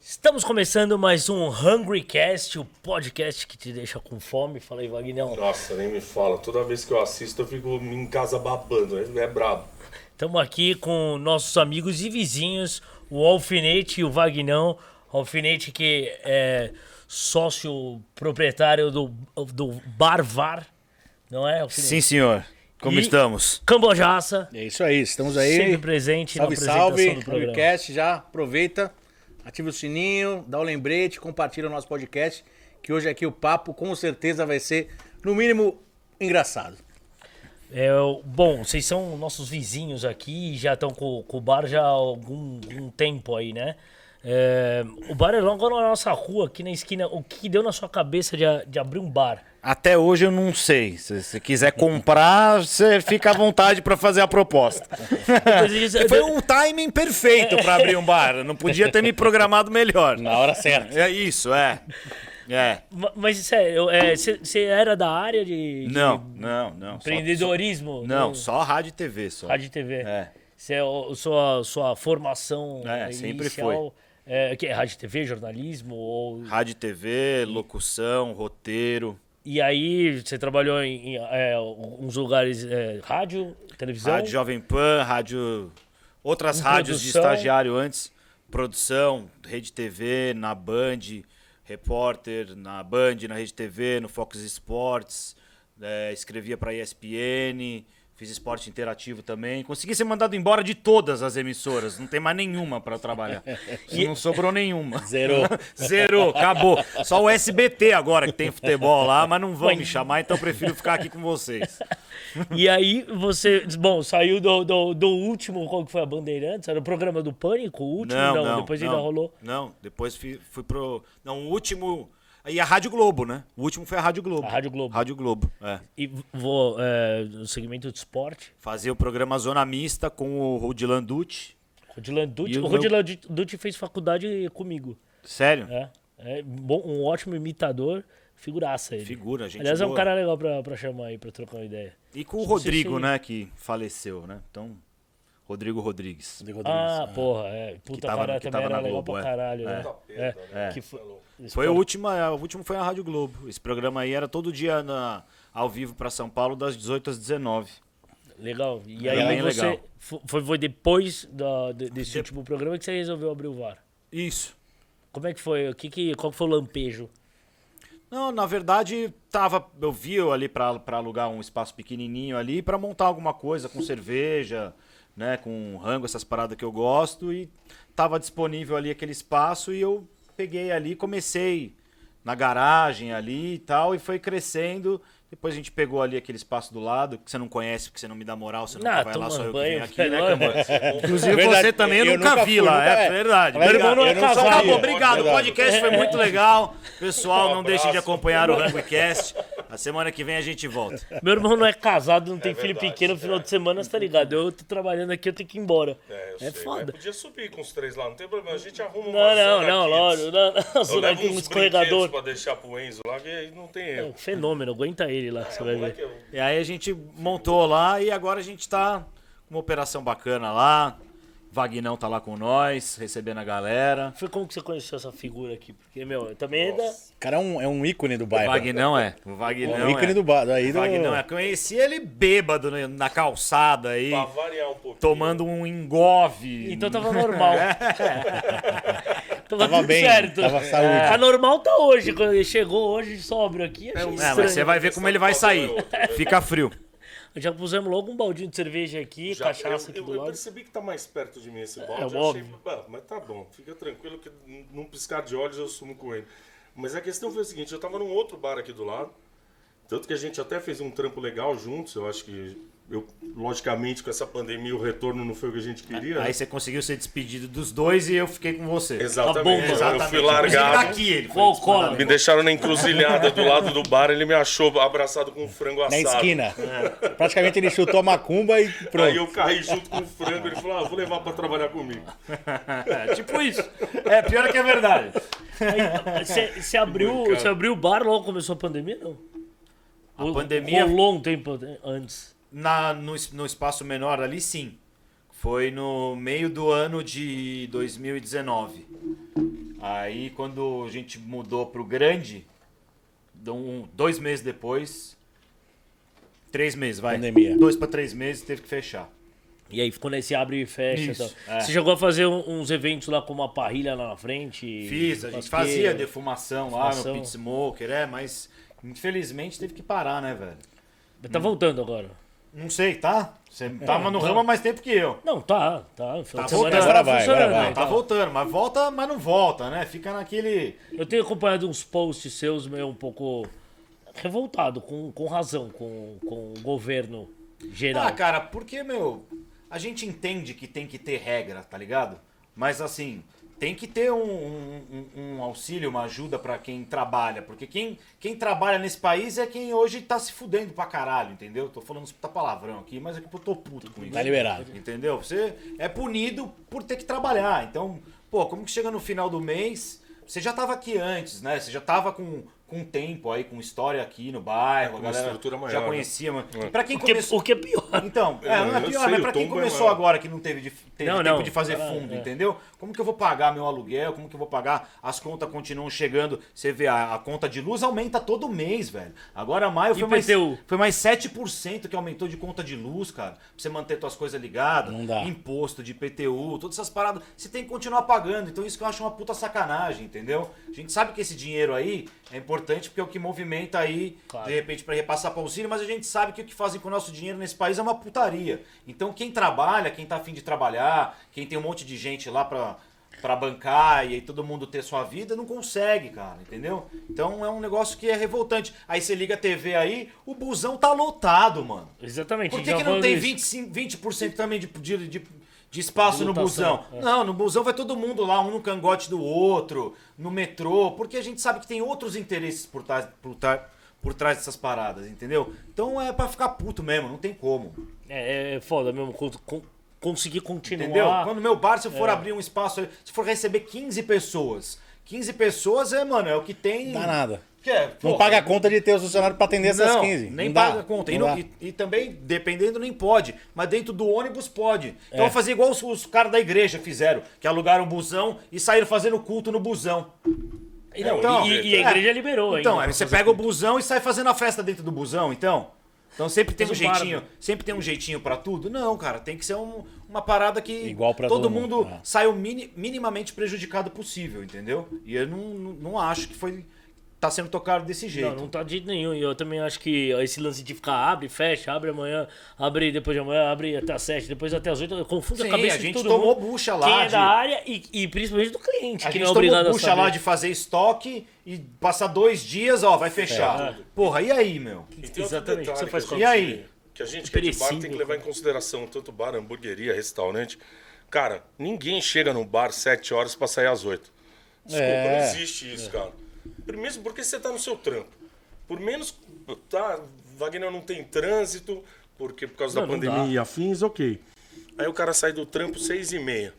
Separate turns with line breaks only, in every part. Estamos começando mais um Hungry Cast, o podcast que te deixa com fome. Fala aí, Vagnão.
Nossa, nem me fala. Toda vez que eu assisto, eu fico em casa babando. né? É brabo.
Estamos aqui com nossos amigos e vizinhos, o Alfinete e o Vagnão. Alfinete que é sócio proprietário do, do Bar Var, não é, Alfinete?
Sim, senhor. Como
E-
estamos?
Cambojaça,
É isso aí, estamos aí.
sempre presente
salve,
na apresentação
salve.
do programa.
Podcast, já aproveita, ativa o sininho, dá o lembrete, compartilha o nosso podcast, que hoje aqui o papo com certeza vai ser, no mínimo, engraçado.
É, o- bom, vocês são nossos vizinhos aqui e já estão com, com o bar já há algum, algum tempo aí, né? É, o bar é logo na nossa rua, aqui na esquina. O que deu na sua cabeça de, a- de abrir um bar?
Até hoje eu não sei. Se você quiser comprar, você fica à vontade pra fazer a proposta.
Depois eles-
Foi um timing perfeito pra abrir um bar. Eu Não podia ter me programado melhor.
Na hora certa.
É isso, é. É.
Ma- Mas sério, você era da área de, de
Não, não, não. Só,
empreendedorismo?
não, só rádio e TV só.
Rádio e TV.
É.
Cê é o- sua, sua formação
É,
eh,
sempre foi.
inicial. É, que é rádio e TV, jornalismo? Ou...
Rádio e TV, locução, roteiro,
E aí, você trabalhou em, em, eh, uns lugares, eh, rádio, televisão?
rádio Jovem Pan, rádio. Outras
Com
rádios de
produção.
estagiário antes. Produção, Rede TV, na Band, repórter, na Band, na Rede TV, no Fox Sports. é, escrevia pra ESPN, fiz esporte interativo também. Consegui ser mandado embora de todas as emissoras, não tem mais nenhuma pra trabalhar. Não sobrou nenhuma.
Zerou.
Zerou, acabou. Só o SBT agora que tem futebol lá, mas não vão
Mas-
me chamar, então eu prefiro ficar aqui com vocês.
E aí, você, bom, saiu do, do, do último, qual que foi a Bandeirantes? Era o programa do Pânico? O último?
Não, não,
depois
não,
ainda rolou.
Não, depois fui, fui pro. Não, o último. E a Rádio Globo, né? O último foi a Rádio Globo.
A Rádio Globo.
Rádio Globo, é.
E vou, eh, no segmento de esporte,
Fazia o programa Zona Mista com o Rodilan Dutti.
Rodilan Dutti.
E
O
o meu-
Rodilan Dutti fez faculdade comigo.
Sério?
né? É bom, um ótimo imitador, figuraça ele.
Figura, gente
Aliás, é um
boa.
cara legal pra, pra chamar aí, pra trocar uma ideia.
E com o
Não sei
Rodrigo,
se-
né? Que faleceu, né? Então, Rodrigo Rodrigues.
Ah, porra, é. Puta,
tava-
cara
que
também
tava
era
na
legal
Globo,
pra
é.
caralho, né?
Puta perda,
É.
né?
Que foi,
Foi o último, é, o último foi na Rádio Globo. Esse programa aí era todo dia na- ao vivo pra São Paulo, das 18 às 19.
Legal. E
Era
aí
bem
você.
legal.
fo- Foi, foi depois da- de- desse último programa que você resolveu abrir o VAR.
Isso.
Como é que foi? O que que, qual que foi o lampejo?
Não, na verdade, tava, eu vi eu ali pra pra alugar um espaço pequenininho ali pra montar alguma coisa com cerveja, né, com rango, essas paradas que eu gosto e tava disponível ali aquele espaço e eu peguei ali, comecei na garagem ali e tal e foi crescendo. Depois a gente pegou ali aquele espaço do lado, que você não conhece, porque você não me dá moral, você nunca
Ah,
vai lá, só
toma um
eu que
banho,
venho aqui, né,
vai lá.
Cambora? Inclusive
É Verdade,
você também, eu,
eu
nunca,
nunca
vi
fui,
lá,
nunca-
é,
é.
verdade.
Vai
Meu irmão
ligar,
não é
eu não
casado.
sabia.
Acabou, obrigado,
Verdade.
o podcast foi muito legal. Pessoal, não
abraço.
deixe de acompanhar o Rancocast. A semana que vem a gente volta.
Meu irmão não é casado, não tem filho
verdade,
pequeno, no final de semana, você tá ligado? Eu tô trabalhando aqui, eu tenho que ir embora.
É, eu
É
sei.
foda.
Mas podia subir com os três lá, não tem problema. A gente arruma
Não, não,
uma zona
não,
kids.
lógico. Não, não,
Eu
Zona
levo
Kids, um
uns brinquedos
escorregador.
pra deixar pro Enzo lá, que aí não tem
É um
erro.
fenômeno, aguenta ele lá, você vai
Moleque,
ver.
É, eu-
E aí a gente montou lá e agora a gente tá com uma operação bacana lá. Vagnão tá lá com nós, recebendo a galera.
Foi como que você conheceu essa figura aqui? Porque, meu, eu também ainda.
O cara é um, é um ícone do bairro.
Vagnão é. O
É
Vagnão
um ícone
é.
do bairro. Aí do...
Vagnão é. Conheci ele bêbado na- na calçada aí,
Pra variar um pouquinho.
tomando um engove.
Então tava normal. tava
Tava
tudo
bem,
certo.
tava saúde.
A normal tá hoje. Quando ele chegou hoje, sóbrio aqui. Achei
É,
estranho. Tá
mas você vai ver como ele vai sair. Fica frio.
Já pusemos logo um baldinho de cerveja aqui,
Já-
cachaça aqui
eu,
do
eu, eu
lado.
percebi que tá mais perto de mim esse
É,
balde. eu
óbvio.
achei, "Bah, mas tá bom, fica tranquilo que n- num piscar de olhos eu sumo com ele. Mas a questão foi o seguinte, eu tava num outro bar aqui do lado, tanto que a gente até fez um trampo legal juntos, eu acho que... Eu, logicamente, com essa pandemia, o retorno não foi o que a gente queria. né?
Aí você conseguiu ser despedido dos dois e eu fiquei com
tá
você.
Exatamente, eu
Exatamente.
fui
Inclusive,
largado.
daqui ele foi
Qual o
disparado.
cola?
Me deixaram na encruzilhada do lado do bar, ele me achou abraçado com um frango
Na
assado.
esquina.
É.
Praticamente ele chutou a macumba e pronto.
Aí eu caí junto com o frango, ele falou, ah, vou levar pra trabalhar comigo.
É, tipo isso. É, pior que é verdade.
Você abriu,
Brincando.
você abriu o bar logo começou a pandemia, não? A
pandemia-
Rolou um tempo antes.
Na, no, es- no espaço menor ali, sim. Foi no meio do ano de 2019. Aí quando a gente mudou pro grande, deu um- dois meses depois, três meses, vai.
Pandemia.
Dois para três meses teve que fechar.
E aí quando esse abre e fecha.
Isso,
e tal.
é.
Você chegou a fazer um- uns eventos lá com uma parrilha lá na frente?
Fiz, a gente
churrasqueira.
fazia defumação lá,
Defumação.
meu pit smoker, é, mas infelizmente teve que parar, né, velho?
Tá voltando agora.
Não sei, tá? Você tava no
tá.
ramo há mais tempo que eu.
Não, tá, tá. Final
Tá
de semana
voltando.
tava
Agora
vai,
funcionando,
agora vai.
né,
Tá voltando, mas volta, mas não volta, né? Fica naquele.
Eu tenho acompanhado uns posts seus meio um pouco revoltado, com, com razão, com, com o governo geral.
Ah, cara, porque, meu, a gente entende que tem que ter regra, tá ligado? Mas assim, tem que ter um, um- um- um auxílio, uma ajuda pra quem trabalha. Porque quem, quem trabalha nesse país é quem hoje tá se fudendo pra caralho, entendeu? Tô falando uns puta palavrão aqui, mas é que eu tô puto com isso.
Tá liberado.
Entendeu? Você é punido por ter que trabalhar. Então, pô, como que chega no final do mês? Você já tava aqui antes, né? Você já tava com, com tempo aí, com história aqui no bairro, a
Uma
galera
estrutura maior,
já
né?
conhecia. Mas... Pra quem
o, que,
começou...
o que é pior.
Então, é,
Eu-
não é
eu
pior,
sei,
mas
o
pra quem
tombo é
começou
maior.
agora que não teve, de- teve
um Não,
tempo
não.
de fazer
Ah,
fundo,
é.
entendeu? Como que eu vou pagar meu aluguel? Como que eu vou pagar? As contas continuam chegando. Você vê, a, a conta de luz aumenta todo mês, velho. Agora maio foi mais,
IPTU?
foi mais 7% que aumentou de conta de luz, cara. Pra você manter suas coisas ligadas.
Não dá.
Imposto de IPTU, todas essas paradas. Você tem que continuar pagando. Então isso que eu acho uma puta sacanagem, entendeu? A gente sabe que esse dinheiro aí é importante porque é o que movimenta aí
Claro.
de repente para repassar para auxílio, mas a gente sabe que o que fazem com o nosso dinheiro nesse país é uma putaria. Então quem trabalha, quem tá afim de trabalhar, quem tem um monte de gente lá para para bancar e aí todo mundo ter sua vida, não consegue, cara, entendeu? Então é um negócio que é revoltante. Aí você liga a TV aí, o busão tá lotado, mano.
Exatamente.
Por
a gente
que,
tava
que não
falando
tem
isso.
25, 20% também de, de, de- de espaço
De
no
lotação,
busão? Não, no busão vai todo mundo lá, um no cangote do outro, no metrô, porque a gente sabe que tem outros interesses por trás, por tra- por trás dessas paradas, entendeu? Então é pra ficar puto mesmo, não tem como.
É, é foda mesmo. con- con- conseguir continuar.
Entendeu? Quando meu bar, se eu
É.
for abrir um espaço, aí, se for receber 15 pessoas, 15 pessoas é, mano, é o que tem.
Dá nada.
Que é,
Não
pô,
paga a conta de ter o funcionário pra atender essas
não,
15.
Nem
não dá,
paga a conta. E,
não
não-
dá.
e- e também, dependendo, nem pode. Mas dentro do ônibus pode. Então
É.
fazer igual os, os caras da igreja fizeram, que alugaram o busão e saíram fazendo culto no busão. é.
E, não,
Então,
e, e a igreja liberou
Então,
ainda.
aí
pra
você
fazer
pega o busão e sai fazendo a festa dentro do busão, então. Então sempre tem um
Mas o bardo-
jeitinho, sempre tem um jeitinho para tudo? Não, cara, tem que ser um- uma parada que
Igual pra
todo,
todo
mundo,
mundo, é.
saia o mini- minimamente prejudicado possível, entendeu? E eu não, não, não acho que foi tá sendo tocado desse jeito.
Não, não tá de jeito nenhum. E eu também acho que esse lance de ficar abre, fecha, abre amanhã, abre depois de amanhã, abre até as sete, depois até as oito, confunde a
Sim,
cabeça
a gente
de todo
tomou
mundo.
bucha lá
Quem é
de-
da área e, e principalmente do cliente,
A
que
gente
não é
tomou
obrigado a
bucha
saber.
lá de fazer estoque e passar dois dias, ó, vai fechar. Porra, e aí, meu?
E tem outro
Exatamente,
detalhe
você faz
que a
com-
E aí?
Que a gente que é de bar tem que
Perecível,
levar em consideração tanto bar, hamburgueria, restaurante. Cara, ninguém chega num bar 7 horas pra sair às 8. Desculpa,
É.
não existe isso, cara. Primeiro porque você tá no seu trampo. Por menos, tá, Wagner não tem trânsito, porque por causa
Não,
da
não
pandemia e afins, ok. Aí o cara sai do trampo 6 e meia.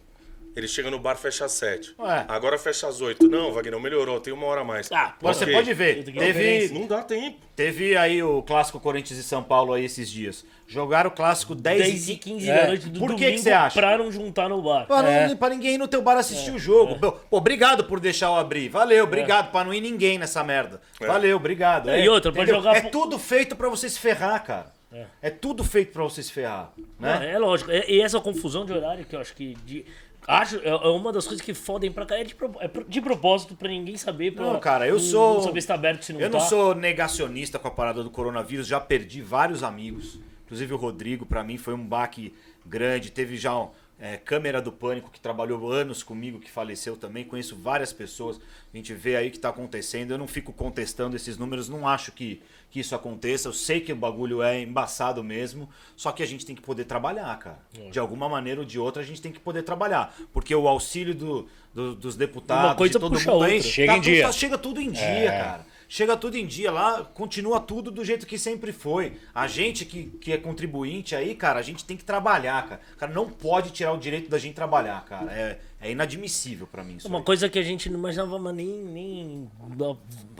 Ele chega no bar, fecha às 7.
Ué.
Agora fecha às 8. Não, Wagner, melhorou, tem uma hora a mais.
Ah,
Ok.
você pode ver.
Tudo que
Teve,
Não dá tempo.
Teve aí o clássico Corinthians e São Paulo aí esses dias. Jogaram o clássico 10,
10 e 15
É.
da noite do
Por que que
domingo
você acha?
pra não juntar no bar.
Pra, não-
É.
pra ninguém ir no teu bar
É.
assistir o jogo. Pô, Pô, obrigado por deixar eu abrir. Valeu, obrigado. Pra não ir ninguém nessa merda. Valeu, obrigado.
É, e outra, pra
entendeu?
jogar
É
fu-
tudo feito pra você se ferrar, cara. É, tudo feito pra você se ferrar.
Não,
Né?
É lógico. E e essa confusão de horário que eu acho que. De, acho, é é uma das coisas que fodem pra cá. É de, pro- é pro- de propósito pra ninguém saber. Pra,
Não, cara, eu
não-
sou.
Não saber se tá aberto, se não
Eu
tá.
não sou negacionista com a parada do coronavírus, já perdi vários amigos. Inclusive o Rodrigo, pra mim, foi um baque grande. Teve já um, é, Câmera do Pânico, que trabalhou anos comigo, que faleceu também. Conheço várias pessoas. A gente vê aí o que tá acontecendo. Eu não fico contestando esses números, não acho que, que isso aconteça. Eu sei que o bagulho é embaçado mesmo. Só que a gente tem que poder trabalhar, cara. De alguma maneira ou de outra, a gente tem que poder trabalhar. Porque o auxílio do- do- dos deputados,
Uma coisa
de todo
puxa a
mundo aí,
outra.
Chega em
tudo-
dia.
tá chega tudo em dia, cara. Chega tudo em dia lá, continua tudo do jeito que sempre foi. A gente que, que é contribuinte aí, cara, a gente tem que trabalhar, cara. Cara, não pode tirar o direito da gente trabalhar, cara. É, é inadmissível pra mim isso.
Uma
aí.
coisa que a gente não imaginava mas nem, nem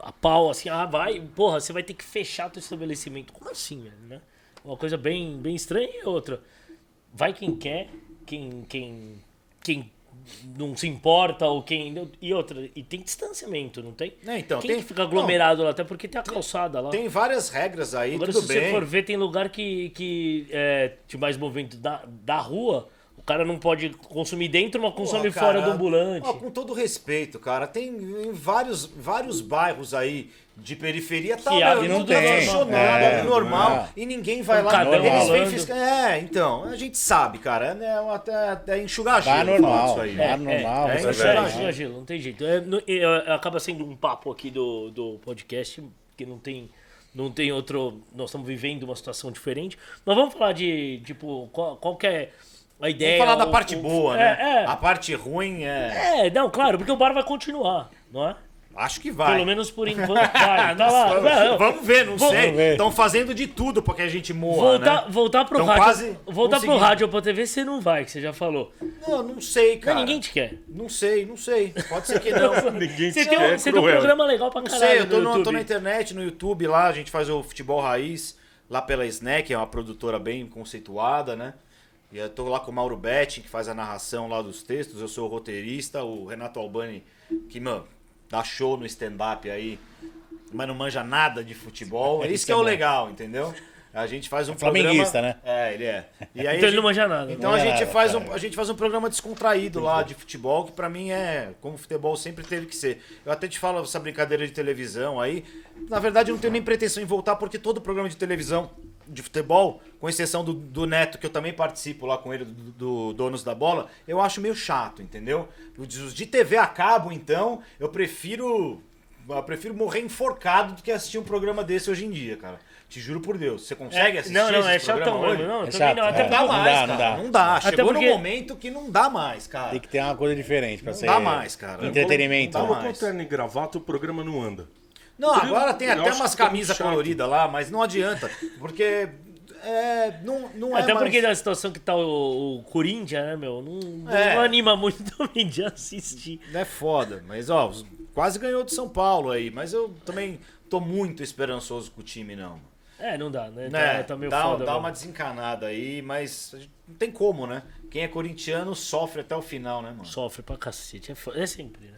a, a pau, assim, ah, vai, porra, você vai ter que fechar teu estabelecimento. Como assim, velho, né? Uma coisa bem, bem estranha e outra. Vai quem quer, quem, quem, quem não se importa ou quem. E outra, e tem distanciamento, não tem?
É, então,
quem
tem-
que fica aglomerado lá? Até porque tem a calçada lá.
Tem várias regras aí,
Agora,
tudo
se
bem.
você for ver, tem lugar que, que é, de mais movimento da, da rua, o cara não pode consumir dentro, mas
Porra,
consome
cara,
fora do ambulante.
ó, com todo respeito, cara, tem em vários, vários bairros aí de periferia tá
Que
meu,
abre
não
tudo
tem.
abaixonado,
né?
É,
normal,
não.
e ninguém vai lá.
Pancadão
Eles vêm
rolando.
fisca... É, então, a gente sabe, cara, né, até, é enxugar
Tá
gelo falar
normal,
disso aí.
tá normal.
é,
é
isso
isso
é,
aí.
gelo, gelo, não tem jeito. É, no- e, é, acaba sendo um papo aqui do, do podcast, que não tem, não tem outro. Nós estamos vivendo uma situação diferente. Mas vamos falar de, tipo, qual, qual que é a ideia.
Vamos falar da
o-
parte
o-
boa,
é,
né?
é.
A parte ruim é.
É, não, claro, porque o bar vai continuar, não é?
Acho que vai.
Pelo menos por enquanto vai. Tá lá. Não,
Vamos né? ver, não sei.
ver.
Estão fazendo de tudo pra que a gente morra,
Voltar,
né?
voltar pro
Tão
rádio.
quase
voltar pro
conseguindo.
rádio ou pra TV, você não vai, que você já falou.
Não, não sei,
Mas
cara.
ninguém te quer.
Não sei, não sei. Pode ser que não.
Ninguém
Você
te
tem, um,
quer,
você tem um
cruel.
programa legal pra
é Não
caralho.
sei, eu tô,
no
no, tô
YouTube.
na internet, no YouTube lá, a gente faz o futebol raiz, lá pela Snack, é uma produtora bem conceituada, né? E eu tô lá com o Mauro Betting, que faz a narração lá dos textos, eu sou o roteirista, o Renato Albani, que, mano, dá show no stand-up aí, mas não manja nada de futebol.
É,
Isso
isso
que é
é
o
bom.
legal, entendeu? A gente faz um
flamenguista,
programa... né? É, ele é. E aí a
Então ele
gente-
não manja nada.
Então
Não
a
é
gente,
nada,
faz
cara.
um, a gente faz um programa descontraído lá de futebol, que pra mim é como futebol sempre teve que ser. Eu até te falo essa brincadeira de televisão aí. Na verdade, eu não tenho nem pretensão em voltar, porque todo programa de televisão de futebol, com exceção do, do Neto, que eu também participo lá com ele, do, do Donos da Bola, eu acho meio chato, entendeu? Os de TV a cabo, então, eu prefiro. Eu prefiro morrer enforcado do que assistir um programa desse hoje em dia, cara. Te juro por Deus. Você consegue assistir
Não, não,
esses
é
programas
chatão,
hoje?
mano. Não,
É
também
chato,
não. Até porque
é.
Não dá
Não
mais,
dá,
cara. Não
não
dá.
dá.
Até
Chegou
porque-
no momento que não dá mais, cara.
Tem que ter uma coisa diferente pra
Não
ser.
dá mais, cara.
Entretenimento. né?
Não dá
Colocou
mais.
terno e gravata, o programa não anda.
Não, agora tem
Eu
até
acho
umas
que tá
camisas
muito chato.
coloridas lá, mas não adianta. Porque é, não, não é
Até
mais...
porque da situação que tá o, o Corinthians, né, meu? Não, não
É.
anima muito também de assistir.
É foda, mas ó, os- quase ganhou de São Paulo aí, mas eu também tô muito esperançoso com o time, não.
É, não dá, né?
Né?
Tá, tá meio
dá,
foda.
dá
mano.
uma desencanada aí, mas a gente- não tem como, né? Quem é corintiano sofre até o final, né, mano?
Sofre pra cacete. É, fo- é sempre, né?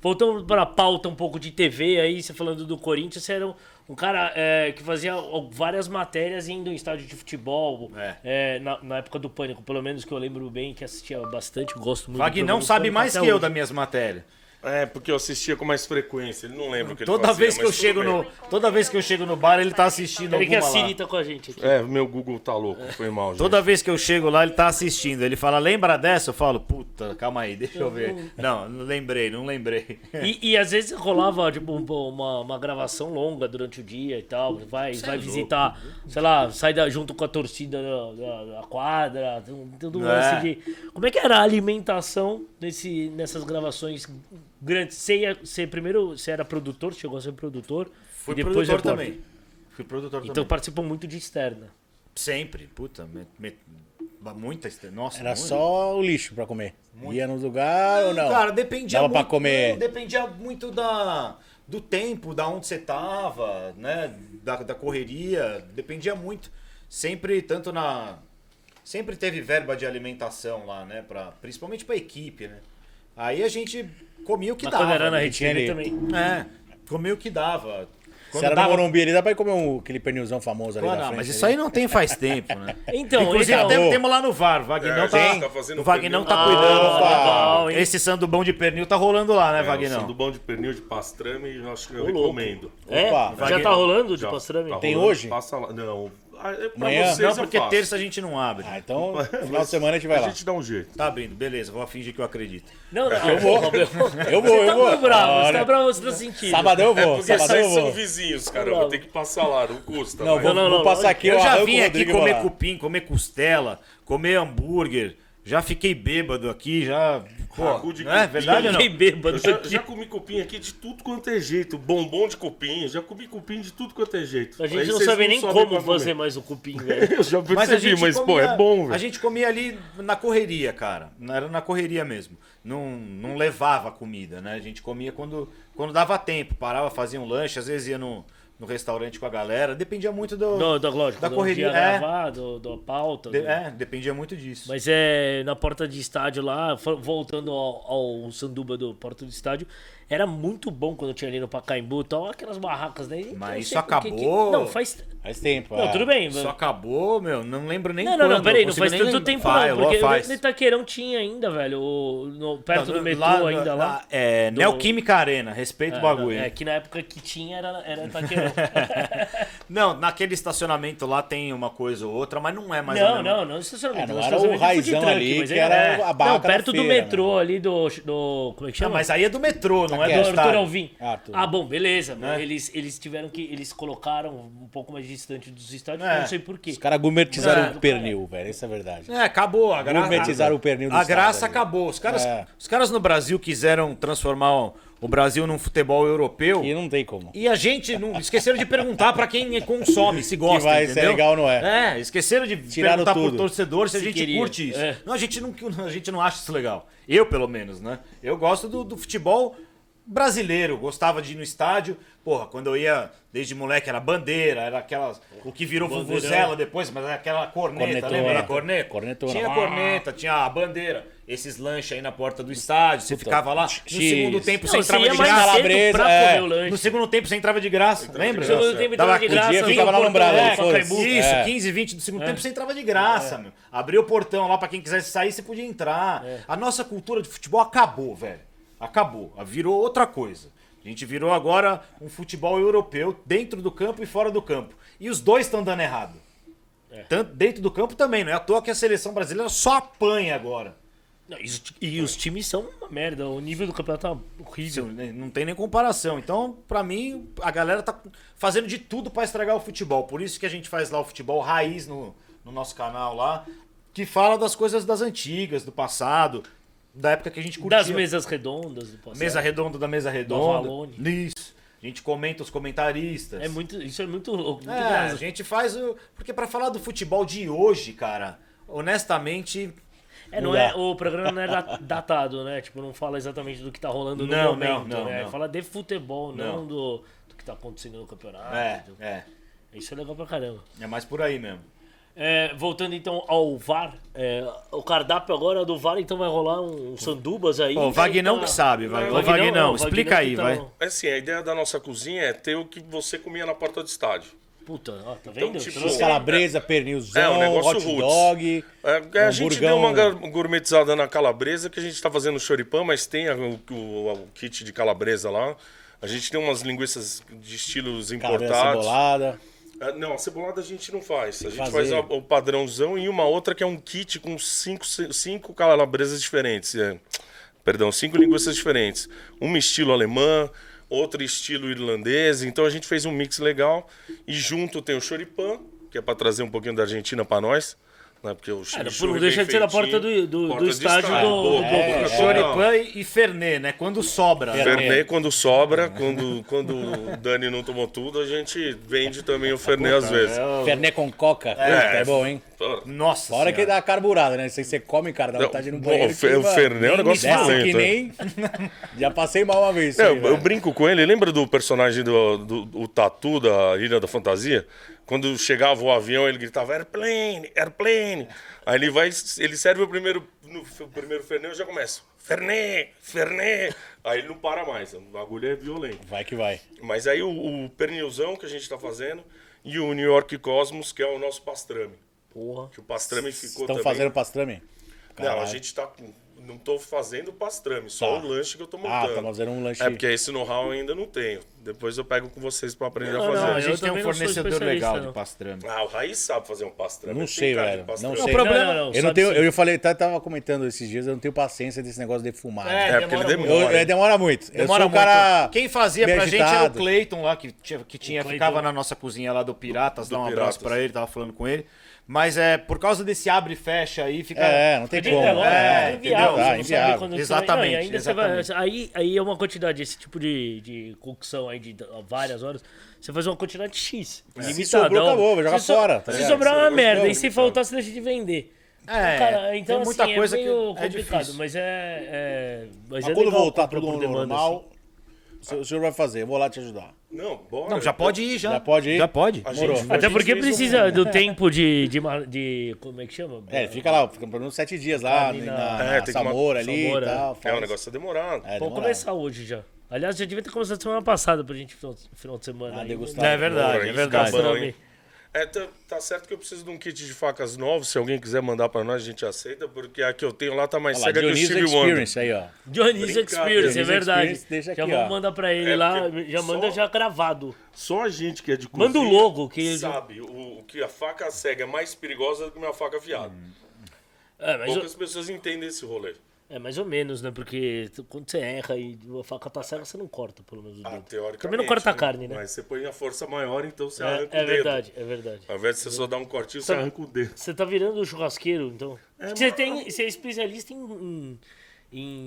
Voltando pra pauta um pouco de TV aí, você falando do Corinthians, você era um, um cara é, que fazia ó, várias matérias indo em estádio de futebol. É, na, na época do Pânico, pelo menos que eu lembro bem, que assistia bastante, gosto muito. do
Wagner não
programa do
sabe
Pânico
mais que
até
eu
hoje.
das minhas matérias.
É, porque eu assistia com mais frequência, ele assim, não lembra o que ele
Toda
fazia,
vez que
mas
eu
tudo
chego
bem.
no, toda vez que eu chego no bar, ele tá assistindo
Peraí que
alguma
a
lá.
Siri tá com a gente aqui.
É, meu Google tá louco, foi mal, gente.
Toda vez que eu chego lá, ele tá assistindo. Ele fala, lembra dessa? Eu falo, puta, calma aí, deixa eu
Uhum.
ver. Não, não lembrei, não lembrei.
E, e às vezes rolava tipo, um- uma, uma gravação longa durante o dia e tal. Vai,
é
vai visitar, sei lá, sai da- junto com a torcida da, da- da quadra, tem um- tudo
É.
lance de. Como é que era a alimentação nesse, nessas gravações grandes? Você, ia- você primeiro você era produtor, chegou a ser produtor.
Fui
e depois
produtor
repórter.
também. Fui produtor
Então
também.
participou muito de externa.
Sempre, puta, me, me, muita... este- Nossa,
Era
muito.
só o lixo pra comer. Ia nos lugares ou não?
Cara, dependia
Dava
muito,
pra comer.
Dependia muito da, do tempo, da onde você tava, né? Da, da correria. Dependia muito. Sempre, tanto na. Sempre teve verba de alimentação lá, né? Pra, principalmente pra equipe, né? Aí a gente comia o que
Mas
dava.
quando era na
né?
Rede TV
Ah, Entendi.
também.
É, comia o que dava. Quando
Se era no
dava-
Morumbi ali, dá pra ir comer um, aquele pernilzão famoso ali
Ah,
da
não,
frente.
mas isso aí não tem faz tempo, né?
Então,
Inclusive,
então-
até temos lá no VAR. O Vagnão
É,
tá,
gente, tá fazendo
o Vagnão tá
pernil.
cuidando.
Ah, legal, hein?
Esse sandubão de pernil tá rolando lá, né,
É, o
Vagnão?
do bom de pernil de pastrame, eu acho que eu recomendo.
É,
Opa,
já tá rolando de
Já,
pastrame?
tá
Tem
rolando,
hoje?
Passa lá. Não. Ah, é Pra
Amanhã?
vocês
Não,
eu
porque
faço.
terça a gente não abre.
Ah, então, no final de semana a gente vai
A
lá.
gente dá um jeito.
Tá abrindo, beleza, vou fingir que eu acredito.
Não, não.
Eu vou. Eu vou,
Você
eu
tá
vou.
muito bravo, você
Olha,
tá bravo, você tá sentindo.
Sabadão eu
É
vou,
porque
sabadão
vocês
eu
são
vou.
vizinhos, cara. Eu vou ter que passar lá, não custa.
Não,
vai.
vou,
Não, não,
vou
não,
passar
não.
aqui,
eu
ó,
já
arranco
vim aqui
o Rodrigo e vou
comer
lá.
cupim, comer costela, comer hambúrguer. Já fiquei bêbado aqui, já. Pô,
Ragu de
não é
cupim.
verdade ou não?
Fiquei bêbado
Eu já,
aqui.
já comi cupim aqui de tudo quanto é jeito. Bombom de cupim, já comi cupim de tudo quanto é jeito.
A gente
Aí
não
vocês
sabe nem
sabem
como
pra comer.
fazer mais o cupim, velho.
Eu já percebi, mas, pô, é bom,
A
velho.
gente comia ali na correria, cara. Era na correria mesmo. Não, não levava comida, né? A gente comia quando, quando dava tempo. Parava, fazia um lanche, às vezes ia no, no restaurante com a galera. Dependia muito do.
Não, da, lógico,
da
do
correria.
dia
é,
gravar, do, do pauta.
de-
do-
é, dependia muito disso.
Mas é na porta de estádio lá, fo- voltando ao, ao sanduba do porta de estádio, era muito bom quando tinha ali no Pacaembu e tal, aquelas barracas, né? Eu
Mas
não sei
isso
por que que-
acabou.
Não, faz.
Faz tempo.
Não,
é.
tudo bem.
Isso
Mas...
acabou, meu, não lembro nem
Não, não, não,
quando,
peraí,
eu
não
consigo
faz
nem
tanto
lembrar.
tempo
Faz,
não,
ó,
porque
faz.
no Itaquerão tinha ainda, velho, o- no- perto
Não,
do metrô
lá-
ainda lá.
É,
Do-
Neoquímica Arena, respeita
É,
o bagulho.
não, é, que na época que tinha era, era Itaquerão.
Não, naquele estacionamento lá tem uma coisa ou outra, mas não é mais a
não,
mesma-
não, não, estacionamento.
É, não
nós
era o
fazíamos food
raizão
truck,
ali,
mas
que
ainda-
era
é.
a barraca
Não,
da
perto do
feira,
metrô ali do, do. Como é que
Ah,
chama?
mas aí é do metrô, não é
do
do
Arthur
estádio.
Alvim.
Ah, Arthur. Né?
Ah, bom, beleza. mas Eles, eles tiveram que. Eles colocaram um pouco mais distante dos estádios,
É.
não sei porquê.
Os caras gourmetizaram
É.
o pernil, velho. Isso é verdade.
É, acabou. A graça.
Gourmetizaram o pernil do
A
estado
graça
ali.
acabou. Os caras,
É.
os caras no Brasil quiseram transformar o Brasil num futebol europeu.
E não tem como.
E a gente não esqueceram de perguntar pra quem é, consome, se gosta,
Que vai, se é
entendeu?
legal ou não é.
É, esqueceram de
Tiraram
perguntar pro
tudo.
torcedor se, a
Se
gente
queria.
curte isso.
É.
Não, a gente não, a gente não acha isso legal. Eu, pelo menos, né? Eu gosto do, do futebol brasileiro, gostava de ir no estádio. Porra, quando eu ia desde moleque era bandeira, era aquela o que virou
Bandeirão.
vuvuzela depois, mas era aquela corneta,
Cornetona.
lembra da corneta?
Cornetona.
Tinha
Ah.
corneta, tinha a bandeira, esses lanches aí na porta do estádio, você
Puta,
ficava lá, no
X.
segundo tempo você
Não, você
entrava
ia
de
mais
graça.
cedo
Calabresa,
pra
é.
comer o lanche.
No segundo tempo você entrava de graça, lembra?
No
de
segundo
graça. é.
tempo
Tava
entrava de
com o
graça,
dia,
vinha
ficava
o
lá na
portão
Umbrella,
do
foda-se.
Pacaembu.
Isso,
É.
15, 20 do segundo tempo você entrava de
É.
graça, meu. Abriu o portão lá pra quem quisesse sair, você podia entrar.
É.
A nossa cultura de futebol acabou, velho. Acabou. Virou outra coisa. A gente virou agora um futebol europeu dentro do campo e fora do campo. E os dois estão dando errado.
É.
Tanto dentro do campo também, não é à toa que a seleção brasileira só apanha agora.
Não, e os- E os times são uma merda. O nível do campeonato tá
Isso,
horrível.
né, não tem nem comparação. Então, pra mim, a galera tá fazendo de tudo pra estragar o futebol. Por isso que a gente faz lá o futebol raiz no, no nosso canal lá, que fala das coisas das antigas, do passado, da época que a gente curtia.
Das mesas redondas do passado.
Mesa redonda da mesa redonda.
Avalone.
Isso. A gente comenta os comentaristas.
É muito, isso é muito louco. muito
É, a
engraçado.
gente faz o. Porque pra falar do futebol de hoje, cara, honestamente,
É, não
Não
é,
dá.
o programa não é da- datado, né? Tipo, não fala exatamente do que tá rolando no
Não,
momento,
não, não,
né?
não.
Fala de futebol, não,
Não.
do, do que tá acontecendo no campeonato.
é,
do-
é.
Isso é legal pra caramba.
É mais por aí mesmo.
É, voltando então ao VAR, é, o cardápio agora do VAR, então vai rolar um, um sandubas aí. Tá.
Ô, o Vagnão que sabe, vai. Ô, Vagnão, explica aí, vai.
É assim, a ideia da nossa cozinha é ter o que você comia na porta do estádio.
Puta, ó, tá vendo?
Então, tipo,
Trouxe-
Calabresa, pernilzão,
É, um negócio
hot
roots.
dog.
É, a gente deu
um hamburgão.
uma gar- gourmetizada na calabresa, que a gente tá fazendo choripã, mas tem a- o, o- o kit de calabresa lá. A gente tem umas linguiças de estilos
Calabresa
importados.
cebolada.
É, não, a cebolada a gente não faz. A gente
fazer.
faz a- o padrãozão e uma outra que é um kit com cinco, ce- cinco calabresas diferentes. é. perdão, cinco linguiças diferentes. Uma estilo alemã, outra estilo irlandês. Então a gente fez um mix legal. E junto tem o choripã, que é para trazer um pouquinho da Argentina para nós. Né? Porque o
Cara,
chimichurri
não deixa
bem
de ser na
feitinho,
porta do- do- do
de É,
estádio do-
Boa,
do-
boa,
do-
boa, boa.
Choripan e Fernê, né? Quando sobra. né?
Fernet quando sobra, quando, quando o Dani não tomou tudo, a gente vende também o Fernet
Tá
às vezes.
É,
Ferné com coca. É, é bom, hein?
Pô,
Nossa
Fora que
Senhora.
dá a carburada, né? Isso aí Você come, cara, dá vontade de ir no
Não,
banheiro.
o Fer-
que,
o Fernet é um
nem
negócio
desce
violento,
que
né?
nem... Já passei mal uma vez. isso
É,
aí,
eu, eu
velho.
brinco com ele. Lembra do personagem do, do, o Tatu da Ilha da Fantasia? Quando chegava o avião, ele gritava airplane, airplane. Aí ele vai, ele serve o primeiro, no, o primeiro Fernet, eu já começo. Fernet, Fernet. Aí ele não para mais. O bagulho é violento.
Vai que vai.
Mas aí o, o pernilzão que a gente tá fazendo e o New York Cosmos, que é o nosso pastrame.
Porra.
Que o pastrame ficou
Estão
também...
fazendo pastrame?
Não, a
Caralho.
gente tá com. Não tô fazendo pastrame, só
Tá.
o lanche que eu tô
Ah,
montando.
tá fazendo um lanche.
É, porque esse know-how eu ainda não tenho. Depois eu pego com vocês pra aprender
Não, é.
a
não,
A
fazer.
eu
gente tem um
também não sou
fornecedor
especialista,
legal
não.
de pastrame.
Ah, o Raiz sabe fazer um pastrame.
Não
ele tem
sei,
cara de
velho.
pastrame.
Não sei.
problema-
Eu não
sabe
tenho,
sim.
eu falei, tá- tava comentando esses dias, eu não tenho paciência desse negócio de fumar. né?
É, porque ele
demora
demora.
Eu- é, demora muito.
Demora
eu sou um
muito.
cara
Quem fazia pra gente era o
meditado.
Cleiton lá, que tinha, que tinha
Clayton.
ficava na nossa cozinha lá do Piratas, dá um
Piratas.
abraço pra ele, tava falando com ele. Mas é por causa desse abre e fecha aí, fica.
É, não tem
É,
como.
lógico,
é,
é,
entendeu?
inviável,
Tá,
você não sabe
inviável.
quando você vai- não,
Exatamente,
e ainda você
exatamente.
vai- aí, aí é uma quantidade, esse tipo de, de cocção aí de várias horas, você faz uma quantidade X.
É. Se
Limitadão.
sobrou, acabou, vai jogar
Se so-
fora. tá
se
ligado?
sobrar
Isso é
uma
um
merda, e
negócio
se
então.
muito
faltar, você deixa de vender.
É,
Cara, então
tem
assim,
muita coisa
é meio
que é
complicado,
difícil.
mas é... é mas
Mas
é
quando
legal
voltar
comprar
tudo
por
ao
demanda, assim.
normal, o senhor- o senhor vai fazer, eu vou lá te ajudar.
Não, bora. então.
Não, já pode ir, já. É
Já pode ir?
Já pode.
A
Morou.
gente, a
Até
gente
porque
fez
precisa
um-
do tempo de, de, ma- de- Como é que chama?
É, ele fica lá, fica pelo menos sete dias lá,
Ali
na,
na-
na
É, tem que uma-
Samora ali
Samora.
e tal.
É,
faz-
o negócio é demorado.
É,
Vamos
demorado.
começar hoje já. Aliás, já devia ter começado semana passada pra gente final, final de semana.
Ah,
aí. né?
degustar.
tá
É verdade,
Porra,
é
isso
verdade.
acabou.
Pastrami.
Bom, hein? É, tá, tá certo que eu preciso de um kit de facas novo. Se alguém quiser mandar pra nós, a gente aceita, porque a que eu tenho lá tá mais
Olha lá,
cega que o
Dionísio
Steve Wonder.
Experience aí, ó.
Dionísio
Brincadeira.
Experience, é
Dionísio
verdade.
Experience, deixa
já
aqui,
vamos
ó.
mandar pra ele
É,
lá,
porque
já
só-
manda já gravado.
Só a gente que é de cozinha
Manda o logo, que-
sabe o, o que a faca cega é mais perigosa do que uma faca afiada.
Hum. É mais,
Poucas
ou,
pessoas entendem esse rolê.
é, mais ou menos, né? Porque tu- quando você erra e a faca tá cega, você não corta, pelo menos, o
Ah,
dedo.
teoricamente.
Também não corta a carne, né?
Mas você põe a força maior, então você
É,
arranca o
é
dedo.
verdade, é verdade.
Ao invés de você só dar um cortinho, você
Sabe-
arranca o dedo.
Você tá virando churrasqueiro, então. Porque você, tem, você é especialista em, em,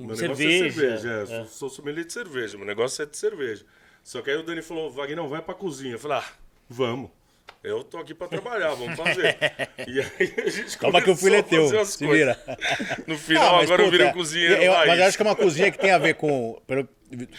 em
Meu
cerveja.
negócio é cerveja, é.
é.
Sou, sou sommelier de cerveja, meu negócio é de cerveja. Só que aí o Dani falou, Wagner, não, vai pra cozinha. Eu falei, ah, vamos. Eu tô aqui pra trabalhar, vamos fazer. e aí a gente
Calma que o filho é
começou a fazer
teu,
as
se
coisas.
vira.
No final,
Ah, mas,
agora eu virei um
puta,
cozinheiro.
eu-
raiz.
mas eu acho que é uma cozinha que tem a ver com, pelo-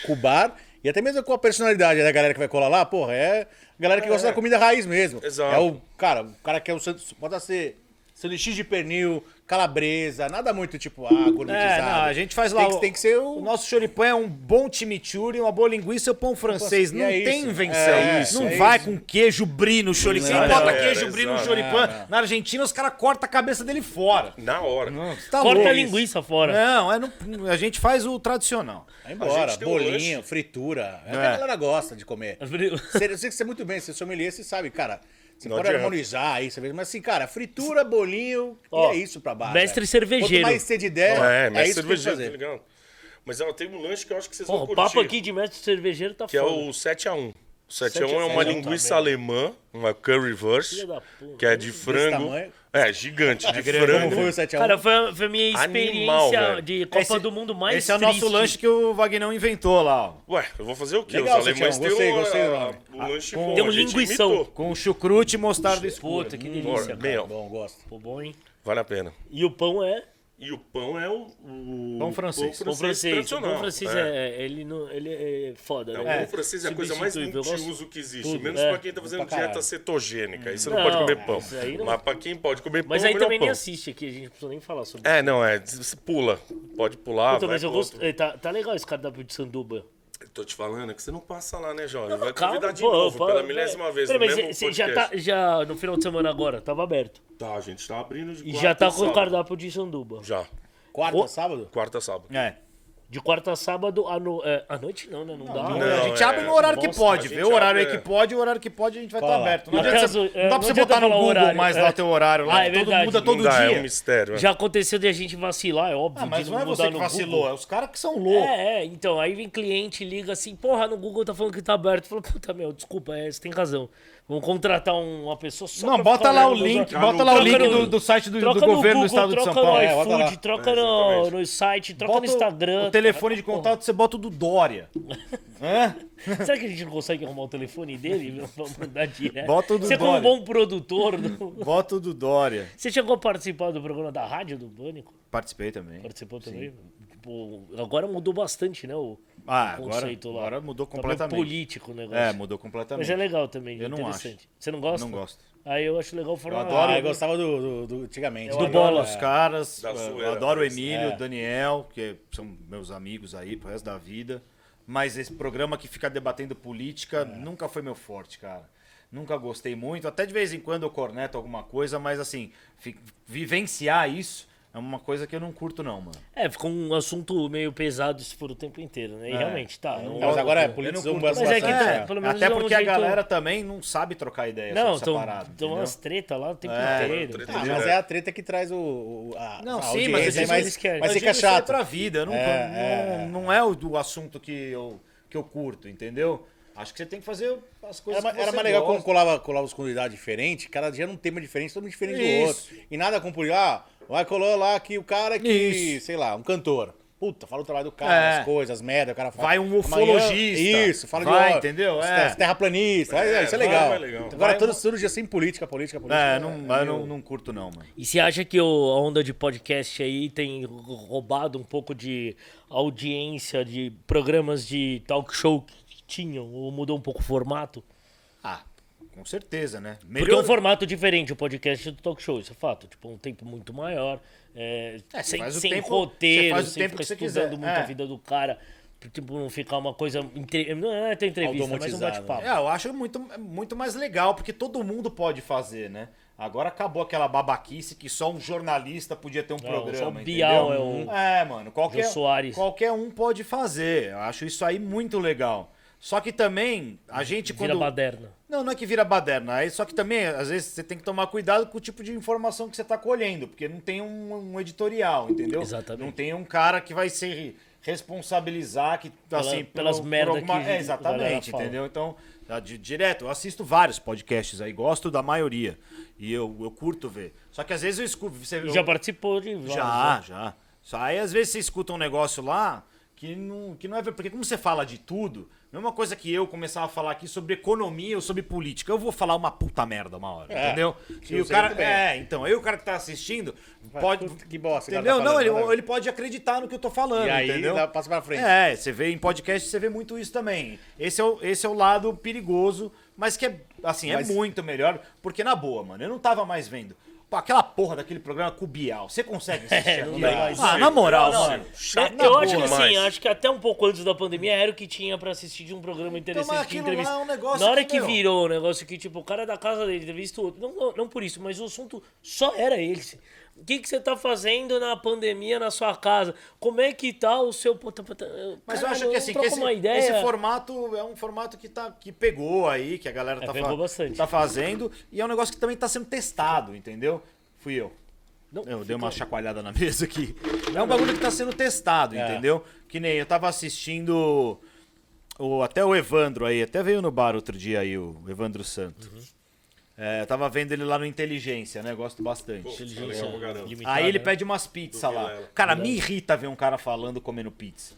com o bar e até mesmo com a personalidade da galera que vai colar lá, porra, é a galera que gosta da comida raiz mesmo.
Exato.
É o cara, o cara que é o san- pode ser sanduíche de pernil, calabresa, nada muito tipo ah,
É,
gourmetizado.
não, a gente faz lá.
Tem que,
o-
tem que ser
O
o
nosso choripão é um bom chimichurri, uma boa linguiça e o pão francês.
E
Não
é
tem
isso.
invenção.
É isso,
não
é
vai
isso.
com queijo brie no choripão.
Não,
Quem bota
é,
queijo
é,
brie no
exato.
choripão? Na Argentina, os caras cortam a cabeça dele fora.
Na hora.
Você tá
Corta
louco.
a linguiça fora.
Não, é no- a gente faz o tradicional.
Vai
A
embora,
gente tem um
bolinho,
lanche.
fritura. É. o que
É.
a galera gosta de comer. Você- Eu sei que você é muito bem, você é sommelier, você sabe, cara. Você
Não
pode
adianta.
harmonizar isso, mas assim, cara, fritura, bolinho,
Ó,
e é isso pra baixo.
mestre cervejeiro.
Quanto mais você de ideia,
É,
é,
mas
isso que tem
cervejeiro,
que
tá
fazer.
ligado? Mas ó, tem um lanche que eu acho que vocês
Porra,
vão
o
curtir.
papo aqui de mestre cervejeiro tá
Que é
foda.
o 7x1. O 7x1
7 a
é
1
uma
tá
linguiça alemã, uma curry verse,
Filha da puta.
que é de frango.
tamanho?
É, gigante, de
Como
frango.
foi o 7x1?
Cara, foi a, foi a minha
é Animal,
experiência
velho.
de Copa
Esse-
do Mundo mais
Esse é o
triste.
nosso lanche que o Vagnão inventou lá, ó.
Ué, eu vou fazer o quê?
Legal,
Os alemães
Setião,
têm
gostei,
um,
gostei,
ah,
Ronaldo.
um lanche
com-
bom.
Tem um
a gente
linguição.
imitou.
Com chucrute e mostarda escura. Hum,
Puta, que
Bora,
delícia, cara.
meu,
Bom, gosto.
Pô, bom, hein?
vale a pena.
E o pão é...
E o pão é o... o
Pão francês.
Pão francês. O
tradicional.
pão francês
é...
é... ele, não, ele é foda,
É, o
né?
pão francês é a coisa mais
Substituível, eu gosto.
multiuso que existe.
Tudo,
menos
é.
pra quem tá fazendo
Pra caralho.
dieta cetogênica. Aí você não,
Não,
pode comer pão.
isso aí não-
Mas pra quem pode comer pão,
Mas
é
aí
melhor
também nem assim.
pão.
assiste aqui, a gente não precisa nem falar sobre
É, não, é. Você pula. Pode pular.
Puta,
Ah, vai
mas eu
pro
gosto.
outro.
eh, Tá, tá legal esse cardápio de sanduba.
Tô te falando, é que você não passa lá, né, Jorge?
Não,
Vai
calma,
convidar de
pô,
novo,
pô,
pela
pô,
milésima vez.
Peraí,
no
mas
mesmo
você já
podcast.
tá já no final de semana agora, tava aberto.
Tá, a gente tá abrindo de
E
quarta
já tá
a
com o
sábado.
cardápio de sanduba.
Já.
Quarta,
Ô,
sábado?
Quarta a sábado.
É.
De quarta a sábado à, no- eh, à noite não, né? Não, dá.
Não,
né?
a
Não,
gente
é.
abre no horário que
Nossa,
a
pode.
gente
Vê o horário aí
abre,
que
é.
pode, o horário que pode a gente vai estar
Fala.
aberto. Não
No
adianta
caso,
você,
é,
não dá
não
pra você
adianta
botar no
falar o
Google
horário,
mais
é.
lá teu horário lá.
Ah, é
todo
verdade.
muda todo
não dá,
dia.
é um mistério. é.
Já aconteceu de a gente vacilar, é óbvio.
Ah, mas
de
não é
mudar
você que
no
vacilou,
Google.
é os caras que são loucos.
É, é, então, aí vem cliente, liga assim, porra, no Google tá falando que tá aberto. Fala, puta, meu, desculpa, é, você tem razão. Vamos contratar um- uma pessoa só
Não,
pra
bota
ficar
lá o
olhando os
link,
Troca
bota lá o
no-
link do, do site do, do
Troca
governo
no Google,
do estado de São
troca
Paulo.
no
É, bota
iFood,
lá.
troca
É,
no,
exatamente.
no site, troca
Bota
no Instagram.
o telefone de contato, você bota o do Dória. Hã?
Será que a gente não consegue arrumar o telefone dele? Vamos mandar direto.
Bota o do
Você como um
Dória.
bom produtor. do-
Bota o do Dória.
Você chegou a participar do programa da rádio do Pânico?
Participei também.
Participou também? Tipo, agora mudou bastante, né? O
Ah,
o
agora,
conceito lá.
agora mudou
Tá meio
completamente.
político o negócio.
É, mudou completamente.
Mas é legal também,
Eu não
interessante. Você não gosta?
Não gosto.
Aí eu acho legal falar.
Eu
Ah,
adoro-
ah,
eu gostava do, do, do antigamente.
Do
Agora,
bola.
Os caras,
Da
eu
zoeira,
adoro o
mas-
Emílio,
É.
o Daniel, que são meus amigos aí pro resto da vida. Mas esse programa que fica debatendo
É.
política nunca foi meu forte, cara. Nunca gostei muito. Até de vez em quando eu corneto alguma coisa, mas assim, fi- vivenciar isso é uma coisa que eu não curto, não, mano.
É, ficou um assunto meio pesado se for o tempo inteiro, né? E realmente, tá.
É,
não-
mas agora é
Eu não
politizou
curto
Mas é que,
bastante,
tá,
é.
pelo menos
Até
é um
porque a
jeito-
galera também não sabe trocar ideia
Não, então,
sobre essa parada.
estão
é entendeu?
umas treta lá o tempo
É.
inteiro. tá?
Treta.
Ah, mas é a treta que traz o. o- a,
Não,
a
sim, mas
audiência,
eles-
mas,
eles querem.
mas
Eu
fica
digo isso aí
chato.
pra vida, eu não,
É,
não, não é o do assunto que eu, que eu curto, entendeu? Acho que você tem que fazer as coisas
Era, ma-
que
era
você
mais legal
gosta.
quando colava, colava os convidados diferentes, cada dia num tema diferente, todo mundo diferente
Isso.
do outro. E nada com por ah, vai colou lá que o cara que,
Isso.
sei lá, um cantor. Puta, fala o trabalho do cara,
É.
as coisas, as merda, o cara fala.
Vai um
Amanhã-
ufologista.
Isso, fala de
Vai,
ó,
entendeu?
os
É.
te- os terraplanistas, vai-
É,
isso é
vai,
legal.
vai legal.
Agora
Vai um-
todo surge assim, política, política, política.
É, não, eu
meio-
não, não curto não, mano.
E você acha que o- a onda de podcast aí tem roubado um pouco de audiência de programas de talk show que- tinham, ou mudou um pouco o formato?
Ah, com certeza, né?
Porque é um formato diferente o podcast do talk show, isso é fato. Tipo, um tempo muito maior, é,
É, você
sem,
faz o
sem
tempo-
roteiro,
você faz o
sem
tempo
ficar
que você
estudando
quiser,
muito a
é.
vida do cara. pra, Tipo, não ficar uma coisa... entre- Não é ter entrevista, mas um
Automatizado,
bate-papo.
É, eu acho muito, muito mais legal, porque todo mundo pode fazer, né? Agora acabou aquela babaquice que só um jornalista podia ter um programa.
só o
entendeu?
Bial é o-
É, mano, qualquer,
Jô Soares.
qualquer um pode fazer. Eu acho isso aí muito legal. Só que também, a gente
Vira
quando.
baderna.
Não, não é que vira baderna. Aí, só que também, às vezes, você tem que tomar cuidado com o tipo de informação que você está colhendo, porque não tem um, um editorial, entendeu?
Exatamente.
Não tem um cara que vai se responsabilizar que assim
pelas merda que
é,
a galera
exatamente,
fala.
entendeu? Então, tá di- direto, eu assisto vários podcasts aí, gosto da maioria e eu, eu curto ver. Só que às vezes eu escuto, você
E
eu-
já participou de... vários,
já,
né?
já. Só Aí às vezes você escuta um negócio lá que não, que não é. ver- Porque como você fala de tudo, mesma coisa que eu começar a falar aqui sobre economia ou sobre política. Eu vou falar uma puta merda uma hora, entendeu? E
É, eu
o
sei
cara.
muito bem.
É, então, aí o cara que tá assistindo
Vai,
pode.
puta, que bosta,
Entendeu?
cara tá
não,
falando,
ele,
nada a ver.
ele pode acreditar no que eu tô falando.
E aí,
entendeu?
dá- passa pra frente.
É, você vê em podcast, você vê muito isso também. Esse é o, esse é o lado perigoso, mas que é, assim,
Mas-
é muito melhor, porque na boa, mano, eu não tava mais vendo. Pô, aquela porra daquele programa com o Bial, você consegue assistir
É, não
aquilo?
dá mais.
Ah, na moral,
Não, não.
mano.
É,
chato na
eu
boa.
acho que sim,
mas-
acho que até um pouco antes da pandemia era o que tinha pra assistir de um programa interessante
mas
de
aquilo lá
entrevista.
é um negócio
Na hora
que,
que,
meu-
virou o negócio que, tipo, o cara da casa dele entrevista o outro. Não, não, não por isso, mas o assunto só era esse. O que, que você tá fazendo na pandemia na sua casa? Como é que tá o seu. puta, puta,
Mas eu
caralho,
acho que assim, que
troca
esse,
uma ideia.
esse formato é um formato que, tá, que pegou aí, que a galera
É,
tá,
pegou bastante.
tá fazendo, e é um negócio que também tá sendo testado, entendeu? Fui eu.
Não,
Eu
fica-
dei uma chacoalhada na mesa aqui. É um bagulho que tá sendo testado, entendeu? Que nem eu tava assistindo o, até o Evandro aí, até veio no bar outro dia aí, o Evandro Santo. É, eu tava vendo ele lá no Inteligência, né? Gosto bastante.
Inteligência
Legal pra caramba.
limitada,
Aí ele
né?
pede umas pizzas
Do
lá.
Vilela.
Cara, me irrita ver um cara falando comendo pizza.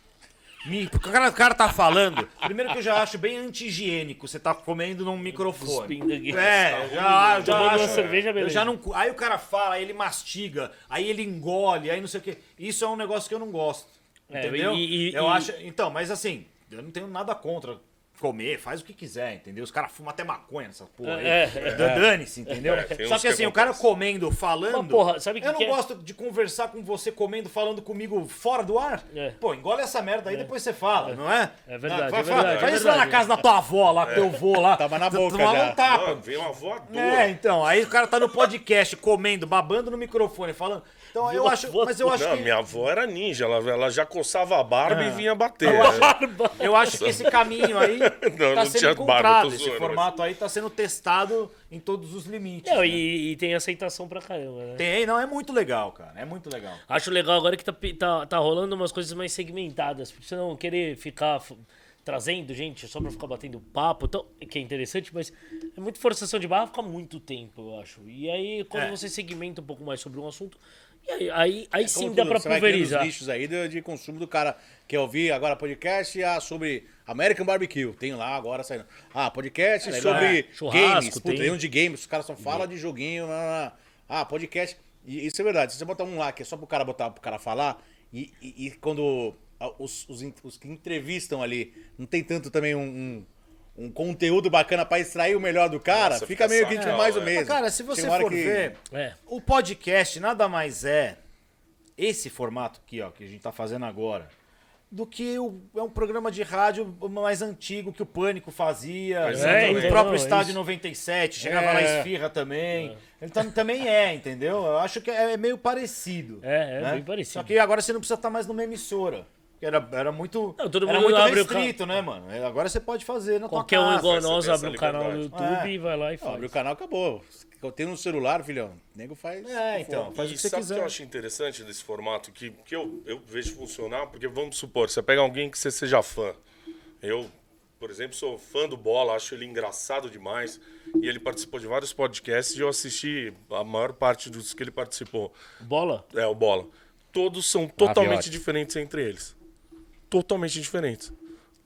Me- Porque o cara, o cara tá falando. Primeiro que eu já acho bem anti-higiênico você tá comendo num microfone.
Cuspindo aqui.
É, já, já
Tá né? Tomando uma
acho.
cerveja,
eu
beleza.
já não, cu- aí o cara fala, aí ele mastiga, aí ele engole, aí não sei o quê. Isso é um negócio que eu não gosto.
É,
Entendeu?
e- e-
eu
e-
acho. Então, mas assim, eu não tenho nada contra comer, faz o que quiser, entendeu? Os caras fumam até maconha nessa porra aí.
É,
Dan- Dane-se, entendeu?
É, tem
Só
uns
que
que
assim, o
acontece.
cara comendo, falando.
Mas, porra, sabe o que
eu não
que é?
gosto de conversar com você comendo, falando comigo fora do ar.
É.
Pô, engole essa merda aí, depois você fala, não é?
É verdade,
Vai-
é
vai-
verdade,
Faz
é
isso lá na
verdade. É.
casa da tua avó, lá que teu vô lá.
Tava na boca
Toma
já.
um tapa.
Não, Vem uma voadora.
É, então, aí o cara tá no podcast comendo, babando no microfone, falando. Então eu
Meu
acho,
avô-
mas eu acho
Não,
que
minha avó era ninja, ela, ela já coçava a barba
Ah.
e vinha bater. né?
Barba.
eu acho que esse caminho aí
Não,
tá
não
sendo
tinha barba,
encontrado,
tô
esse
zoando,
formato aí tá sendo testado em todos os limites.
Não,
né?
e, e tem aceitação pra caramba, né?
Tem, não, é muito legal, cara, é muito legal.
Acho legal agora que tá, pe- tá, tá rolando umas coisas mais segmentadas, porque senão querer ficar f- trazendo gente só pra ficar batendo papo, então, que é interessante, mas é muito forçação de barra, fica muito tempo, eu acho. E aí, quando
É.
você segmenta um pouco mais sobre um assunto, e aí, aí, aí
Como
sim dá
tudo,
pra
você vai criando os
pulverizar.
nichos aí de, de consumo do cara. Quer ouvir agora podcast ah, sobre American Barbecue? Tem lá agora saindo. Ah, podcast
É,
sobre
é, churrasco,
games. Puta,
tem. Uhum.
tem um de games. Os caras só falam de joguinho. lá, lá, lá. Ah, podcast. E isso é verdade. Se você botar um lá que é só pro cara botar pro cara falar, e, e- e quando ah, os, os in- os que entrevistam ali não tem tanto também um. um- um conteúdo bacana pra extrair o melhor do cara,
Nossa,
fica
fica
meio que tipo,
sacal,
mais ou
é.
menos.
Cara, se você
Tem uma hora
for
que-
ver,
É.
o podcast nada mais é esse formato aqui, ó, que a gente tá fazendo agora, do que o- é um programa de rádio mais antigo que o Pânico fazia,
Mas
né?
é,
o
então,
não, é
próprio Estádio
isso.
97, chegava
É.
lá Esfirra também. Ele tam- também é, entendeu? Eu acho que é, é meio parecido.
É, é
né?
bem parecido.
Só que agora você não precisa estar mais numa emissora. que Era, era muito,
Não, todo
era
mundo
muito
abre o ca-
restrito, né, mano? Agora você pode fazer na
Qualquer
tua
um
casa.
igual
você
nós
tem
abre um
essa
canal no
liberdade.
YouTube
É.
e vai lá e
Ó, Abre o
faz.
canal, acabou. Eu tenho um celular, filhão. O nego faz.
É, então, faz o
E
que você
sabe o
quiser.
que eu acho interessante desse formato? Que, que eu, eu vejo funcionar, porque vamos supor, você pega alguém que você seja fã. Eu, por exemplo, sou fã do Bola, acho ele engraçado demais. E ele participou de vários podcasts e eu assisti a maior parte dos que ele participou.
Bola?
É, o Bola. Todos são totalmente
ótimo.
diferentes entre eles. Totalmente diferentes.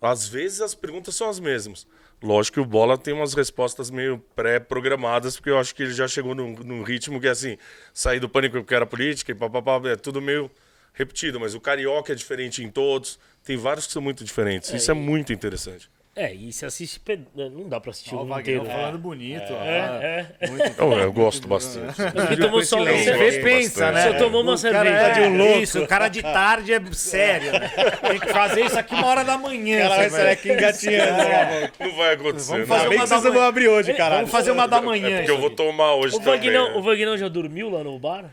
Às vezes as perguntas são as mesmas. Lógico que o Bola tem umas respostas meio pré-programadas, porque eu acho que ele já chegou num, num ritmo que é assim, sair do pânico porque era política e papapá, é tudo meio repetido, mas o carioca é diferente em todos. Tem vários que são é muito diferentes. Isso é muito interessante.
É, e se assiste. pe- né, Não dá pra assistir
Ó,
o
o
jogo
Vagnão
inteiro.
falando bonito. ó.
É,
Ah, muito-
Então, Eu, eu gosto bastante.
Ele tomou só uma
silêncio.
Você
cerveja.
vê, pensa,
É.
bastante.
né?
Você tomou uma
O
cerveja.
Cara,
Tá
é,
de louco.
Isso, o cara de tarde é sério. né? Tem que fazer isso aqui uma hora da manhã.
Ela vai
você
sair aqui
É.
engatinhando. né?
Não vai acontecer.
Vamos
não.
fazer
Ainda bem
uma
né?
da
que vocês não
manhã.
vão abrir hoje, caralho.
Vamos fazer uma da manhã.
É porque
isso
eu vou
aqui.
tomar hoje
O
também.
Vagnão,
né?
o Vagnão já dormiu lá no bar?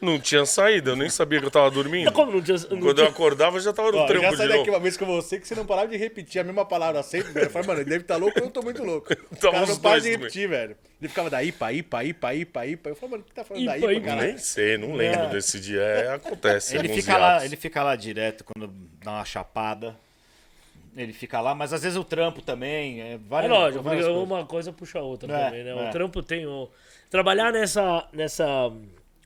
Não tinha saída, eu nem sabia que eu tava dormindo.
Como não tinha. não
Quando eu
tinha-
acordava, eu já tava no
Ó, eu
trampo
já
de
saí daqui
novo.
uma vez com você que você não parava de repetir a mesma palavra sempre, velho. Eu falei, mano, ele deve estar tá louco ou eu tô muito louco. O cara
os
não para
dois também.
de repetir, velho. Ele ficava da IPA, IPA, IPA, IPA, IPA. Eu falei, mano, o que tá falando da
Ipa, né?
IPA,
Ipa.
caralho?
Nem sei, não lembro desse dia. É, acontece.
Ele
alguns
fica, lá,
hiatos.
ele fica lá direto quando dá uma chapada. Ele fica lá, mas às vezes o trampo também. É,
É
várias,
lógico,
várias
porque
coisas.
uma coisa puxa a outra
É,
também, né? O
é.
trampo tem o... Trabalhar nessa... nessa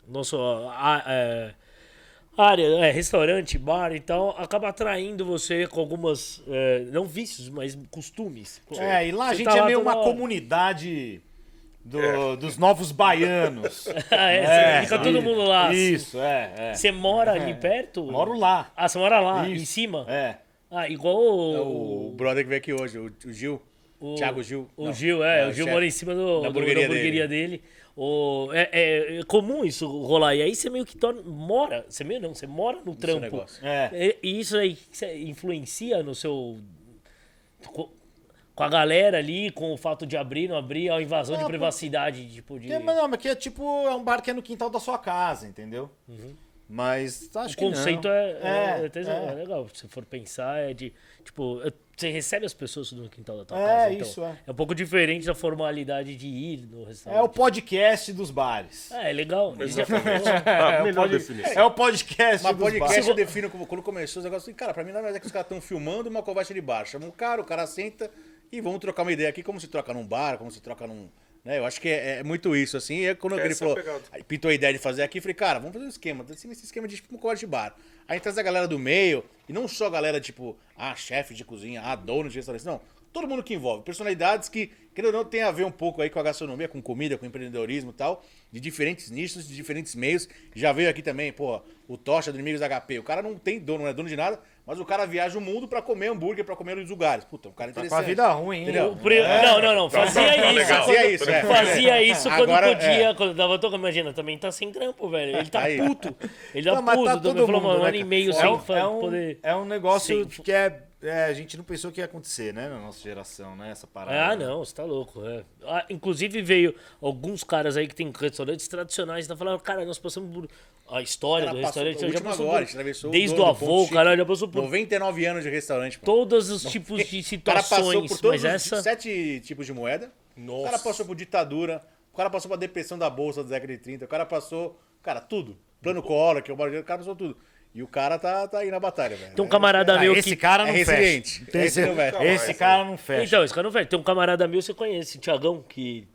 nossa a- é, área, é, restaurante, bar e tal, acaba atraindo você com algumas, é, não vícios, mas costumes. Pô,
É, e lá a
você
gente
tá
é meio
toda
uma
hora.
comunidade do- dos novos baianos.
Ah, é, você fica todo mundo lá.
Isso, é. é.
Você mora ali perto?
Moro lá.
Ah, você mora lá,
Isso.
em cima?
É.
Ah, igual o...
É O brother que veio aqui hoje, o, o Gil.
O-
Thiago Gil.
O
Não,
Gil, é. o Gil
chefe.
mora em cima do, do-
Da hamburgueria
da hamburgueria dele. O, é, é- é comum isso rolar. E aí você meio que torna, mora. Você meio não, você mora no trampo.
negócio.
É.
E, e isso aí que você influencia no seu. co- Com a galera ali, com o fato de abrir, não abrir, a invasão de
pô.
privacidade, tipo, de.
Que- mas não, mas que é tipo, é um bar que é no quintal da sua casa, entendeu? Mas Uhum. acho
O
que não.
conceito é, é,
É,
até-
é.
é legal. Se for pensar, é de. Tipo, eu- você recebe as pessoas no quintal da tua
É,
casa. então.
isso, é.
um pouco diferente da formalidade de ir no restaurante.
É o podcast dos bares.
Ah, é legal. Ele já
Exatamente.
Tá,
É
Ah,
o
melhor
pod-
definição.
É o podcast
Mas
dos bares.
podcast eu defino como- quando começou os negócios. assim, Cara, pra mim nada mais é que os caras estão filmando uma conversa de bar. Chama um cara, o cara senta e vamos trocar uma ideia aqui, como se troca num bar, como se troca num. Né? Eu acho que é, é muito isso, assim. E aí, quando
Essa é
ele
a
falou,
pegada.
aí pintou a ideia de fazer aqui, eu falei, cara, vamos fazer um esquema. Assim, nesse esquema de tipo, um conversa de bar. Aí traz a galera do meio, e não só a galera, tipo, ah, chefe de cozinha, ah, dono de restaurante. Não, todo mundo que envolve. Personalidades que, querendo ou não, tem a ver um pouco aí com a gastronomia, com comida, com empreendedorismo e tal, de diferentes nichos, de diferentes meios. Já veio aqui também, pô, o Tocha do Inimigos HP. O cara não tem dono, não é dono de nada, mas o cara viaja o mundo pra comer hambúrguer, pra comer nos lugares. Puta, um cara
Tá
interessante.
com a vida ruim, hein?
Entendeu?
O pre- Não, não, não. Fazia
tá legal.
isso. quando-
Fazia isso, é.
Fazia isso quando
Agora,
podia,
é.
quando dava toca. Imagina, também tá sem trampo, velho. Ele tá
Aí.
puto. Ele tá
Não, mas
puto.
tá
também
todo
falou,
mundo,
mano, um
né,
ano e
cara?
meio
É
sem
um-
fa-
é um,
poder.
é um negócio
Sim.
que é, é, A gente não pensou que ia acontecer, né? Na nossa geração, né? Essa parada.
Ah, não, você tá louco. é. Ah, inclusive veio alguns caras aí que tem restaurantes tradicionais, tá falando, cara, nós passamos por. A história
Cara,
do
passou-
restaurante
o
já
último
passou
agora,
por,
atravessou o
desde o
dono do Ponto
avô,
Chique.
caralho, já passou por
99 anos de restaurante, pô.
todos os tipos de
O cara
situações,
passou por todos
mas
os
essa
sete tipos de moeda. O cara passou por ditadura. O cara passou por depressão da bolsa da década de 30. O cara passou, cara, tudo. Plano Collor, que é o barulho, o cara passou tudo. E o cara tá, tá aí na batalha, velho.
tem um camarada
Ah,
meu
esse
que
cara
é
não
resiliente.
fecha. Tem
Esse
cer-
não fecha.
esse cara não fecha.
Então, esse cara não velho. Tem um camarada meu, você conhece, o Tiagão, que,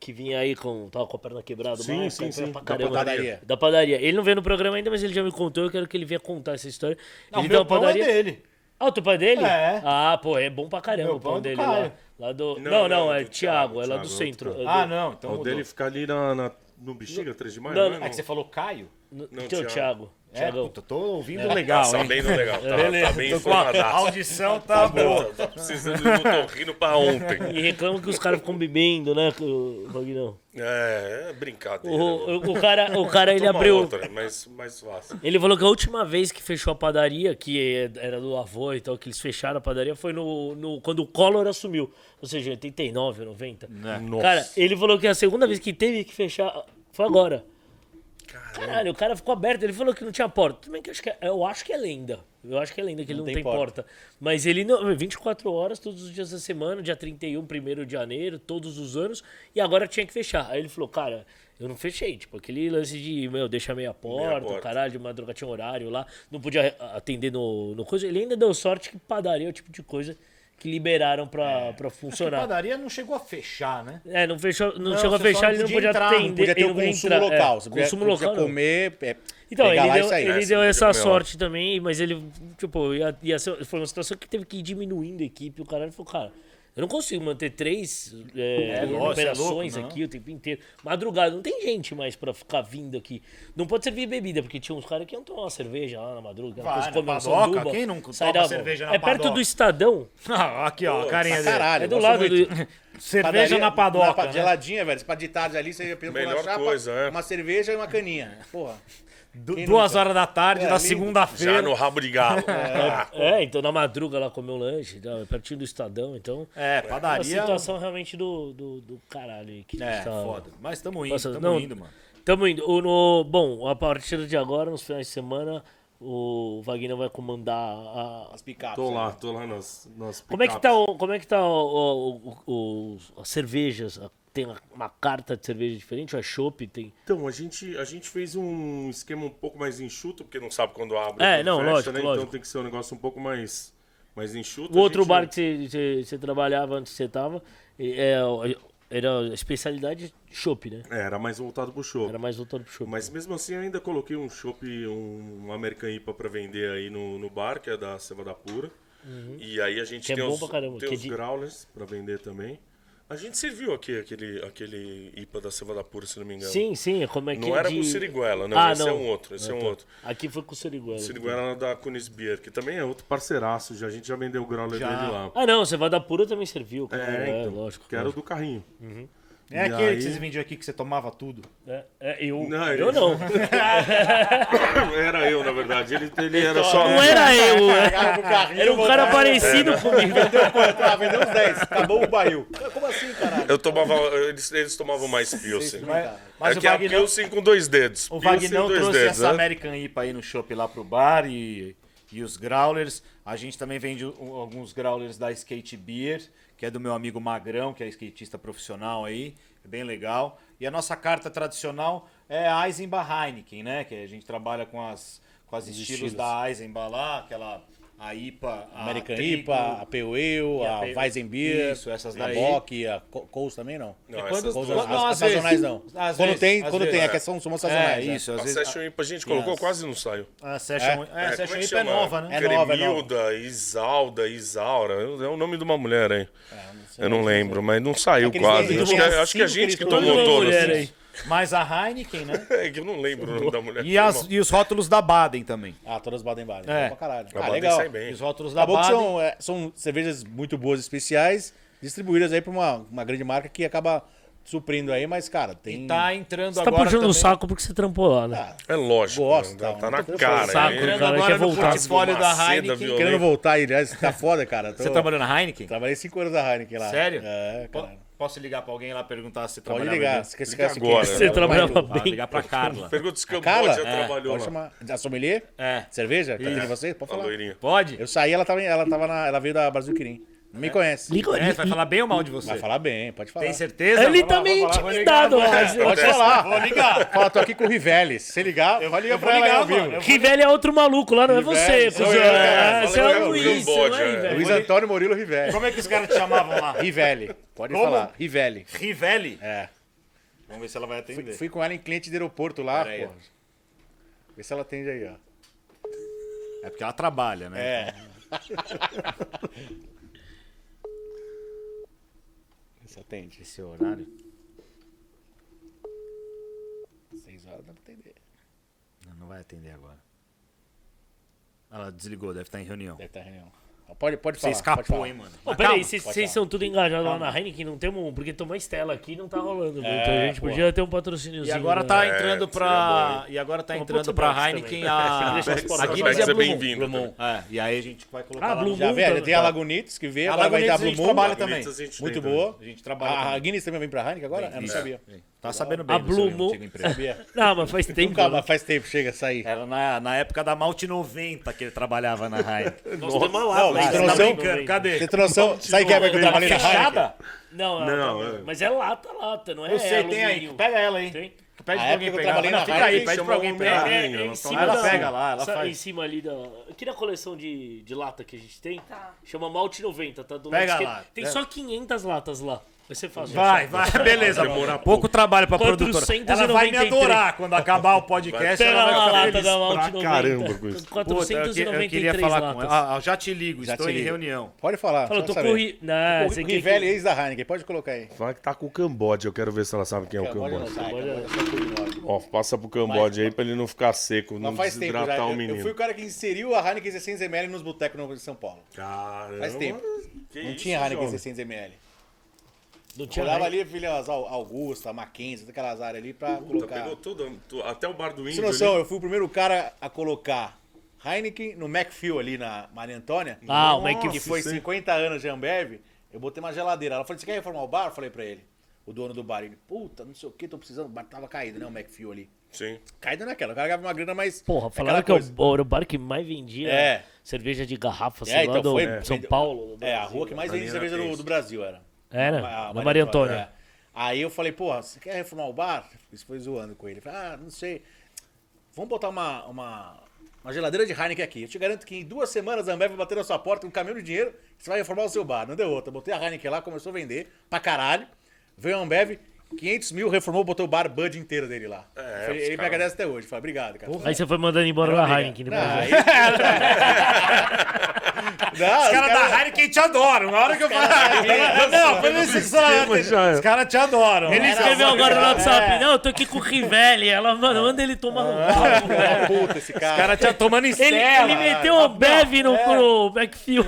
que vinha aí com, tava com a perna quebrada.
Sim,
uma época,
sim,
então é
sim.
pra
Da
caramba.
padaria.
Da padaria. Ele não veio no programa ainda, mas ele já me contou, eu quero que ele venha contar essa história.
Não,
ele
meu
deu uma
pão
padaria...
é dele.
Ah, o teu pai dele?
É.
Ah, pô, é bom pra caramba
Meu
o pão
pão é do
dele
Caio.
lá. Lá do... Não,
Não,
não,
não,
é
do
Tiago,
Thiago,
é lá do
Thiago,
centro.
outro
é
Ah,
do-
não. Então
o
mudou.
dele ficar ali na, na- no Bexiga, 3 de maio,
Não, é
não,
não.
Ah, que você falou Caio?
No-
Não,
Teu Thiago.
Thiago.
É,
Thiagão.
puta, tô ouvindo
Tá
legal, hein?
sabendo legal. Tá, tá bem
Tô com a a
informadaço.
audição tá boa.
Tá precisando de um torrino pra ontem.
E reclama que os caras ficam bebendo, né, o- o Vagnão?
É, é brincadeira.
O, o, o cara, o cara ele
Toma
abriu.
outra, mas mais fácil.
Ele falou que a última vez que fechou a padaria, que é- era do avô e tal, que eles fecharam a padaria, foi no, no- quando o Collor assumiu. Ou seja, 89, 90.
Nossa.
Cara, ele falou que a segunda vez que teve que fechar foi agora. Caralho, o cara ficou aberto, ele falou que não tinha porta. Tudo bem que eu acho que é, eu acho que é lenda. Eu acho que é lenda que ele não,
tem
tem porta.
porta.
Mas ele não. 24 horas, todos os dias da semana, dia 31, 1 de janeiro, todos os anos, e agora tinha que fechar. Aí ele falou, cara, eu não fechei. Tipo, aquele lance de, meu, deixar meia porta,
porta.
caralho, de madrugada tinha horário lá, não podia atender no, no coisa. Ele ainda deu sorte que padaria é o tipo de coisa que liberaram pra, pra
A
funcionar.
É. padaria não chegou a fechar, né?
É, não fechou, não,
Não,
chegou a
você só
fechar,
não
ele não
podia
podia
entrar, não
atender.
Podia ter
ele
um
não podia
consumo
entrar, é,
local. Você podia,
consumo
podia
local. não.
comer, é,
Então,
pegar
ele
lá e
deu,
sair.
ele
É,
deu
você podia
essa
comer lá.
sorte também, mas ele, tipo, ia, ia ser, foi uma situação que teve que ir diminuindo a equipe. O caralho falou, cara, Eu não consigo manter três é,
É, lógico, é louco,
operações
não.
aqui o tempo inteiro. Madrugada, não tem gente mais pra ficar vindo aqui. Não pode servir bebida, porque tinha uns caras que iam tomar uma cerveja lá na madrugada.
Vai,
depois
na
come uma
padoca,
sanduba,
quem não
sai
toma
da-
cerveja na
É perto
padoca?
do Estadão.
Ah, aqui, ó, a carinha
pra
dele.
caralho.
É do
gosto
lado
muito.
do.
Cerveja
Padaria-
na padoca.
pa-
né?
Geladinha, velho. Pra de tarde ali, você ia pelo
Melhor
uma chapa,
coisa, é.
uma cerveja e uma caninha. Porra.
Du-
Quem
Duas
nunca?
horas da tarde,
É,
da
lindo.
Já
segunda-feira.
no rabo de galo.
É, então na madruga lá comeu lanche, tá? É pertinho do Estadão, então.
É,
É uma
padaria.
situação realmente do, do, do caralho aí que a gente
É,
tá-
foda. Mas tamo indo,
Nossa,
tamo
não-
indo, mano.
Tamo indo. O, no, bom, a partir de agora, nos finais de semana, o Wagner vai comandar a.
As picapes.
Tô
né?
lá, tô lá nas, nas
Como é que
picapes.
tá, o, como é que tá o, o- o- o- as cervejas? A- Tem uma- uma carta de cerveja diferente, ou é chopp? Tem...
Então, a gente, a gente fez um esquema um pouco mais enxuto, porque não sabe quando abre.
É,
quando
não, lógico,
Então
lógico.
tem que ser um negócio um pouco mais, mais enxuto.
O
A
um outro
gente-
bar que você- você você trabalhava antes que você tava, é, era a especialidade chopp, né?
É, era mais voltado pro show.
Era mais voltado pro chopp.
Mas mesmo assim, eu ainda coloquei um chopp, um American IPA pra vender aí no, no bar, que é da Ceva da Pura. E aí a gente
Que é
tem
bom
os,
pra caramba,
tem
que é
os
de-
growlers pra vender também. A gente serviu aqui aquele, aquele IPA da Ceva da Pura, se não me engano.
Sim, sim, é como é que
Não era
de...
com Siriguela, não.
Ah,
esse é
não.
um outro, esse é um outro.
Aqui foi com né? o Siriguela.
Siriguela era da Kunisbier, que também é outro parceiraço, já, a gente já vendeu o growler
Já.
dele lá.
Ah, não, você vai da pura também serviu. Cara.
É,
É,
então,
lógico.
que era o do carrinho.
É
E
aquele
aí-
que vocês vendiam aqui que você tomava tudo.
É, é, eu
Não,
eu
ele-
não.
Era eu, na verdade. Ele, ele era só.
Não é? era eu.
Cara, pro carrinho,
Era um cara
voltava-
parecido comigo.
Ah, vendeu uns 10. Acabou o barril. Como assim, caralho?
Eu tomava. Eles, eles tomavam mais Pilsen.
Mas, mas
Mas é
o
que é a
Vagnão,
Pilsen com dois dedos.
o
Pilsen
Vagnão
dois
trouxe
dedos,
essa
né?
American IPA aí no shopping lá pro bar e, e os growlers. A gente também vende o- alguns growlers da Skate Beer, que é do meu amigo Magrão, que é skatista profissional aí. É bem legal. E a nossa carta tradicional é a Eisenbach Heineken, né? Que a gente trabalha com as, com as estilos,
estilos.
da Eisenbach lá, aquela... A IPA, a
American
trigo,
IPA, a Peu,
E a
Ah, a
Peu-
Weizenbier,
Isso, essas
a
daí.
Bock, a Co- Coles também não.
Não,
quando-
essas
Coles,
duas-
as,
Não,
as
às vezes.
sazonais não.
Às
quando
vezes,
tem,
às
quando
vezes.
tem, é que são, são
É,
sazonais. né?
isso. Às
A
vezes,
Session IPA, a gente colocou, quase não saiu.
A Session, é, a Session
como que
Hip é
chama?
nova, né?
É nova, é nova.
Cremilda, Isalda, Isaura. É o nome de uma mulher aí. eu não lembro, mas não saiu
que eles
quase.
têm-
Acho que, é
tem
acho que a
cinco
gente
que
que
eles
tomou
colocam.
todas.
Mulher aí.
Mas a Heineken, né?
É que eu não lembro o nome da mulher.
E, as- e os rótulos da Baden também.
Ah, todas baden baden.
É.
É. Pra caralho.
A
Ah,
Baden
legal.
sai bem.
E os rótulos da
Acabou que
Baden.
são, é, são cervejas muito boas, especiais, distribuídas aí pra uma, uma grande marca que acaba suprindo aí, mas, cara, tem...
E tá entrando
Você tá
agora
puxando
também.
o saco porque você trampou lá, né?
Ah,
É lógico.
Gosto,
tá,
tá,
tá
não
na
tô
cara.
falando.
aí.
Saco, né?
Entrando
Cara,
agora
quer
um
no
voltar.
portfólio da
Maceda,
Heineken.
violento.
querendo voltar aí, aliás, tá foda, cara. Tô-
Você trabalhou na Heineken?
Trabalhei cinco anos na Heineken lá.
Sério?
É,
Po-
cara.
Posso ligar pra alguém lá perguntar se
Pode
trabalhava
ligar.
bem?
Se esse
Liga
cara
agora. né?
Você trabalhava
Ah,
bem.
ligar pra Carla.
Pergunta se Camboja
Carla?
já
É,
trabalhou lá.
Pode chamar. A sommelier?
É.
Cerveja? Tá
Isso.
aqui você? Pode
A
falar.
loirinha.
Pode?
Eu saí, ela tava, ela tava na. Ela veio da Brasil Quirim. Não me conhece.
Liga-
É, vai falar bem ou mal de você?
Vai falar bem, pode falar.
Tem certeza?
Ele
Vai
tá
lá,
meio
vai lá, vai
intimidado,
ligar.
mas...
Pode
Acontece.
falar.
É, Vou ligar.
Fala, tô aqui com o Rivelli. Se ligar, vai ligar
eu vou
pra ela aí
ligar,
ao vivo.
mano.
Rivelli é outro maluco lá, não é você,
Rivelli,
cuzão.
sou eu,
Ah,
é,
Você
falei,
é
é
o
o
Luiz, você não
Camboja,
é
é.
Rivelli.
Luiz Antônio Murilo Rivelli.
Como é que os caras te chamavam lá?
Rivelli. Pode
Como?
falar. Rivelli.
Rivelli?
É.
Vamos ver se ela vai atender.
Fui com ela em cliente de aeroporto lá,
Pera aí,
pô. Vê se ela atende aí, ó.
É porque ela trabalha, né?
É. Vê se atende.
Esse horário.
Seis horas dá pra atender.
Não, não vai atender agora. Ela desligou, deve estar em reunião.
Deve estar em reunião. Pode, pode
Você
falar. pode
escapou,
falar.
hein, mano?
Ô,
Mas
peraí,
calma.
vocês
pode
vocês
falar.
são tudo engajados lá na Heineken, não temos um, porque tomou Estela aqui e não tá rolando. viu?
É,
Então a gente
pô.
podia ter um patrocíniozinho.
E agora
né?
É,
tá entrando
seria
pra. E agora tá
Uma
entrando
Putz
pra
Box
Heineken
também.
a.
Deixa eu
A
passar.
Guinness e a
Seja
Blue Moon.
bem-vindo.
Blue Moon. É, e aí a gente vai colocar
Ah,
lá
Blue
no-
Já
Moon
velho,
também.
tem a Lagunitas que veio,
Tá. A
agora vai
Lagunitas
dar
a
Blue
gente
Moon.
trabalha
Muito
também.
Bonitas a gente tem também.
boa.
A gente trabalha
A, a
também.
Guinness também vem pra Heineken agora? Eu não
Isso.
sabia.
Tá sabendo bem.
A
do
Blue
seu
Moon.
antigo emprego.
sabia.
Não, mas faz tempo.
Nunca
né?
mais faz tempo, chega a sair.
Era na, na época da Malte 90 que ele trabalhava na Heineken.
Nós temos lá,
Não,
mas
você tem
tá
noção?
brincando,
Cadê?
Você tem noção? Sabe quem é que eu trabalhei na Heineken?
Tá Fechada?
Não, ela
Não,
tá-
é.
mas é lata, lata, não é
Eu sei, tem aí.
alumínio.
Pega ela aí.
Tem?
Pede
A
pra alguém
época que eu
pegar.
trabalhei
Não,
na
fica aí,
Heineken,
pede pra alguém
É,
pegar.
é,
Ela
é em
tá
cima
lá. Ela
da-
pega lá, ela
sa-
faz.
Em cima ali da. Aqui na coleção de, de lata que a gente tem, chama Malte 90, tá do
Pega
lado esquerdo.
lá.
Tem
É.
só 500 latas lá. Você faz isso.
Vai, vai, beleza.
Demorar
Pouco, trabalho pra produtora.
493.
Ela vai me adorar quando acabar o podcast.
Pega
ela
lá
vai
a
ficar
lata
feliz.
da Malte
pra
90.
caramba com isso.
Puta, eu, que-
493
eu queria falar
latas.
com ela. Ah, já te ligo,
Já
estou
te
em
ligo.
reunião.
Pode falar.
Falou,
só
tô
saber.
com... ri-
é,
Não,
O
você quer
Rivelli,
que...
ex da Heineken, pode colocar aí.
Fala que tá com o Cambode, eu quero ver se ela sabe quem é o
Cambódia não
Cambode.
sai, Cambódia só por nome.
Ó, passa pro Cambode aí pra ele não ficar seco, não
Mas faz tempo já.
desidratar
Eu-
o
Eu,
menino.
fui o cara que inseriu a Heineken 600ml nos botecos no- de São Paulo.
Caramba.
Faz tempo.
Que
não
isso,
tinha Heineken
jovem.
600ml.
Não tinha nada.
Tirava ali, filha, as Au- Augusta, Mackenzie, aquelas áreas ali pra
Puta,
colocar.
pegou tudo, tu- até o bar do
Sem
índio.
noção,
ali.
eu fui o primeiro cara a colocar Heineken no Macfield ali na Maria Antônia.
Ah, o Macfield.
Que foi
sim.
50 anos de Ambev. Eu botei uma geladeira. Ela falou, você quer reformar o bar? Eu falei pra ele. O dono do bar. Ele, puta, não sei o que, tô precisando. O bar tava caído, né? O Macfield ali.
Sim.
Caído naquela. O cara ganhava uma grana, mas...
Porra,
é
falaram
aquela
que é o-
coisa.
era o bar que mais vendia
É.
cerveja de garrafa, sei
É,
lá,
então
do
foi... é.
São Paulo. né? do
É, a
Brasil.
rua que mais vende
Maria
cerveja do,
Antônia.
do Brasil era.
Era,
A
na Maria Antônia.
é. Aí eu falei, porra, você quer reformar o bar? Isso foi zoando com ele. Falei, ah, não sei. Vamos botar uma, uma, uma geladeira de Heineken aqui. Eu te garanto que em duas semanas a Ambev vai bater na sua porta um caminhão de dinheiro você vai reformar o seu bar. Não deu outra. Botei a Heineken lá, começou a vender pra caralho. Veio a Ambev, 500 mil, reformou, botou o bar Bud inteiro dele lá.
É,
Eu falei,
os
ele me
caras-
agradece até hoje. Falei, obrigado, cara.
Aí você foi mandando embora
Era
da
uma amiga.
Heineken. né,
Não,
depois.
aí- Não, é
Os
os
caras
caras-
da Heineken te adoram. Na hora que eu falar. Não, foi nesse
Mas já é.
Os caras te adoram.
Ele
Era É.
escreveu
uma
agora no
amiga.
WhatsApp, não, eu tô aqui com o Rivelli. Ela, mano, manda ele tomar no pau.
Filha um da puta esse cara.
Os caras te tomando em
Ele, ele
cela.
meteu o Bev
é.
no pro backfield.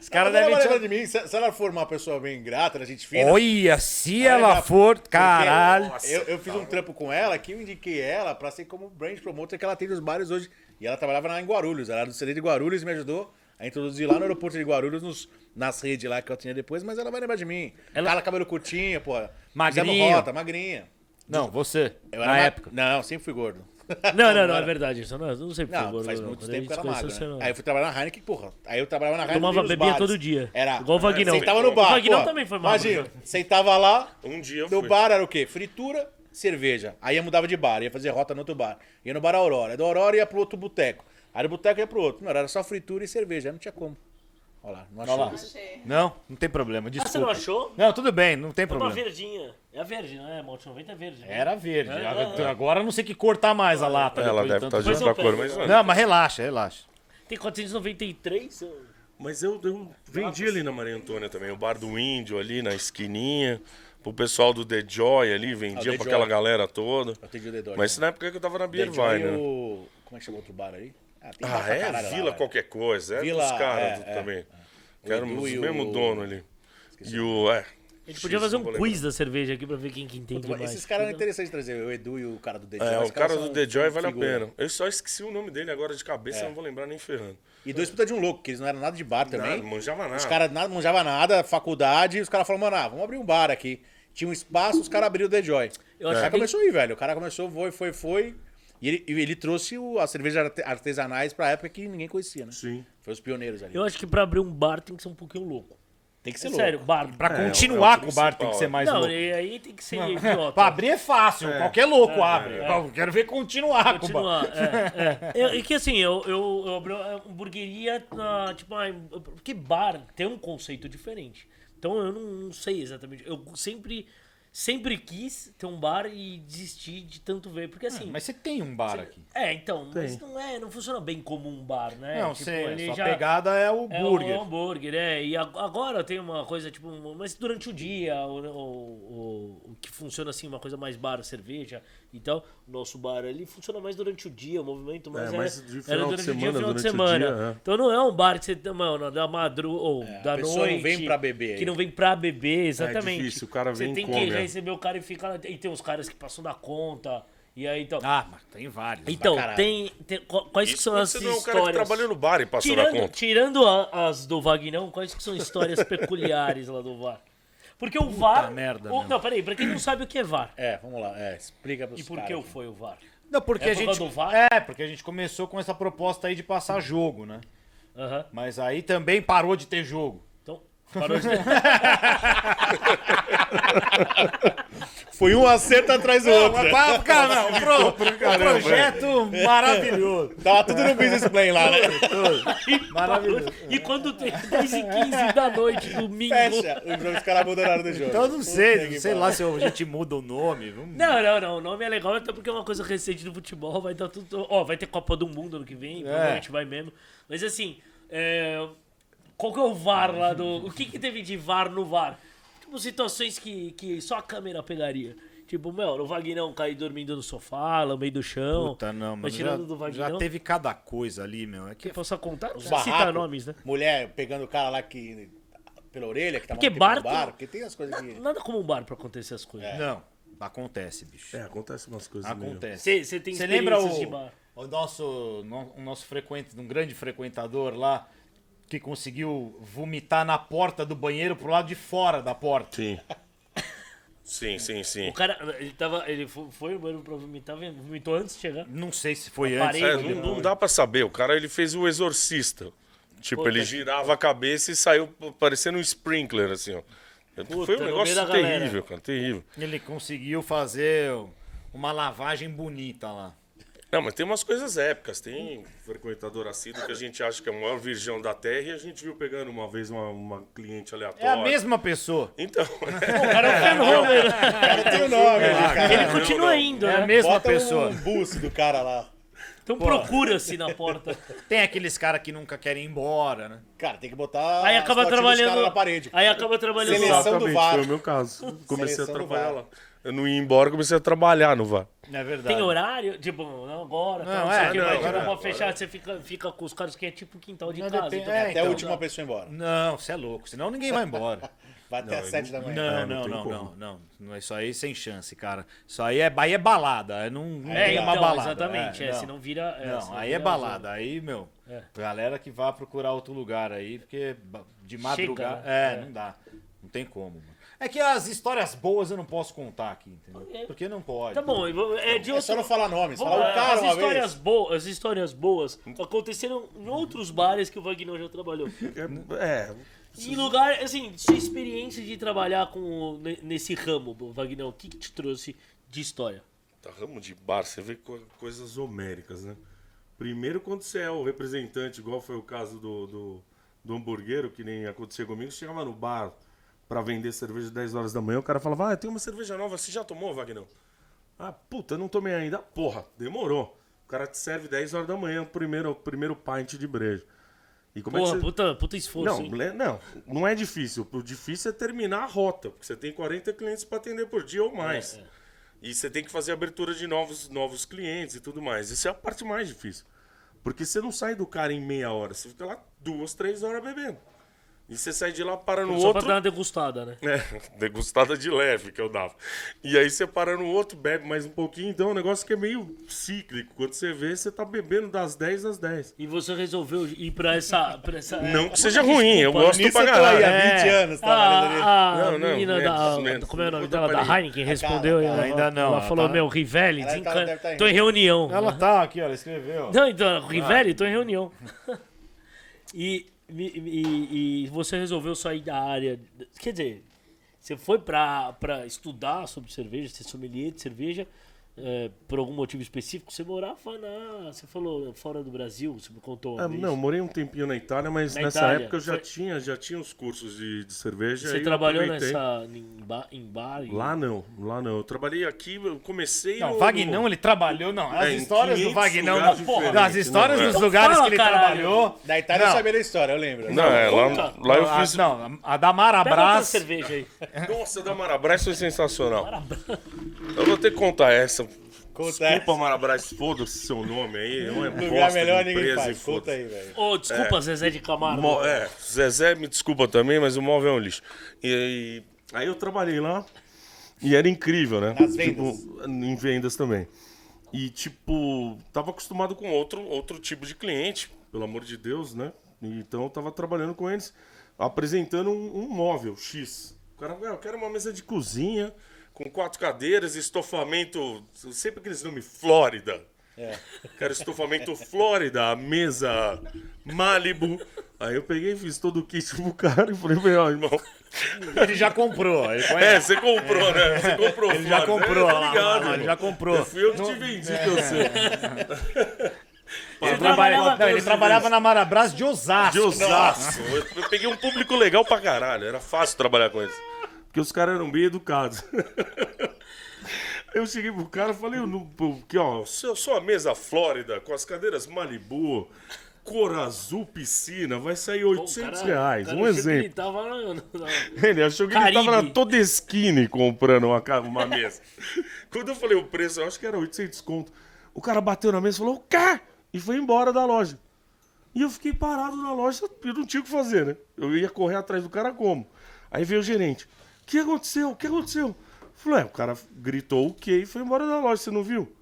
Os caras
Ela
devem
vai
te
lembrar de mim. Se, se ela for uma pessoa bem grata, da gente fina.
Olha, se
vai
ela
lembrar.
for.
Porque
Caralho.
Eu, eu fiz um trampo com ela que eu indiquei ela pra ser como brand promoter que ela tem nos bares hoje. E ela trabalhava lá em Guarulhos. Ela era do CD de Guarulhos e me ajudou a introduzir lá no aeroporto de Guarulhos, nos- nas redes lá que eu tinha depois. Mas ela vai lembrar de mim. Ela, cabelo curtinho, pô.
Magrinho.
Fizemos Rota, magrinha.
Não, você.
Eu era
na
ma-
época.
Não, sempre fui gordo.
Não, não, não, é verdade. Isso não, não sei por
Não,
favor,
faz
não.
muito
Quando a
tempo
gente
que eu era
se
magro.
conheceu,
né?
você não-
Aí eu fui trabalhar na Heineken, porra. Aí eu trabalhava na Heineken.
Tomava
nos
bebia
bares.
todo dia.
Era.
Igual o Vagnão.
Sentava no bar.
O Vagnão
pô.
também foi magro.
Imagina, sentava lá.
Um dia eu
No
fui.
bar era o quê? Fritura, cerveja. Aí eu mudava de bar, ia fazer rota no outro bar. Ia no bar Aurora. Aí Do Aurora ia pro outro boteco. Aí do boteco ia pro outro. Não, era só fritura e cerveja. né? Aí Não tinha como. Olha lá, não achou.
Achei.
Não, não tem problema.
Ah,
Desculpa.
você não achou?
Não, tudo bem, não tem
Uma
problema.
verdinha. É a verde, não é? Malte 90 é verde. né?
Era verde.
É,
Agora-
é, é.
Agora eu não sei que cortar mais a lata.
Ela
depois de
deve tá É um- estar
tanto-
de
Depois eu
outra cor,
pego.
mas
Não, mas relaxa, relaxa.
Tem 493? eu-
Mas eu,
um,
eu vendi ali na Maria Antônia também, o bar do índio ali na esquininha.
Pro pessoal do The Joy ali, vendia
Ah, The
pra
Joy.
aquela galera toda.
Atendi o Dedói.
Mas isso na época que eu tava na Beer
Dedói e
Vine, né?
o... Como é que chama o outro bar aí? Ah, tem bar
Ah,
pra
é?
caralho lá,
Vila
velho.
qualquer coisa. É
Vila,
dos caras
é,
do-
é,
também. Que eram
Edu
os
e
mesmo
o-
dono ali. E o... É.
A gente podia fazer um quiz da cerveja aqui pra ver quem que entende mais.
Esses caras é interessante trazer, o Edu e o cara do Dedói.
É,
mas
o cara
são-
do The Joy
são
vale a
figura. É.
pena. Eu só esqueci o nome dele agora de cabeça, eu não vou lembrar nem ferrando.
E dois puta de um louco, que eles não eram nada de bar também.
Nada, manjava nada.
Os caras nada, manjava nada, faculdade, os caras falaram, mano, ah, vamos abrir um bar aqui. Tinha um espaço, os caras abriram o The Joy.
Eu
O
acho
cara
que-
começou aí, velho. O cara começou, foi, foi, foi. E ele, e ele trouxe o, as cervejas arte- artesanais pra época que ninguém conhecia, né?
Sim.
Foi os pioneiros ali.
Eu acho que pra abrir um bar tem que ser um pouquinho louco.
Tem que ser
É
louco.
sério, bar.
Pra
é o
continuar com o bar
principal,
tem que ser
é.
mais
Não,
louco.
e aí tem que ser idiota.
Pra abrir é fácil, qualquer
É,
louco abre. Eu Quero ver continuar com o bar.
Continuar, é, é. Eu- E que assim, eu, eu, eu abri uma hamburgueria, na, tipo, ah, porque bar tem um conceito diferente. Então eu não, não sei exatamente. Eu sempre, sempre quis ter um bar e desistir de tanto ver. Porque assim.
Mas você tem um bar aqui.
É, então, mas não, é, não funciona bem como um bar, né?
Não,
Tipo,
sei,
ele
sua
já-
pegada é o
É
burger.
o hambúrguer, é. E ag- agora tem uma coisa, tipo, um- mas durante o dia, o, o- o- o que funciona assim, uma coisa mais bar, cerveja e tal. O nosso bar ali funciona mais durante o dia, o movimento mais.
É, mas
era-
de
era
final de
durante o dia,
semana,
final de
durante o
semana.
dia, é.
Então não é um bar que você, mano, da madru ou da
a pessoa não
noite.
vem pra beber.
Que não vem pra beber, exatamente.
difícil, o cara
Você
vem e
tem
come,
que
é.
receber o cara e ficar lá. E tem uns caras que passam da conta. E aí então.
Ah, mas tem vários.
então,
caralho.
tem, tem- qu- Quais que
Isso
são
quando
as
você não é um
histórias?
cara que trabalha no bar e passou na
Tirando,
conta.
tirando a- as do Vagnão, quais que são histórias peculiares lá do VAR? Porque o VAR.
merda,
o-
né?
não, peraí, pra quem não sabe o que é VAR.
É, vamos lá. É, explica pros
E por
caras,
que eu
né?
foi o VAR?
Não, porque
É
a
por causa
gente.
do VAR?
É, porque a gente começou com essa proposta aí de passar jogo, né?
Aham.
Mas aí também parou de ter jogo.
Então, parou de.
Foi um acerto atrás do outro.
Mas pra- Cara, não, pro, um projeto maravilhoso.
Tava tudo no business plan lá, né?
Maravilhoso.
E quando tem 10 e 15 da noite, domingo.
Fecha. O jogo, os caras abandonaram do jogo.
Então eu não sei,
que
não sei
pariu.
lá se a gente muda o nome. Vamos...
Não, não, não. O nome é legal, até porque é uma coisa recente do futebol. Vai dar tudo. Ó, vai ter Copa do Mundo ano que
É.
vem, provavelmente vai mesmo. Mas assim, é, qual que é o VAR lá do. O que, que teve de VAR no VAR? Tipo, situações que, que só a câmera pegaria. Tipo, meu, o Vagnão cair dormindo no sofá, meio do chão.
Puta, não, mas
Mas
já,
tirando do Vagnão.
já teve cada coisa ali, meu. É que
Posso contar? Não precisa citar
Barraco,
nomes, né?
Mulher pegando o cara lá que. pela orelha, que tá
Porque
maluco
bar
no
tem-
bar. Porque tem as coisas que.
Nada como um bar pra acontecer as coisas.
Não, acontece, bicho.
É, acontece umas coisas. meio-
Acontece.
Você você tem
Você lembra
experiências de
o,
bar.
o nosso, no- o nosso frequente, um grande frequentador lá que conseguiu vomitar na porta do banheiro pro lado de fora da porta?
Sim. Sim, sim, sim.
O cara, ele tava. Ele fo- foi no banheiro pra vomitar, vomitou antes de chegar.
Não sei se foi
Na
antes.
parede.
É, não, não dá pra saber. O cara ele fez o exorcista. Tipo, ele girava a cabeça e saiu parecendo um sprinkler, assim, ó. Foi
no
um
meio
negócio
da galera.
terrível, cara, terrível.
Ele conseguiu fazer uma lavagem bonita lá.
Não, mas tem umas coisas épicas. Tem frequentador assíduo que a gente acha que é o maior virgão da terra e a gente viu pegando uma vez uma, uma cliente
É
aleatória.
a mesma pessoa.
Então.
O cara é um fenômeno.
Cara, tem o nome ali, cara.
Ele continua indo,
É a
né?
mesma
Bota
pessoa.
um buço do cara lá.
Então procura-se na porta.
Tem aqueles caras que nunca querem ir embora, né?
Cara, tem que botar.
Aí
Ah,
as
acaba
fotinhas dos caras
trabalhando.
na parede.
Aí acaba trabalhando
Seleção.
lá.
Seleção do
Exatamente,
VAR.
foi o meu caso. Comecei
Seleção
a
do
trabalhar
VAR.
lá.
Eu não ia embora, comecei a trabalhar no VAR.
É verdade.
Tem horário? Tipo, não agora,
Não,
não, não sei
é,
o que,
não,
mas tipo,
agora-
pra fechar, você fica, fica com os caras que é tipo quintal de
Não,
casa.
depende-
então-
é,
Até
então.
a última pessoa ir embora.
Não, você é louco, senão ninguém vai embora.
Vai até às sete da manhã.
Não,
É, não
não,
tem
não,
como.
não, não, não. Isso aí é sem chance, cara. Isso aí é, aí é balada. aí Não, não
É,
tem
então,
uma balada.
exatamente. É,
não.
senão vira.
Não,
senão
aí
vira
é balada. Aí, meu,
É.
galera que vá procurar outro lugar aí, porque ba- de madrugada.
Chega,
é,
né? É.
não dá. Não tem como, mano. É que as histórias boas eu não posso contar aqui, entendeu?
Ok.
Porque não pode.
Tá bom, eu vou- é de
É só
outro.
não falar nomes,
Vamos
um
falar
lá,
o cara
as
uma
histórias
vez.
boas, as histórias boas aconteceram em outros bares que o Vagnão já trabalhou.
É,
Em lugar, assim, sua experiência de trabalhar com ne- nesse ramo, Vagnão, o que, que te trouxe de história?
Tá ramo de bar, você vê co-
coisas homéricas, né? Primeiro, quando você é o representante, igual foi o caso do, do, do hamburguero, que nem aconteceu comigo, você chegava no bar pra vender cerveja às 10 horas da manhã, o cara falava, ah, tem uma cerveja nova, você já tomou, Vagnão? Ah, puta, não tomei ainda. Porra, demorou. O cara te serve 10 horas da manhã, o primeiro, o primeiro pint de brejo. E como
Porra,
é que você...
puta, puta esforço,
Não,
hein?
le- não, não é difícil. O difícil é terminar a rota, porque você tem 40 clientes para atender por dia ou mais. E você tem que fazer abertura de novos, novos clientes e tudo mais. Isso é a parte mais difícil. Porque você não sai do cara em meia hora, você fica lá duas, três horas bebendo. E você sai de lá para no
Só
outro.
pra dar uma degustada, né?
É, degustada de leve que eu dava. E aí você para no outro, bebe mais um pouquinho, então é um negócio que é meio cíclico. Quando você vê, você tá bebendo das 10 às 10.
E você resolveu ir pra essa. Pra essa Ah,
Não que seja ruim, eu gosto
Nisso
pra
eu tô aí
caralho.
há 20 anos
tá?
trabalhando ali.
A, a
Não, não,
menina
menos,
da.
menos.
Como é o nome
Puta
dela? Da
pariga.
Heineken respondeu.
Cara,
ela,
ainda não,
Ela
ela
falou:
tá-
Meu, Rivelli,
Ela tá-
desencan-
deve tá indo.
Tô em reunião.
Ela tá aqui, ó, ela escreveu.
Não, então,
Ah.
Rivelli, tô em reunião. e, e- e- e você resolveu sair da área. Quer dizer, você foi pra, pra estudar sobre cerveja, ser sommelier de cerveja, eh, por algum motivo específico? Você morava na. Você falou fora do Brasil, você me contou. uma
Ah,
vez.
não, morei um tempinho na Itália, mas
É Na
nessa
Itália.
época eu já
Foi-
tinha, já tinha os cursos de, de cerveja. aí
Você
eu
trabalhou
aproveitei.
nessa, em bar. Em bar em-
Lá não, lá não. Eu trabalhei aqui, eu comecei.
Não,
no-
Vagnão, ele trabalhou, não. As
É, em
histórias do
500
Vagnão,
lugares
não, porra,
diferentes,
as histórias
não, é.
dos
Então
lugares
fala,
que ele
caralho.
trabalhou.
Da Itália eu
Não.
sabia da história, eu lembro.
Não, é, lá,
Puta.
lá eu
Ah,
a,
fiz.
não, a da Mara
Pega outra
Brás.
cerveja aí.
Nossa, da Marabras foi sensacional. Eu vou ter que contar essa.
Conta
Desculpa, Marabras, foda-se seu nome aí. Não é
aí.
bosta
Lugar
de
melhor ninguém
empresa e
faz. Conta
foda-se.
aí, velho.
Ô,
É.
desculpa, Zezé de Camargo.
Mo- é, Zezé, me desculpa também, mas o móvel é um lixo. E,
Aí eu trabalhei lá e era incrível, né?
Nas
Tipo,
vendas.
em vendas também.
e, tipo, tava acostumado com outro, outro tipo de cliente,
Pelo amor de Deus, né? Então eu tava trabalhando com eles, apresentando um, um móvel X. O cara, "Ah, eu quero uma mesa de cozinha.
com quatro cadeiras, estofamento, sempre aqueles nomes, Flórida.
É.
Quero estofamento Flórida, a mesa Malibu.
Aí eu peguei e fiz todo o kit pro cara e falei, meu irmão,
Ele já comprou. Ele
É,
conhece.
você comprou, né? Você comprou.
É.
É,
Ele já
Flávio, né?
comprou,
Tá
lá, lá,
ligado,
lá, ele já
irmão.
comprou. é.
Eu Fui eu que te vendi, eu sei.
trabalhava-
Ele, trabalhava, não, ele trabalhava na Marabras de Osasco.
De Osasco. Eu eu peguei um público legal pra caralho. Era fácil trabalhar com eles.
Porque os caras eram bem educados. Eu cheguei pro cara e falei, eu não, pô, que, ó,
Só só a mesa Flórida, com as cadeiras Malibu,
cor azul piscina, vai sair 800
Cara, é
reais.
cara,
Um
eu achei que
exemplo.
Ele tava no- no- no-
Ele achou que ele tava
Caribe.
na Todeskine comprando uma, ca- uma mesa. Quando eu falei o preço, eu acho que era 800 conto. O cara bateu na mesa e falou, o quê? E foi embora da loja. E eu fiquei parado na loja, eu não tinha o que fazer, né? Eu ia correr atrás do cara como? Aí veio o gerente. O que aconteceu? O que aconteceu? Eu Falei, "É, o cara gritou o quê e foi embora da loja, você não viu?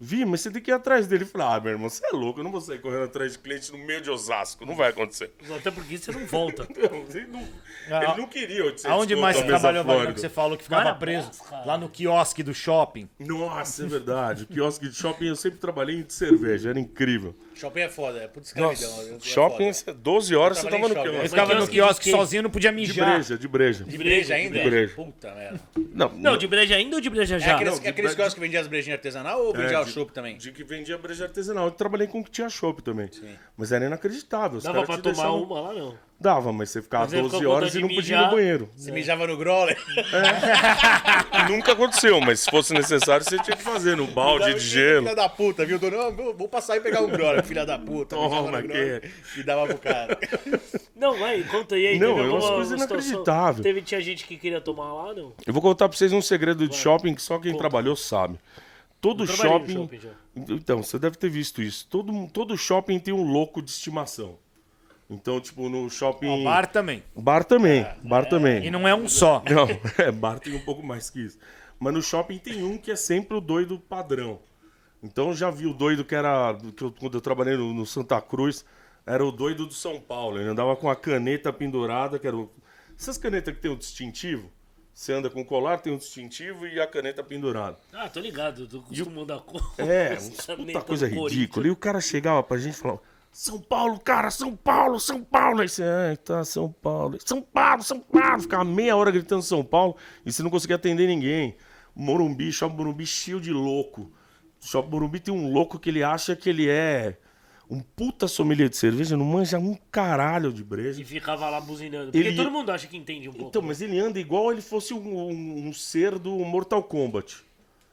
Vi, mas você tem que ir atrás dele. Eu Falei, ah, meu irmão, você é louco, eu não vou sair correndo atrás de cliente no meio de Osasco, não vai acontecer.
Até porque você não volta.
Não, ele não, ele não queria 800
Aonde
conto
mais
a
você
mesa
trabalhou, Marina,
Flórida.
que você falou que ficava
Marabás,
preso?
cara.
Lá no quiosque do shopping.
Nossa, é verdade. O quiosque de shopping eu sempre trabalhei de cerveja, era incrível.
Shopping é foda, é puta escravidão. é
Shopping,
foda.
é 12 horas
Eu
você tava
trabalhei
no
em shopping.
quiosque.
Eu ficava no
quiosque de
quiosque
quê?
sozinho, não podia
De
mijar.
breja, de breja.
De breja ainda?
De é breja.
Puta merda.
Não,
Não, de breja ainda ou de breja
É
já?
aqueles,
não, de
aqueles
breja-
quiosques que vendiam as brejinhas artesanal ou vendiam
É,
o
de-
chopp também?
de que vendia breja artesanal. Eu trabalhei com o que tinha chopp também. Mas era inacreditável. Os
Dava
caras
pra
te
tomar
deixavam-
uma lá, não.
Dava, mas você ficava
Mas ele
12
ficou com
horas
vontade
e não
de
podia ir no
mijar.
banheiro.
Você mijava no growler?
Nunca aconteceu, mas se fosse necessário, você tinha que fazer no balde de gelo.
Filha da puta, viu? Dono, "Ah, vou- vou passar e pegar um growler, filha da puta. mijava
Toma,
no growler E dava pro cara.
Não, vai, conta aí.
Não,
teve
é umas
alguma
coisas
situação-
inacreditáveis.
Teve, tinha gente que queria tomar lá, não?
Eu vou contar pra vocês um segredo de shopping que só quem trabalhou sabe. Todo
trabalhei no
shopping.
shopping já.
Então, você deve ter visto isso. Todo, todo shopping tem um louco de estimação. Então, tipo, no shopping.
O Ah, bar também.
Bar também. Bar também.
E não é um só.
Não, é, bar tem um pouco mais que isso. Mas no shopping tem um que é sempre o doido padrão. Então eu já vi o doido que era. Que eu- quando eu trabalhei no, no Santa Cruz, era o doido do São Paulo. Ele andava com a caneta pendurada, que era. o- Essas canetas que tem o distintivo? Você anda com o colar, tem um distintivo e a caneta pendurada.
Ah, tô ligado, tô acostumando a cor.
É,
Essa
puta
caneta
coisa
do Corinthians.
ridícula. E o cara chegava pra gente e falava: São Paulo, cara, São Paulo, São Paulo. Aí você, ah, tá, São Paulo, São Paulo, São Paulo. Ficava meia hora gritando São Paulo e você não conseguia atender ninguém. Morumbi, Shopping Morumbi cheio de louco. Shopping Morumbi tem um louco que ele acha que ele é um puta sommelier de cerveja, não manja um caralho de breja.
E ficava lá buzinando. Porque
Ele-
todo mundo acha que entende um pouco.
Então, mas ele anda igual ele fosse um, um- um ser do Mortal Kombat.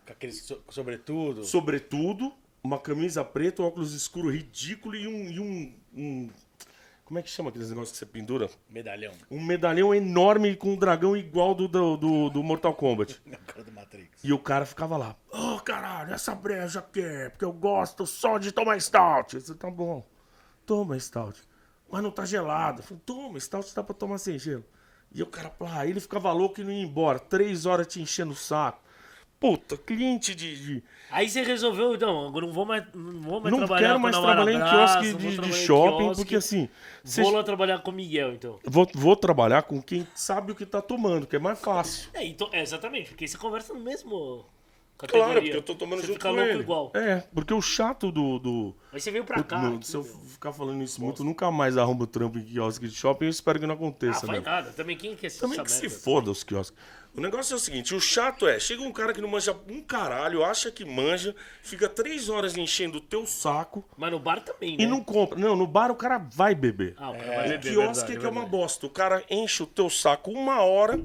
Com aqueles so- sobretudo.
sobretudo, uma camisa preta, um óculos escuro ridículo e um. e um- um- como é que chama aqueles negócios que você pendura?
Medalhão.
Um medalhão enorme com um dragão igual do, do, do- do Mortal Kombat.
É O cara do Matrix.
E o cara ficava lá. Ô, caralho, essa breja quer, porque eu gosto só de tomar stout. Eu disse, tá bom, toma stout. Mas não tá gelada. Eu falei, Toma, stout dá pra tomar sem gelo. E o cara, pá, ele ficava louco e não ia embora. Três horas te enchendo o saco. Puta, cliente de- de,
Aí você resolveu, então, agora não vou mais, não vou mais
não
trabalhar
quero
com
mais
a
trabalhar em
Navarra Brás,
quiosque
não vou
de, de
trabalhar em
shopping,
quiosque.
porque assim. cê-
Vou lá trabalhar com o Miguel, então.
vou, vou trabalhar com quem sabe o que tá tomando, que é mais fácil.
É, então, é, exatamente, porque você conversa no mesmo categoria.
Claro, porque eu tô tomando
você
junto
fica
com
louco
ele.
igual.
É, porque o chato do. do
Aí você veio pra cá. Ah,
no-
aqui,
se eu
meu.
ficar falando isso muito, nunca mais arrumo o trampo em quiosque de shopping. Eu espero que não
Ah,
aconteça,
vai
né?
nada. Também quem quer
Também
essa
que se
merda?
foda os quiosques.
O negócio é o seguinte, o chato é, chega um cara que não manja um caralho, acha que manja, fica três horas enchendo o teu
Teu saco.
Mas no bar também, né?
E não compra. Não, no bar o cara vai beber.
Ah, o cara vai
O
beber,
quiosque
verdade,
que é uma
verdade.
bosta. O cara enche o teu saco uma hora,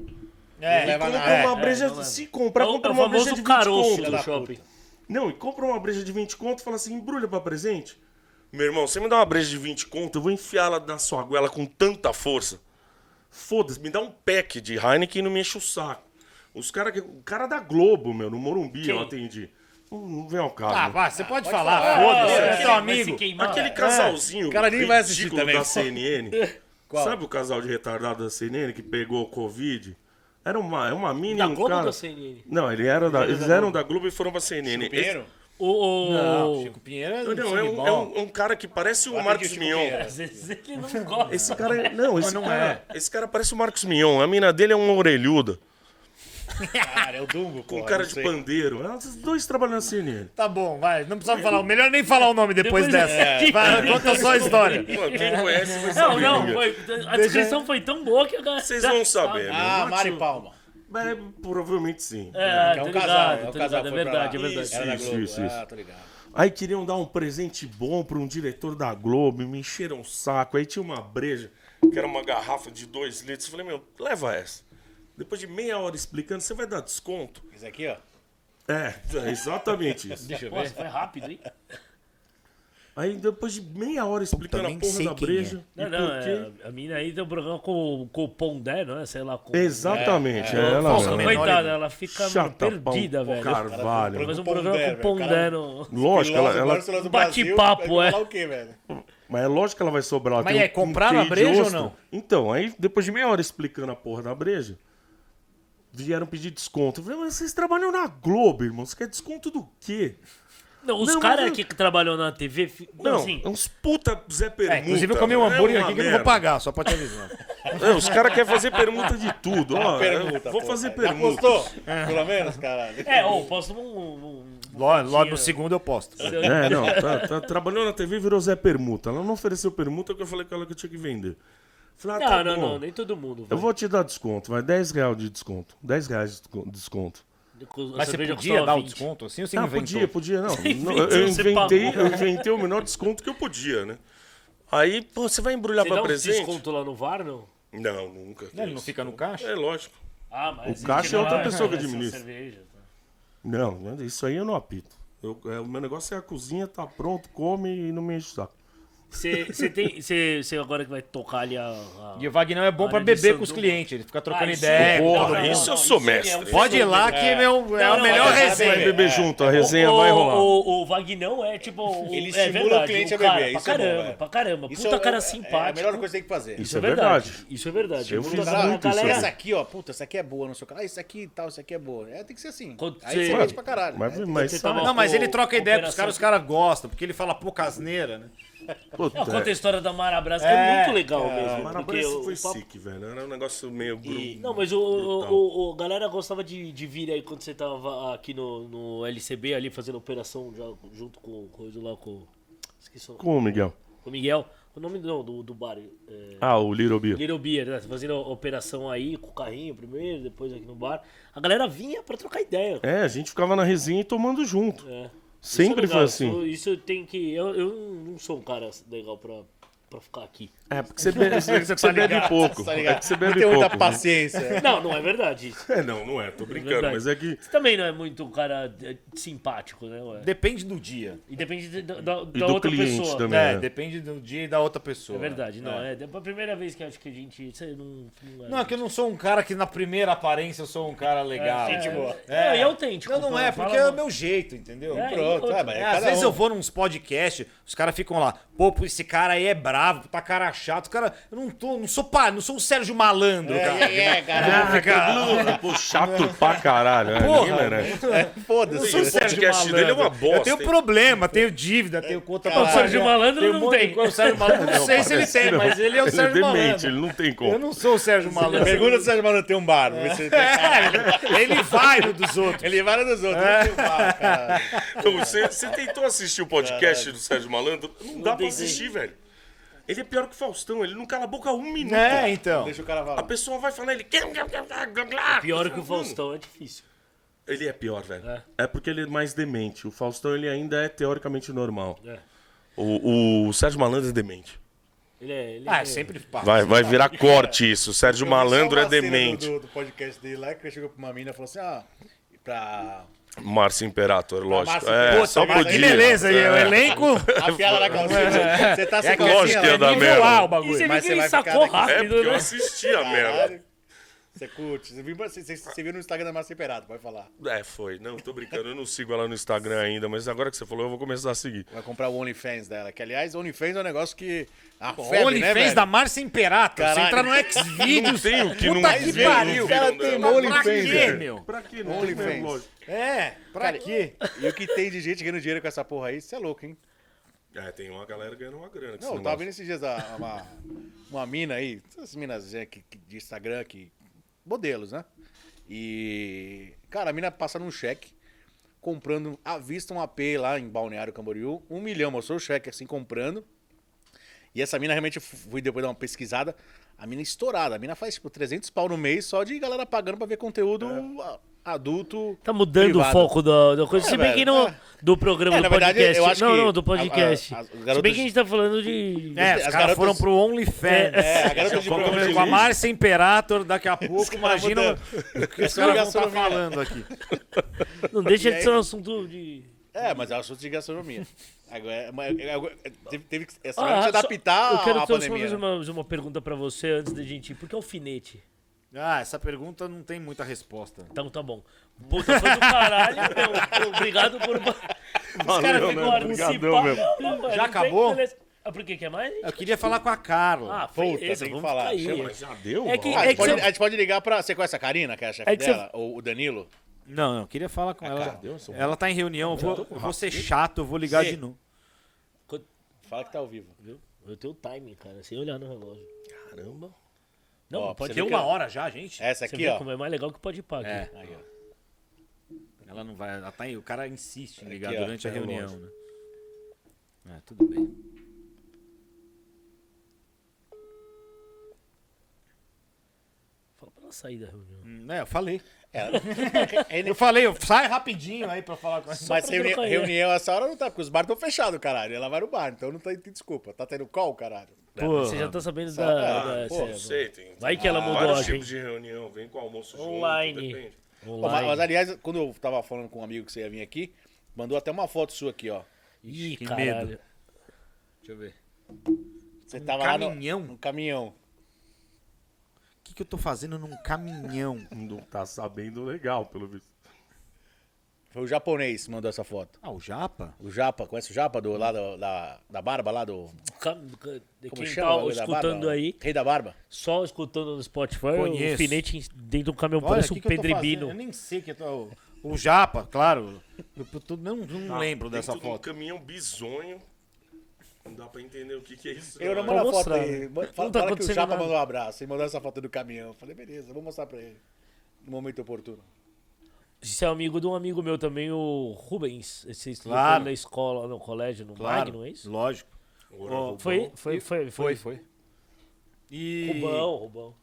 É, leva
Compra
na
uma breja. se comprar,
É o, é
compra
o
uma breja de
famoso
20
caroço
conto.
do shopping.
Não, e compra uma breja de 20 conto e fala assim: embrulha pra presente.
Meu irmão, você me dá uma breja de 20 conto, eu vou enfiá-la na sua goela com tanta força. Foda-se, me dá um pack de Heineken e não me enche o saco.
Os cara que, o cara da Globo, meu, no Morumbi eu
Quem?
atendi. Não, não vem ao caso.
Ah,
né?
vai, você pode, falar, foda-se,
É, aquele
é, seu
que vai se
amigo.
queimar.
Aquele casalzinho
o é. cara nem vai assistir
ridículo
também.
da CNN.
Qual?
Sabe o casal de retardado da CNN que pegou o Covid? Era uma, é uma mini
Da
um
Globo
cara...
ou da CNN?
Não, ele era da, eles eram da Globo e foram pra CNN. Esse-
Pinheiro?
O, o...
Não, Chico Pinheiro é,
Não, é um, é um- é um cara que parece o
Vai
Marcos
pedir o Chico
Mion.
Pinheiro.
Às vezes ele não gosta.
Esse cara, é- não, esse
não
cara,
é.
Esse cara parece o Marcos Mion. A mina dele é uma orelhuda.
Cara, é o Dumbo,
um Com
porra,
cara
não
de
sei.
pandeiro. Ah, Os dois trabalhando assim nele.
Tá bom, vai. Não precisa falar.
é
Melhor nem falar o nome depois,
Depois-
dessa.
É.
Vai, conta só a história.
Mano, quem conhece vai
Não,
saber.
não,
né?
foi, a descrição foi tão boa que agora.
Vocês vão saber. né?
Ah,
Vou te-
Mari Palma.
É, provavelmente sim.
É,
É
tô
um
ligado,
casal, é um
tô
casal.
ligado, é
foi pra
verdade, é
lá.
verdade.
Era na
Isso,
Globo.
isso, isso.
Ah, tô ligado.
Aí queriam dar um presente bom pra um diretor da Globo, me encheram o saco. Aí tinha uma breja, que era uma garrafa de dois litros. Eu falei, meu, leva essa. Depois de meia hora explicando, você vai dar desconto?
Isso aqui, ó.
É, é exatamente isso.
Deixa eu ver. Nossa, foi rápido, hein?
Aí depois de meia hora explicando
nem
a porra
sei
da
quem
breja.
Não,
e
não,
por quê.
é, a mina aí tem um programa com, com o Pondé, não é? Sei lá. Com...
Exatamente, é, ela
Nossa,
mesmo.
menor
Coitada,
ideia.
ela fica
Chata
perdida,
pau,
velho.
Carvalho.
Faz um
Pondé,
programa com o
velho,
Pondé no...
Lógico, ela, ela-
ela...
Bate-papo, é.
Falar o quê, velho?
mas é lógico que ela vai sobrar. ela
Mas
tem
é, compraram
quê
a
de
breja ou
ostra.
não?
Então, aí depois de meia hora explicando a porra da breja, vieram pedir desconto. Eu falei, mas vocês trabalham na Globo, irmão. Você quer desconto do quê?
Não, os
Não,
caras
mas-
aqui que trabalham na TV... fi-
Não,
assim,
é uns puta Zé Permuta.
É, inclusive eu comi um
velho.
hambúrguer
É uma
aqui que eu não vou
merda.
pagar, só pra te avisar.
É, os caras querem fazer permuta de tudo. Ó,
Permuta,
eu Ah, é? vou
pô,
fazer
velho. Já
permuta.
Postou? Pelo menos, caralho.
É, ou posso um... né? um-
Logo, logo no segundo né? eu posto.
É, não. Tá, tá- trabalhou na TV e virou Zé Permuta. Ela não ofereceu permuta porque eu falei com ela que eu tinha que vender. Falei, ah,
Não,
tá
não,
bom.
não, nem todo mundo.
Eu vou te dar desconto, vai. 10 reais de desconto. 10 reais de desco- desconto.
Mas você podia dar o desconto assim ou você
Ah,
inventou?
podia, podia, não. Não,
inventou,
eu,
você
inventei,
pagou.
eu inventei o menor desconto que eu podia, né? Aí, pô, você vai embrulhar
Você dá
pra
um
presente?
desconto lá no VAR, não?
Não, nunca.
Né, Ele não fica no caixa?
É lógico.
Ah, mas...
O caixa é outra
Ah,
pessoa que
essa
administra.
cerveja, tá.
Não, né, isso aí eu não apito. Eu- é, o meu negócio é a cozinha, tá pronto, come e não me enche o saco.
Você você tem... Você você agora que vai tocar ali a... a-
E o Wagner é bom pra
Olha,
beber
isso
com os
do-
clientes, ele fica trocando
Ah, isso-
ideia.
Porra,
tal.
isso eu sou mestre.
um-
Pode ir lá que é, meu, é
Não,
a
não,
melhor
vai lá,
resenha.
Vai beber junto, a resenha
o,
vai rolar.
O, o Vagnão é tipo. o-
Ele
é
estimula o
verdade,
cliente a
cara,
beber,
Pra
isso é bom,
caramba,
velho.
pra caramba.
Isso
puta
é-
cara
é-
simpático.
É a melhor coisa que tem que fazer.
Isso é verdade.
Isso é verdade.
Eu
Puta
fiz
cara,
muito isso,
galera,
né?
Essa aqui, ó, puta, essa aqui é boa no seu canal. Ah, isso aqui e tal, isso aqui é boa. É, tem que ser assim.
Quando
Aí
você-
você vende pra caralho.
Mas,
né?
mas
É, Você
tá-
tava-
Não, mas ele
Ô,
troca ideia pros
operação-
caras, os caras gostam, porque ele fala pouca asneira, né?
puta,
Não, conta a história da Mara Brás, que é
É,
muito legal mesmo.
Mas na
porque
Bressa
o-
foi Então.
o papo-
sick, velho. Era um negócio meio gru.
e- Não, mas o,
brutal.
o, o- a galera gostava de, de vir aí quando você tava aqui no, no LCB ali fazendo operação já junto com o coisa lá com. Esqueci o
Como, Miguel?
com o Miguel. O nome não, do, do bar. é,
Ah, o Little Beer.
Little Beer, né? fazendo a operação aí com o carrinho primeiro, depois aqui no bar. A galera vinha pra trocar ideia.
É, a gente ficava na resinha e tomando junto.
É. Isso
Sempre
é
foi
legal,
assim.
Isso, isso tem que. Eu, eu não sou um cara legal pra, pra ficar aqui.
É, porque você bebe, você bebe pouco.
Tá
É
ligado?
que você
Não
bebe
tem
pouco.
muita
né?
paciência.
Não, não é verdade isso.
É, não, não é. Tô brincando,
Verdade.
mas é que...
Você também não é muito um cara é, simpático, né? ué?
Depende do dia.
E depende de- da, da-
E
da
do
outra
cliente
pessoa.
também.
É,
né?
depende do dia e da outra pessoa.
É verdade, não. É. a primeira vez que eu acho que a gente. Isso aí não, não, é.
Não, é que eu não sou um cara que na primeira aparência eu sou um cara legal.
É,
Tipo,
é. Não, e autêntico,
Não, não é,
fala-
porque é o meu jeito, entendeu?
É,
Pronto,
e-
é, mas
É,
é
às
cada
vezes
um.
eu vou nos podcasts, os caras ficam lá, pô, pô, esse cara aí é bravo, tá cara chato, cara, eu não tô, não sou pá, não sou o Sérgio Malandro, cara.
É, é, cara.
Ah, cara. Pô, chato pra caralho. É,
Porra.
ninguém merece.
Eu
Foda-se.
sou o Sérgio
podcast
Malandro.
dele é uma
Eu
bosta,
tenho
hein?
problema, tenho dívida, tenho conta
O
pra
Sérgio Malandro
Tem um
não
monte de
tem.
coisa, O Sérgio Malandro, não sei se ele tem, mas ele é o
Ele é
Sérgio
demente,
Malandro.
ele não tem
Eu
como.
não sou o Sérgio Malandro.
Pergunta se o Sérgio Malandro tem um bar. vê se ele tem.
É, ele vai no dos outros.
Ele vai nos outros. não tem um bar, cara.
Então, você, você tentou assistir o podcast do Sérgio Malandro? Não, dá pra
tem
assistir, velho. Ele é pior que o Faustão, ele não cala a boca um minuto.
É, então.
Deixa o cara
A
falar.
pessoa vai falar, ele...
Pior que o Faustão é difícil.
Ele é pior, velho.
É.
É. porque ele é mais demente. O Faustão, ele ainda é teoricamente normal.
É.
O, o Sérgio Malandro é demente.
Ele é. Ele
Ah,
é-
sempre passa.
Vai, vai virar corte isso. O Sérgio Malandro é
Só uma cena
demente.
Do, do podcast dele lá, que ele chegou pra uma mina e falou assim, ah, pra...
Márcio Imperator, lógico.
Márcio
é,
Imperator,
só É,
mas aí
podia.
Que beleza, aí, o elenco.
A piada da calcinha. Você tá sem
É que
calcinha,
lógico que ia
né?
dar
Nível
merda.
A o
E
bagulho.
você viu
Mas
que
você
ele
vai ficar
sacou
daqui.
É, porque
rápido,
eu
né?
assisti a merda.
Caralho. Você curte. Você viu, você, você- você viu no Instagram da Márcia Imperato, pode falar.
É, foi. Não, tô brincando. Eu não sigo ela no Instagram ainda, mas agora que você falou, eu vou começar a seguir.
Vai comprar o OnlyFans dela. Que, aliás, o OnlyFans é um negócio que... A febre, né,
OnlyFans
velho?
da Márcia Imperato. Você
Caralho.
entra no Xvideos.
tem o que
Puta
não
que
viram, não
pariu.
viram
Ela tem
dela.
Pra
mole- OnlyFans,
quê,
velho.
meu?
Pra que não?
OnlyFans.
Tem lógico.
É, pra
Cara,
quê?
E o que tem de gente ganhando dinheiro com essa porra aí, você é louco, hein?
É, tem uma galera ganhando uma grana. com
Não, eu
esse
tava
negócio.
vendo esses dias a- uma, uma mina aí, essas minas é, que- que de Instagram que. Modelos, né? E, cara, a mina passando um cheque, comprando à vista um AP lá em Balneário Camboriú. Um milhão, mostrou o cheque assim, comprando. E essa mina realmente, eu fui depois dar uma pesquisada, a mina é estourada. A mina faz, tipo, 300 pau no mês só de galera pagando pra ver conteúdo
É.
a- adulto.
Tá mudando
privado.
o foco da, da coisa.
É,
Se bem
velho,
que não.
é.
Do programa
É,
do
na verdade,
podcast.
eu acho
não,
que
não, do podcast.
a- a- as
Se bem
garotas-
que a gente tá falando de.
É,
As
os
garotas-
caras foram pro OnlyFans.
É, a garota de
Vamos
programa de
Com a
luz.
Márcia Imperator daqui a pouco,
caras
imagina o que os caras vão estar
gastronomia.
falando aqui.
Não deixa de ser um assunto de.
É, mas é um assunto de gastronomia. Agora, é, mas- agora, teve, teve que essa
Ah,
ah, se
só-
adaptar
Eu quero
à
só só fazer
pandemia. né?
uma, uma pergunta pra você antes da gente ir. Por que alfinete?
Ah, essa pergunta não tem muita resposta.
Então tá bom. Puta, foi do caralho, meu. Obrigado por. Os caras ficam
Obrigadão, meu. É,
participando.
Já acabou?
Ah, por que quer mais?
Eu queria falar com a Carla.
Ah, foi
Puta,
esse,
tem que
vamos
falar,
ficar
chama.
aí.
Já deu?
É que-
Ó,
Ah, a, gente
que
pode,
você-
a gente pode ligar pra. Você conhece a Karina, que é a chefe
É que você-
dela? Ou o Danilo?
Não, não, eu queria falar com ela.
Deus, sou-
Ela tá em reunião, eu vou, eu vou ser chato, eu vou ligar
Sim.
de novo.
Fala que tá ao vivo.
Eu tenho timing, cara, sem olhar no relógio.
Caramba.
Não,
Ó,
pode
você
ser
vê
uma
que- é-
hora.
Bora já, gente.
Essa
Você
aqui,
vê
ó.
como é mais legal que pode pagar.
Tá É.
Aí, ó.
Ela não vai. Ela tá em, o cara insiste em ligar
Aqui, ó,
durante a
é
reunião,
longe.
né? É, tudo bem.
Fala pra ela sair da reunião.
Hum, É, eu falei.
É, é-
Eu falei, eu sai rapidinho aí pra falar com ela.
Mas
pra
reuni
trocar ideia.
reunião essa hora não tá, porque os bares estão fechados, caralho. Ela vai no bar, então não tem, tem desculpa. Tá tendo call, caralho.
Porra.
Você já tá sabendo
Ah,
da. da-
pô,
essa-
Não sei, tem
Vai que ela mudou
vários
a
tipos
gente.
de reunião. Vem com almoço junto,
Online.
depende.
Pô, mas, mas, aliás, quando eu tava falando com um amigo que você ia vir aqui, mandou até uma foto sua aqui, ó.
Ih,
que
caralho.
medo. Deixa eu ver.
Você
Um
tava lá no-
caminhão?
num caminhão.
O que, que eu tô fazendo num caminhão?
Não tá sabendo legal, pelo visto.
Foi o japonês que mandou essa foto.
Ah, o Japa?
O Japa, conhece o Japa do, lá do- da, da Barba, lá do.
Ca- ca-
Como
Quem
chama?
tá
o bagulho da
escutando
barba?
aí,
Rei da Barba.
só escutando no Spotify, o
Conheço.
alfinete em- dentro do caminhão parece
o
um
que que eu tô fazendo? Eu
pedrebino.
nem sei que eu tô. Tá, O Japa, claro. Eu, eu tô- não, não lembro
Tem
dessa
tudo um
foto.
caminhão bizonho. Não dá pra entender o que, que é isso.
Eu não
né?
mando a foto
mostrar,
aí.
né?
Fala,
Não
fala
tá
que o
acontecendo
Japa
nada.
mandou um abraço. Ele mandou essa foto do caminhão. Eu Falei, beleza, vou mostrar pra ele. No momento oportuno.
Isso é amigo de um amigo meu também, o Rubens. Esse estudou
Claro.
na escola, no colégio, no
Claro,
Magno, é isso?
lógico. Ó,
Foi, foi, foi, foi.
foi. E,
Rubão, Rubão.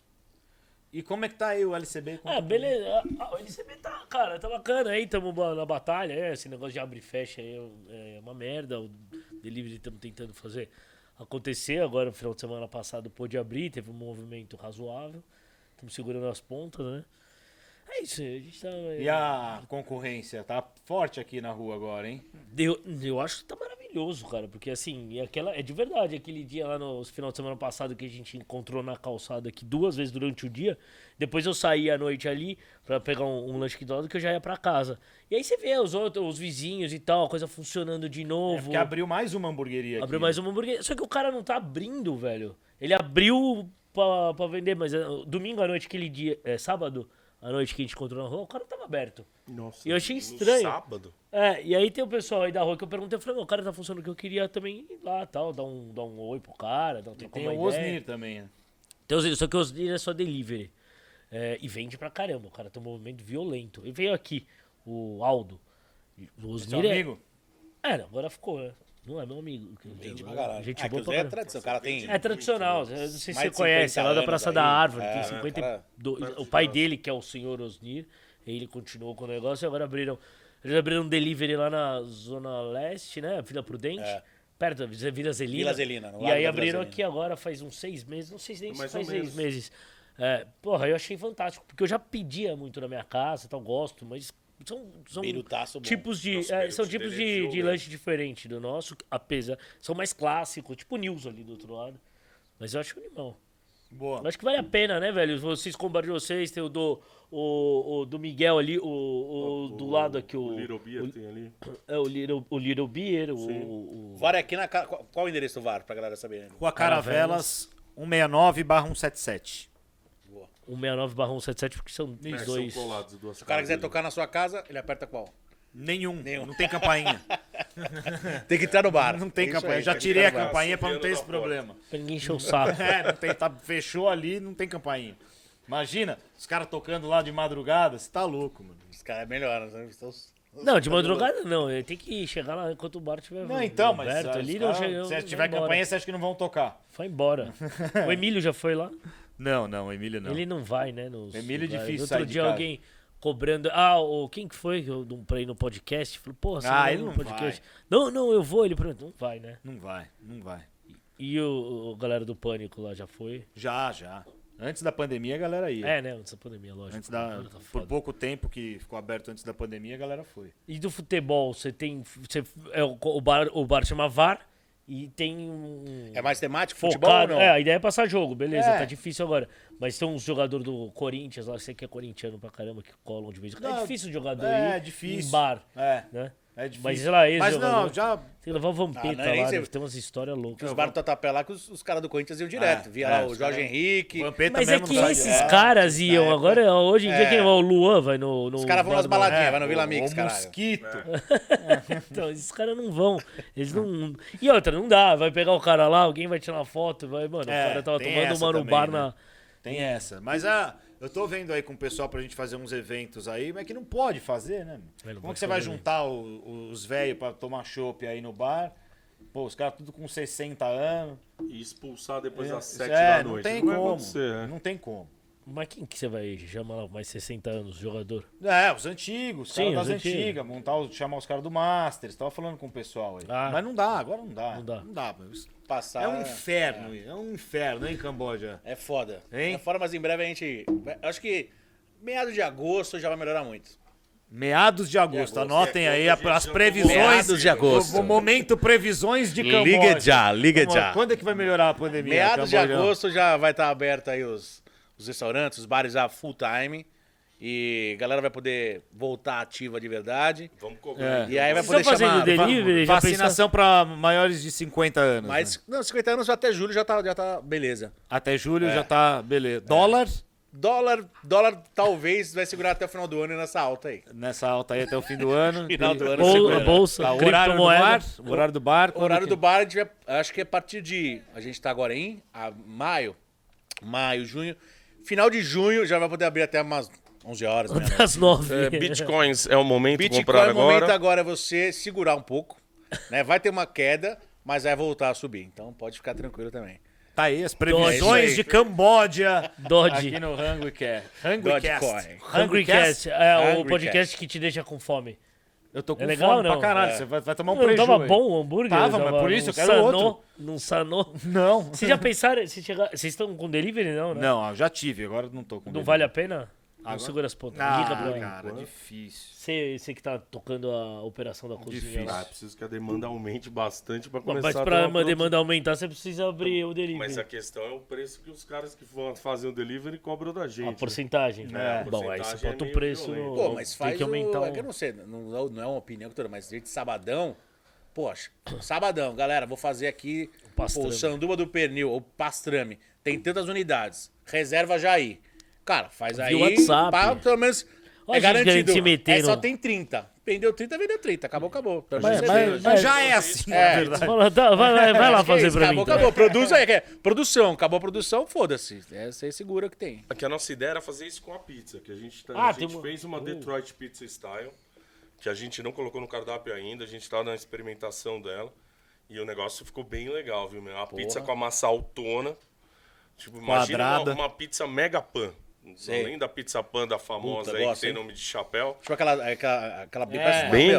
e como é que tá aí o LCB? Como
Ah,
tá?
beleza. Ah, ah, O LCB tá, cara, tá bacana aí, tamo ba- na batalha, é, esse negócio de abre e fecha aí é um- é uma merda, o delivery estamos tentando fazer acontecer, agora no final de semana passado pôde abrir, teve um movimento razoável, estamos segurando as pontas, né? É isso, a gente tá...
E a concorrência tá forte aqui na rua agora, hein?
Eu, eu acho que tá maravilhoso, cara, porque assim, é aquela, é de verdade, aquele dia lá no final de semana passado que a gente encontrou na calçada aqui duas vezes durante o dia, depois eu saí à noite ali pra pegar um, um lanche que dólar que eu já ia pra casa. E aí você vê os outros, os vizinhos e tal, a coisa funcionando de
É
novo.
porque abriu mais uma hamburgueria
abriu
aqui. né?
mais uma hamburgueria. Só que o cara não tá abrindo, velho. Ele abriu pra, pra vender, mas eh, domingo à noite, aquele dia, é, sábado à noite que a gente encontrou na rua, o cara tava aberto.
Nossa.
E eu achei
no
estranho.
Sábado.
É, e aí tem o pessoal aí da rua que eu perguntei, eu falei, meu, o cara tá funcionando que eu queria também ir lá tal, dar um, dar um oi pro cara, dar um trocar
Tem
uma
o
ideia.
Osnir também, né?
Tem o Osnir, só que o Osnir é só delivery. É, e vende pra caramba, o cara tem um movimento violento. E veio aqui o Aldo. E O
Seu
Osnir é...
um amigo?
É, não, agora ficou, né? Não é meu amigo. Vende
Pra caralho.
Gente
Ah, que
boa
o
pra
Zé é
caramba.
tradição. O cara tem.
É tradicional, eu não sei se
Mais
você
de
conhece, é
50
lá da
anos
Praça
aí.
da Árvore,
É,
tem
né,
52. O pai dele, que é o senhor Osnir, ele continuou com o negócio e agora abriram. Eles abriram um delivery lá na Zona Leste, né? Vila Prudente. Perto da Vila Vila Zelina.
É. Vila Zelina, no
E
lado
aí
da Vila
abriram
Zelina.
aqui agora faz uns seis meses, não sei se nem se
Mais
faz
ou
seis
menos.
meses. É, porra, eu achei fantástico, porque eu já pedia muito na minha casa, tal, gosto, mas são, são
Birutaço bom.
tipos de.
Nossa,
é,
peru
são
de
tipos de,
telefilme,
de
né?
lanche diferente do nosso, apesar. São mais clássicos, tipo News ali do outro lado. Mas eu acho animal.
Boa.
Eu acho que vale a pena, né, velho? Vocês com o bar de vocês, tem o do, o, o do Miguel ali, o, o
Ah,
do lado aqui, o.
O Little Beer
o-
tem ali.
é, o Little, o Little Beer, o, o- o-
VAR é aqui na. ca- Qual, qual o endereço do VAR pra galera saber? né?
Rua Caravelas, 169 177.
o 69/177, porque são
É,
os
são
dois.
colados duas
Se o cara quiser tocar na sua casa, ele aperta qual?
Nenhum. Não tem campainha.
Tem que entrar no bar.
Não tem
É isso
campainha.
aí,
Eu já
tem que
tirei a
entrar no bar.
campainha pra não
Subindo
ter esse
da porta.
problema.
Pra ninguém encher o saco.
É, não tem, tá, fechou ali, não tem campainha.
Imagina, os caras tocando lá de madrugada, você tá louco, mano.
Os caras melhoram,
né?
sabe? Estão...
Não, de madrugada não. Ele tem que chegar lá enquanto o bar estiver
Não, então, mas
aberto
ah,
ali,
os
não
caras-
chega-
se
vai
tiver
embora.
campanha, você acha que não vão tocar.
Foi embora. O Emílio já foi lá?
Não, não, o Emílio não.
Ele não vai, né? Nos
Emílio é
lugares.
difícil
Outro
sair de
dia
casa.
alguém cobrando. Ah, o, quem que foi que eu- pra ir no podcast? Falei, porra, você
Ah,
vai
ele
no
não
podcast? Não, não, eu vou. Ele perguntou, não vai, né?
Não vai, não vai.
E o, o galera do Pânico lá já foi?
Já, já. Antes da pandemia, a galera ia.
É, né? Antes da pandemia, lógico.
Antes da,
Tá
por
foda.
pouco tempo que ficou aberto antes da pandemia, a galera foi.
E do futebol, você tem. Você, é, o, o, bar, o bar chama VAR e tem um.
É mais temático? Futebol ou
Focado.
não?
É, a ideia é passar jogo, beleza,
É.
tá difícil agora. Mas tem uns jogador do Corinthians lá, você que é corintiano pra caramba, que colam de vez. em quando. É
Não,
difícil o jogador
é,
ir
é difícil.
em bar,
É,
né?
é difícil.
Mas sei lá, esse
Mas
jogador-
não, já.
Tem que levar o
Ah,
Vampeta
não é nem
lá,
você-
deve ter umas histórias loucas.
Os bares do Tatuapé lá que os, os caras do Corinthians iam
É,
direto. Via lá o Jorge Henrique.
Vampeta
Mas é
Tá mesmo
que
não vai
esses
direto.
caras iam, agora, hoje em dia,
É.
quem vai? O Luan vai no... no
Os caras vão nas
bar do-
baladinhas, vai no Vila
Ô,
Mix, caralho.
é, mosquito.
É. Então, esses caras não vão. Eles não. E outra, não dá. Vai pegar o cara lá, alguém vai tirar uma foto. Vai, mano,
É,
o cara tava
tem
tomando
essa
uma no
também,
bar
né?
na.
Tem essa. Mas ah, eu tô vendo aí com o pessoal pra gente fazer uns eventos aí, mas é que não pode fazer, né? meu?
É, não
Como
pode
que você vai
fazer, né?
juntar o- os velhos pra tomar chopp aí no bar? Pô, os caras tudo com 60 anos.
E expulsar depois das
É,
7 Tá da
não
noite.
tem
vai
como.
acontecer, né?
Não tem como.
Mas quem que você vai chamar lá mais 60 anos, jogador?
É, os antigos, os
Sim,
caras das
os antigos.
antigas, montar, os- chamar os caras do Masters, tava falando com o pessoal aí.
Ah.
Mas não dá, agora não dá.
Não dá.
Não dá, meu. Isso-
Passar.
É um inferno, é um inferno, hein, Camboja?
É foda.
Hein?
É foda, mas em breve a gente. vai- Acho que meados de agosto já vai melhorar muito.
Meados de agosto,
agosto,
anotem
é,
aí
hoje
a-
a gente
as
já
previsões.
Meados de agosto.
O, o momento previsões de Camboja.
Liga já, liga
Vamos lá,
já.
Quando é que vai melhorar a pandemia?
Meados de
Camboja?
agosto já vai estar aberto aí os, os restaurantes, os bares a full time. E a galera vai poder voltar ativa de verdade.
Vamos
É.
cobrar.
E aí vai
Vocês
poder
tá
estão fazendo
chamar.
delivery? Já pensaram?
Vacinação pra maiores de 50 anos. né?
Mas, não, 50 anos até julho já tá, já tá beleza.
Até julho
é.
já tá, beleza. Dólar
Dólar, dólar talvez vai segurar até o final do ano nessa alta aí.
nessa alta aí até o fim do ano.
Final do ano
Bol-
segura.
bolsa,
Tá, o horário do bar,
criptomoeda.
o horário do bar.
O
quando
horário
que-
do bar, a gente vai- acho que é a partir de. A gente tá agora em a- maio. Maio, junho. Final de junho já vai poder abrir até umas 11 horas. Né?
Às 9.
É, bitcoins é o momento de
Bitcoin,
comprar
o momento
agora.
agora. é você segurar um pouco. né? Vai ter uma queda, mas vai voltar a subir. Então pode ficar tranquilo também.
Tá aí as
Doge. É
previsões
isso
de Camboja.
Dodge.
Aqui no HungryCast.
Dogecoin.
HungryCast.
Hungrycast. É o
Hungrycast.
podcast que te deixa com fome.
Eu tô com
É legal
fome
ou
pra
não?
caralho.
É.
Você vai, vai tomar um
não
prejuízo.
tava bom o hambúrguer?
Tava, mas por isso
não
eu quero
sanou,
outro.
Não sanou.
Não.
Vocês já pensaram? Vocês chegaram- vocês estão com delivery, não, né?
Não, eu já tive. Agora não tô com
Não
dúvida.
vale a pena? Não
Agora-
segura as pontas.
Ah,
Liga pra mim.
cara, difícil.
Você, você que tá tocando a operação da cozinha.
Difícil.
lá.
Ah, preciso que a demanda aumente bastante para começar
Mas
a ter
pra
uma produ-
demanda aumentar, você precisa abrir o delivery.
Mas a questão é o preço que os caras que vão fazer o delivery cobram da gente.
A
né?
porcentagem.
É, a
Bom, aí você
porcentagem é
bota o
meio
preço.
violento.
no-
Pô, mas faz
Tem que aumentar.
o...
o-
É que eu não sei, não, não é uma opinião que toda, mas dia de sabadão... Poxa, sabadão, galera, vou fazer aqui pô, o
pastrame.
sanduba do pernil, ou pastrame. Tem tantas unidades. Reserva já aí. Cara, faz aí.
WhatsApp.
pá, pelo menos...
Ó,
é
gente querendo
garantido.
se meter
é, só
no-
tem 30. Vendeu 30, vendeu 30. Acabou, acabou. Então,
Mas-
você
mas-
vê.
mas-
Já é assim,
É,
na verdade.
Fala, tá, vai, vai, vai lá
Acho que é
fazer
isso,
pra mim.
acabou,
então.
Acabou, Produz aí. que é Produção, acabou a produção, foda-se. É, você segura o que tem.
É que a nossa ideia era fazer isso com a pizza, que a gente, tá-
Ah,
a
tem
gente
uma-
fez uma Detroit Pizza Style, que a gente não colocou no cardápio ainda, a gente tá na experimentação dela. E o negócio ficou bem legal, viu, meu? Uma pizza com a massa altona. Tipo, imagina
Quadrada.
uma, uma pizza mega pan. Além da pizza panda famosa
Puta,
aí, que
gosto,
tem
hein?
nome de chapéu.
Tipo aquela... aquela,
É.
aquela
Bem
papel,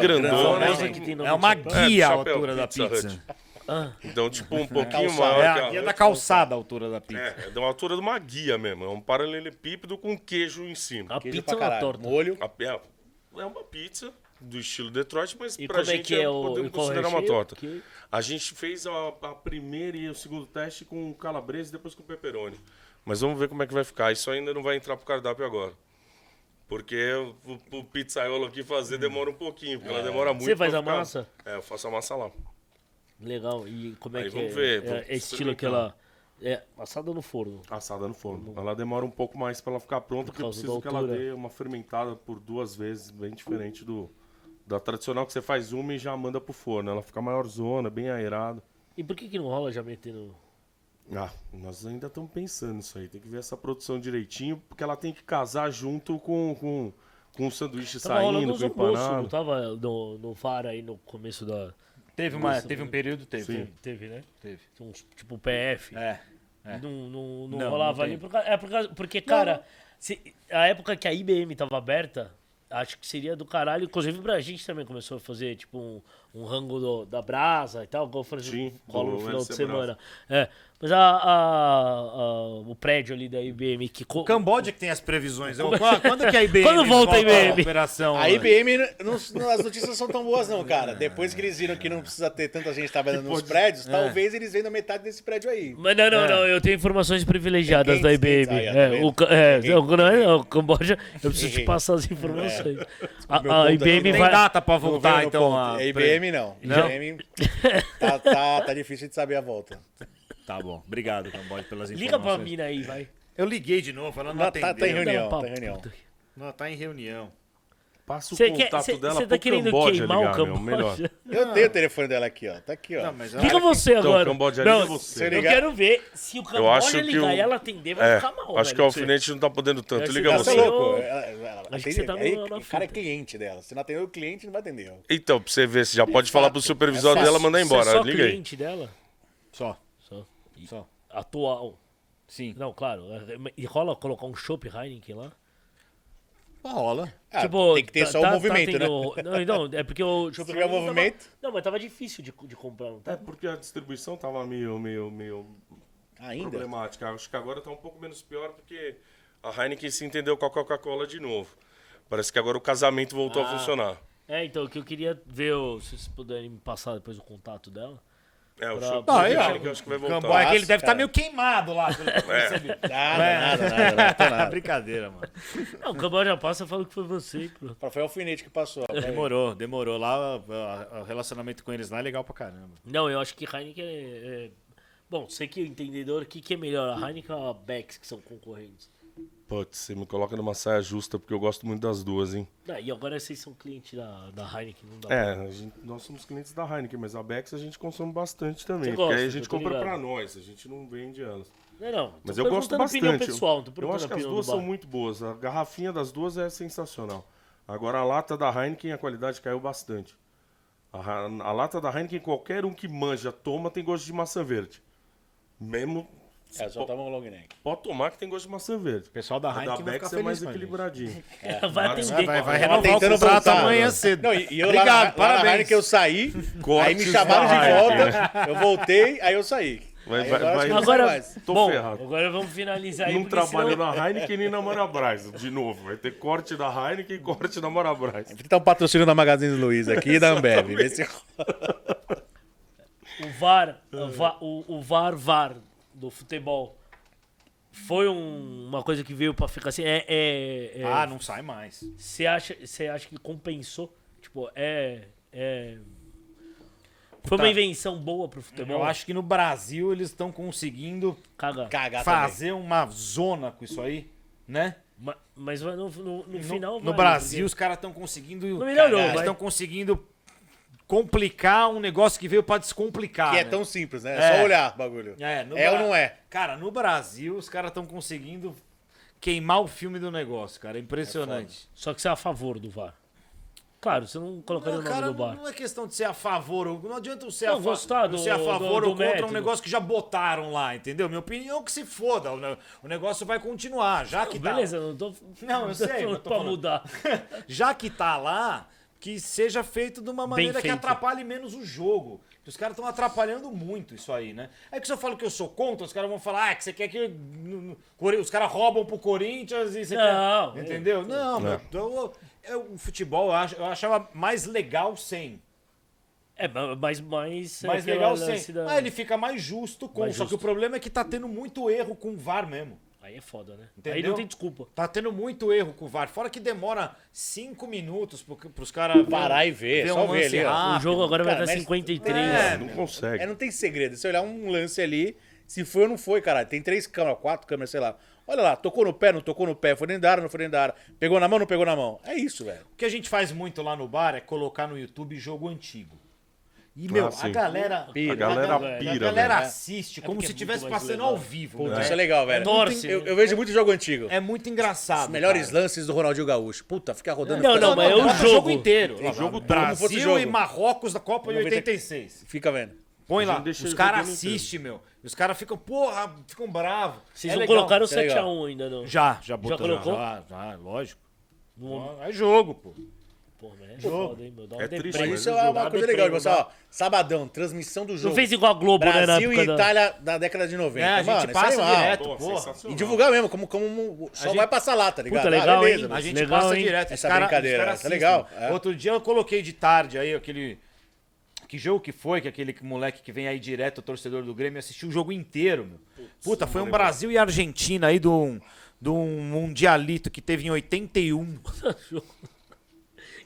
grandona,
grandão,
né?
Famosa que tem nome
É uma
de-
guia a
chapéu,
altura da
Pizza
pizza.
Hut.
Ah,
Então, tipo, um pouquinho
Calçada.
maior
É
que
a
a
guia
Hut.
da calçada a altura da pizza.
É, é da altura de uma guia mesmo. É um paralelepípedo com queijo em cima.
A
Queijo
pizza é
pra
uma
caralho.
torta.
Molho.
A- É é uma pizza do estilo Detroit, mas
E
pra
como é
gente
que é o- e
podemos
qual é o
considerar uma
recheio?
torta.
Que-
A gente fez a, a primeira e o segundo teste com calabresa e depois com pepperoni. Mas vamos ver como é que vai ficar. Isso ainda não vai entrar pro cardápio agora. Porque o, o pizzaiolo aqui fazer demora um pouquinho, porque ela demora muito.
Hum. É. Você faz
pra
a
ficar-
massa?
É, eu faço a massa lá.
Legal. E como é
Aí
que
vamos
é?
ver,
É,
vamos
é estilo que ela. É assada no forno.
Assada no forno. Ela demora um pouco mais pra ela ficar pronta, porque eu
Tá causa da
preciso que ela
altura.
dê uma fermentada por duas vezes, bem diferente do da tradicional que você faz uma e já manda pro forno. Ela fica maior zona, bem aerada.
E por que, que não rola já metendo.
Ah, nós ainda estamos pensando nisso aí. Tem que ver essa produção direitinho, porque ela tem que casar junto com, com, com o sanduíche
Tava rolando
saindo,
uns
com
almoços, Tá não
empanado.
tava no, no VAR aí no começo da.
Teve, uma, teve um período, teve.
Sim.
Teve, né?
Teve.
Uns, tipo PF.
É.
Não, não, não,
não
rolava
tem.
ali. Por causa, é por causa, porque, cara, se- a época que a IBM tava aberta, acho que seria do caralho. Inclusive pra gente também começou a fazer, tipo, um, um rango do- da brasa e tal. Como eu falei,
Sim,
rola no
do
final de
LC
semana. É. Mas a, a- a- o prédio ali da IBM que. co-
Camboja que tem as previsões. Ô, Quando, quando que a IBM
Quando volta a IBM?
à operação?
A IBM, não- não- as notícias não são tão boas não, cara. Depois que eles viram que não precisa ter tanta gente trabalhando nos prédios, talvez eles vendam metade desse prédio aí.
Mas não,
é.
não, não, eu tenho informações privilegiadas
Tem
da
quentes,
IBM.
quentes, aí, ó, tá
é,
vendo?
o, ca- é,
Tem
não, não é, não, o Camboja, eu preciso te
Errei.
passar as informações.
É. meu
A, a
ponto
IBM
aqui
Tem
vai.
data pra
Governo
voltar, então.
contra.
a-
É IBM não.
Não?
IBM tá, tá, tá difícil de saber a volta.
Tá bom. Obrigado, Camboja, pelas informações.
Liga pra mina aí, vai.
Eu liguei de novo, ela não,
Não, tá-
atendeu.
tá em reunião.
Dá um uma
tá em
puta.
reunião.
Não, tá em reunião.
Passa o
Cê quer-
contato
cê-
dela
cê
pro
tá querendo
Camboja
queimar
ligar,
o
meu,
Camboja?
melhor.
Eu tenho o telefone dela aqui, ó. Tá aqui, ó.
Não, mas ela-
Liga você
Então,
agora.
Camboja,
não,
liga você.
Eu
Liga.
quero ver se o Camboja
acho que
ligar
o-
e ela atender, vai
É,
ficar mal.
acho que o
velho.
alfinete não tá podendo tanto.
Deve
Liga
ser
Ela
você.
tá
Você-
louco. Ela, ela
Acho que
atende-
você tá no-
aí,
na
o
fita.
cara é cliente dela. Se não atender o cliente, não vai atender. ó.
Então, pra você ver, você já pode falar pro supervisor
Você é-
dela mandar
Você é
embora.
só
Liga aí.
cliente dela?
Só.
Só. E-
Só.
Atual.
Sim.
Não, claro. E rola colocar um Chopp Heineken lá?
Rola.
Ah, tem que ter
tá-
só
tá- tá
o movimento, né?
tendo- Não, não, é porque o Chopp
Se tiver
Heineken tava-
movimento-
Não, mas tava difícil de, de comprar, não tá?
É porque a distribuição tava meio, meio, meio
Ainda?
problemática. Acho que agora tá um pouco menos pior porque a Heineken se entendeu com a Coca-Cola de novo. Parece que agora o casamento voltou
Ah.
a funcionar.
É, então, que eu queria ver o- se vocês puderem me passar depois o contato dela.
É, o
Pra-
show
Ah,
que
é,
eu acho
ó,
que eu acho que vai
Camboja,
voltar. É.
que
tá
ele deve estar
cara.
meio queimado lá. pelo que eu percebi.
Nada, nada, nada, nada, tá nada.
Brincadeira, mano.
Não, o Cambal já passa e fala que foi você. pô.
Pra- Foi o alfinete que passou. ó.
Demorou, demorou. Lá ó, ó, o relacionamento com eles lá é legal pra caramba.
Não, eu acho que Heineken é... é- Bom, sei que o entendedor, o que, que é melhor, a Heineken ou a Bex, que são concorrentes?
Putz, você me coloca numa saia justa porque eu gosto muito das duas, hein?
Ah, e agora vocês são clientes da, da Heineken, não dá pra-
É, a gente- nós somos clientes da Heineken, mas a Bex a gente consome bastante
Você
também. porque
gosta,
aí a
eu
gente
tô
compra
ligado.
pra nós, a gente não vende elas.
Não, não. tô
É, Mas eu gosto
perguntando a
bastante.
opinião pessoal, não tô
eu
perguntando
acho que
a
as
opinião
duas
do bar.
são muito boas. A garrafinha das duas é sensacional. Agora a lata da Heineken, a qualidade caiu bastante. A, ra- a lata da Heineken, qualquer um que manja, toma, tem gosto de maçã verde. Mesmo.
É, só toma um long neck.
Pode tomar que tem gosto de maçã verde.
O pessoal da
A da
Heineken vai ficar
Bex é
feliz
mais
com a gente.
equilibradinho.
É, Vai atender.
Vai, vai
Tava
renovar o contrato
voltar.
amanhã cedo.
Não, e, e eu lá, na-
Obrigado,
lá na
parabéns.
que eu saí, aí me
Cortes
chamaram
da
de
Heineken.
volta, eu voltei, aí eu saí.
Vai-
Aí
vai-
agora
vai-
acho que não sai
Agora,
mais.
Tô
bom,
ferrado.
agora vamos finalizar aí.
Não
porque senão-
trabalha na Heineken nem na Marabras, de novo. Vai ter corte da Heineken e corte da Marabras.
Tá um patrocínio da Magazine Luiza aqui e da Ambev. Vê se
O VAR,
É.
o va- o, o VAR, VAR do futebol foi um- uma coisa que veio pra ficar assim. É, é, é-
Ah, não sai mais.
Você acha, você acha que compensou? Tipo, é. é- Foi uma
Tá.
invenção boa pro futebol?
Eu acho que no Brasil eles estão conseguindo
Caga.
cagar também.
fazer uma zona com isso aí, né?
Ma- Mas vai no, no, no
No,
final.
no
vai,
Brasil os caras estão conseguindo.
Não melhorou,
eles
vai.
estão conseguindo complicar um negócio que veio pra descomplicar.
Que é
né?
tão simples, né? É
É.
só olhar o bagulho.
É, no
ou
Bra-
não é?
Cara, no Brasil os caras estão conseguindo queimar o filme do negócio, cara. É impressionante.
porque- Só que você é a favor do VAR. Claro, você não colocaria
Não,
o nome
cara,
do VAR.
não é questão de ser a favor ou não adianta eu ser,
Não,
a,
gostar
fa...
do-
eu ser a
do-
favor
do
ou contra
método.
um negócio que já botaram lá, entendeu? Minha opinião é que se foda, o ne- o negócio vai continuar, já que tá,
Beleza, eu não tô.
Não, eu
tô
sei, mas
falando
tô
pra
falando.
mudar.
já que tá lá, que seja feito de uma maneira que
feito.
atrapalhe menos o jogo. Que Os caras estão atrapalhando muito isso aí, né? É que se eu falo que eu sou contra, os caras vão falar, ah, que você quer que hum, Cori- os caras roubam pro Corinthians e você
Não, é.
quer... Entendeu? Não, meu, então, eu, eu- o futebol eu, ach- eu achava mais legal sem.
É, ma- mas. Mas,
mais
aquela
legal sem.
lance da-
Ah, ele fica mais justo com.
Mais
só
justo.
que o problema é que tá tendo muito erro com o VAR mesmo.
Aí é foda, né? Aí
Entendeu?
não tem desculpa.
Tá tendo muito erro com o VAR. Fora que demora cinco minutos pro, pros caras.
Parar e ver,
ver
só
um
ver ali,
lance
ó.
rápido.
o jogo agora
cara,
vai dar
mas-
53.
É,
Não consegue.
É, não tem segredo. Se olhar um lance ali, se foi ou não foi, cara. Tem três câmeras, quatro câmeras, sei lá. Olha lá, tocou no pé, não tocou no pé, foi dentro da área, não foi dentro da área. Pegou na mão, não pegou na mão. É isso, velho.
O que a gente faz muito lá no bar é colocar no YouTube jogo antigo. E, meu,
Ah,
a
sim.
galera.
A galera
a
pira,
galera
velho.
assiste como
porque
se
é
estivesse
muito mais
passando
legal.
ao vivo.
Puta,
né?
isso é legal, velho.
Torce,
Eu,
né?
eu vejo muito jogo antigo.
É muito engraçado.
Os melhores
cara.
lances do Ronaldinho Gaúcho. Puta, ficar rodando.
Não,
fica-
não, mas é o
bota
jogo.
inteiro.
O jogo
Como
traz.
fosse
Brasil
jogo.
e Marrocos da Copa de
90.
86.
Fica vendo.
Põe lá.
deixa
Os
ele
caras
jogando inteiro.
assistem, meu. E os caras ficam, porra, ficam bravos.
Vocês
É
não
legal.
colocaram o
isso é legal.
7x1 ainda, não.
Já, já botou.
colocou?
Já, já, lógico.
No-
É jogo, pô.
Pô, mas é foda, hein, meu. Dá uma
É triste,
deprê.
Mas
mas
isso
o
é
jogo-
uma
dá
coisa legal.
deprê,
de você,
né?
ó, sabadão, transmissão do jogo.
Não fez igual a Globo, né, na
Brasil
época
e
da-
Itália da década de
É,
90.
a
Mano,
gente
isso é
passa
animal.
direto,
Pô,
porra.
sensacional.
E divulgar mesmo, como, como só vai passar lá, tá ligado?
Puta, legal, hein?
A gente
Legal,
passa
hein?
direto.
Essa
os cara-
brincadeira,
os cara
essa é
assistem.
legal, é.
Outro dia eu coloquei de tarde aí aquele. Que jogo que foi? Que aquele moleque que vem aí direto, o torcedor do Grêmio, assistiu o jogo inteiro, meu. Puta, foi um Brasil e Argentina aí de um, de um mundialito que teve em 81.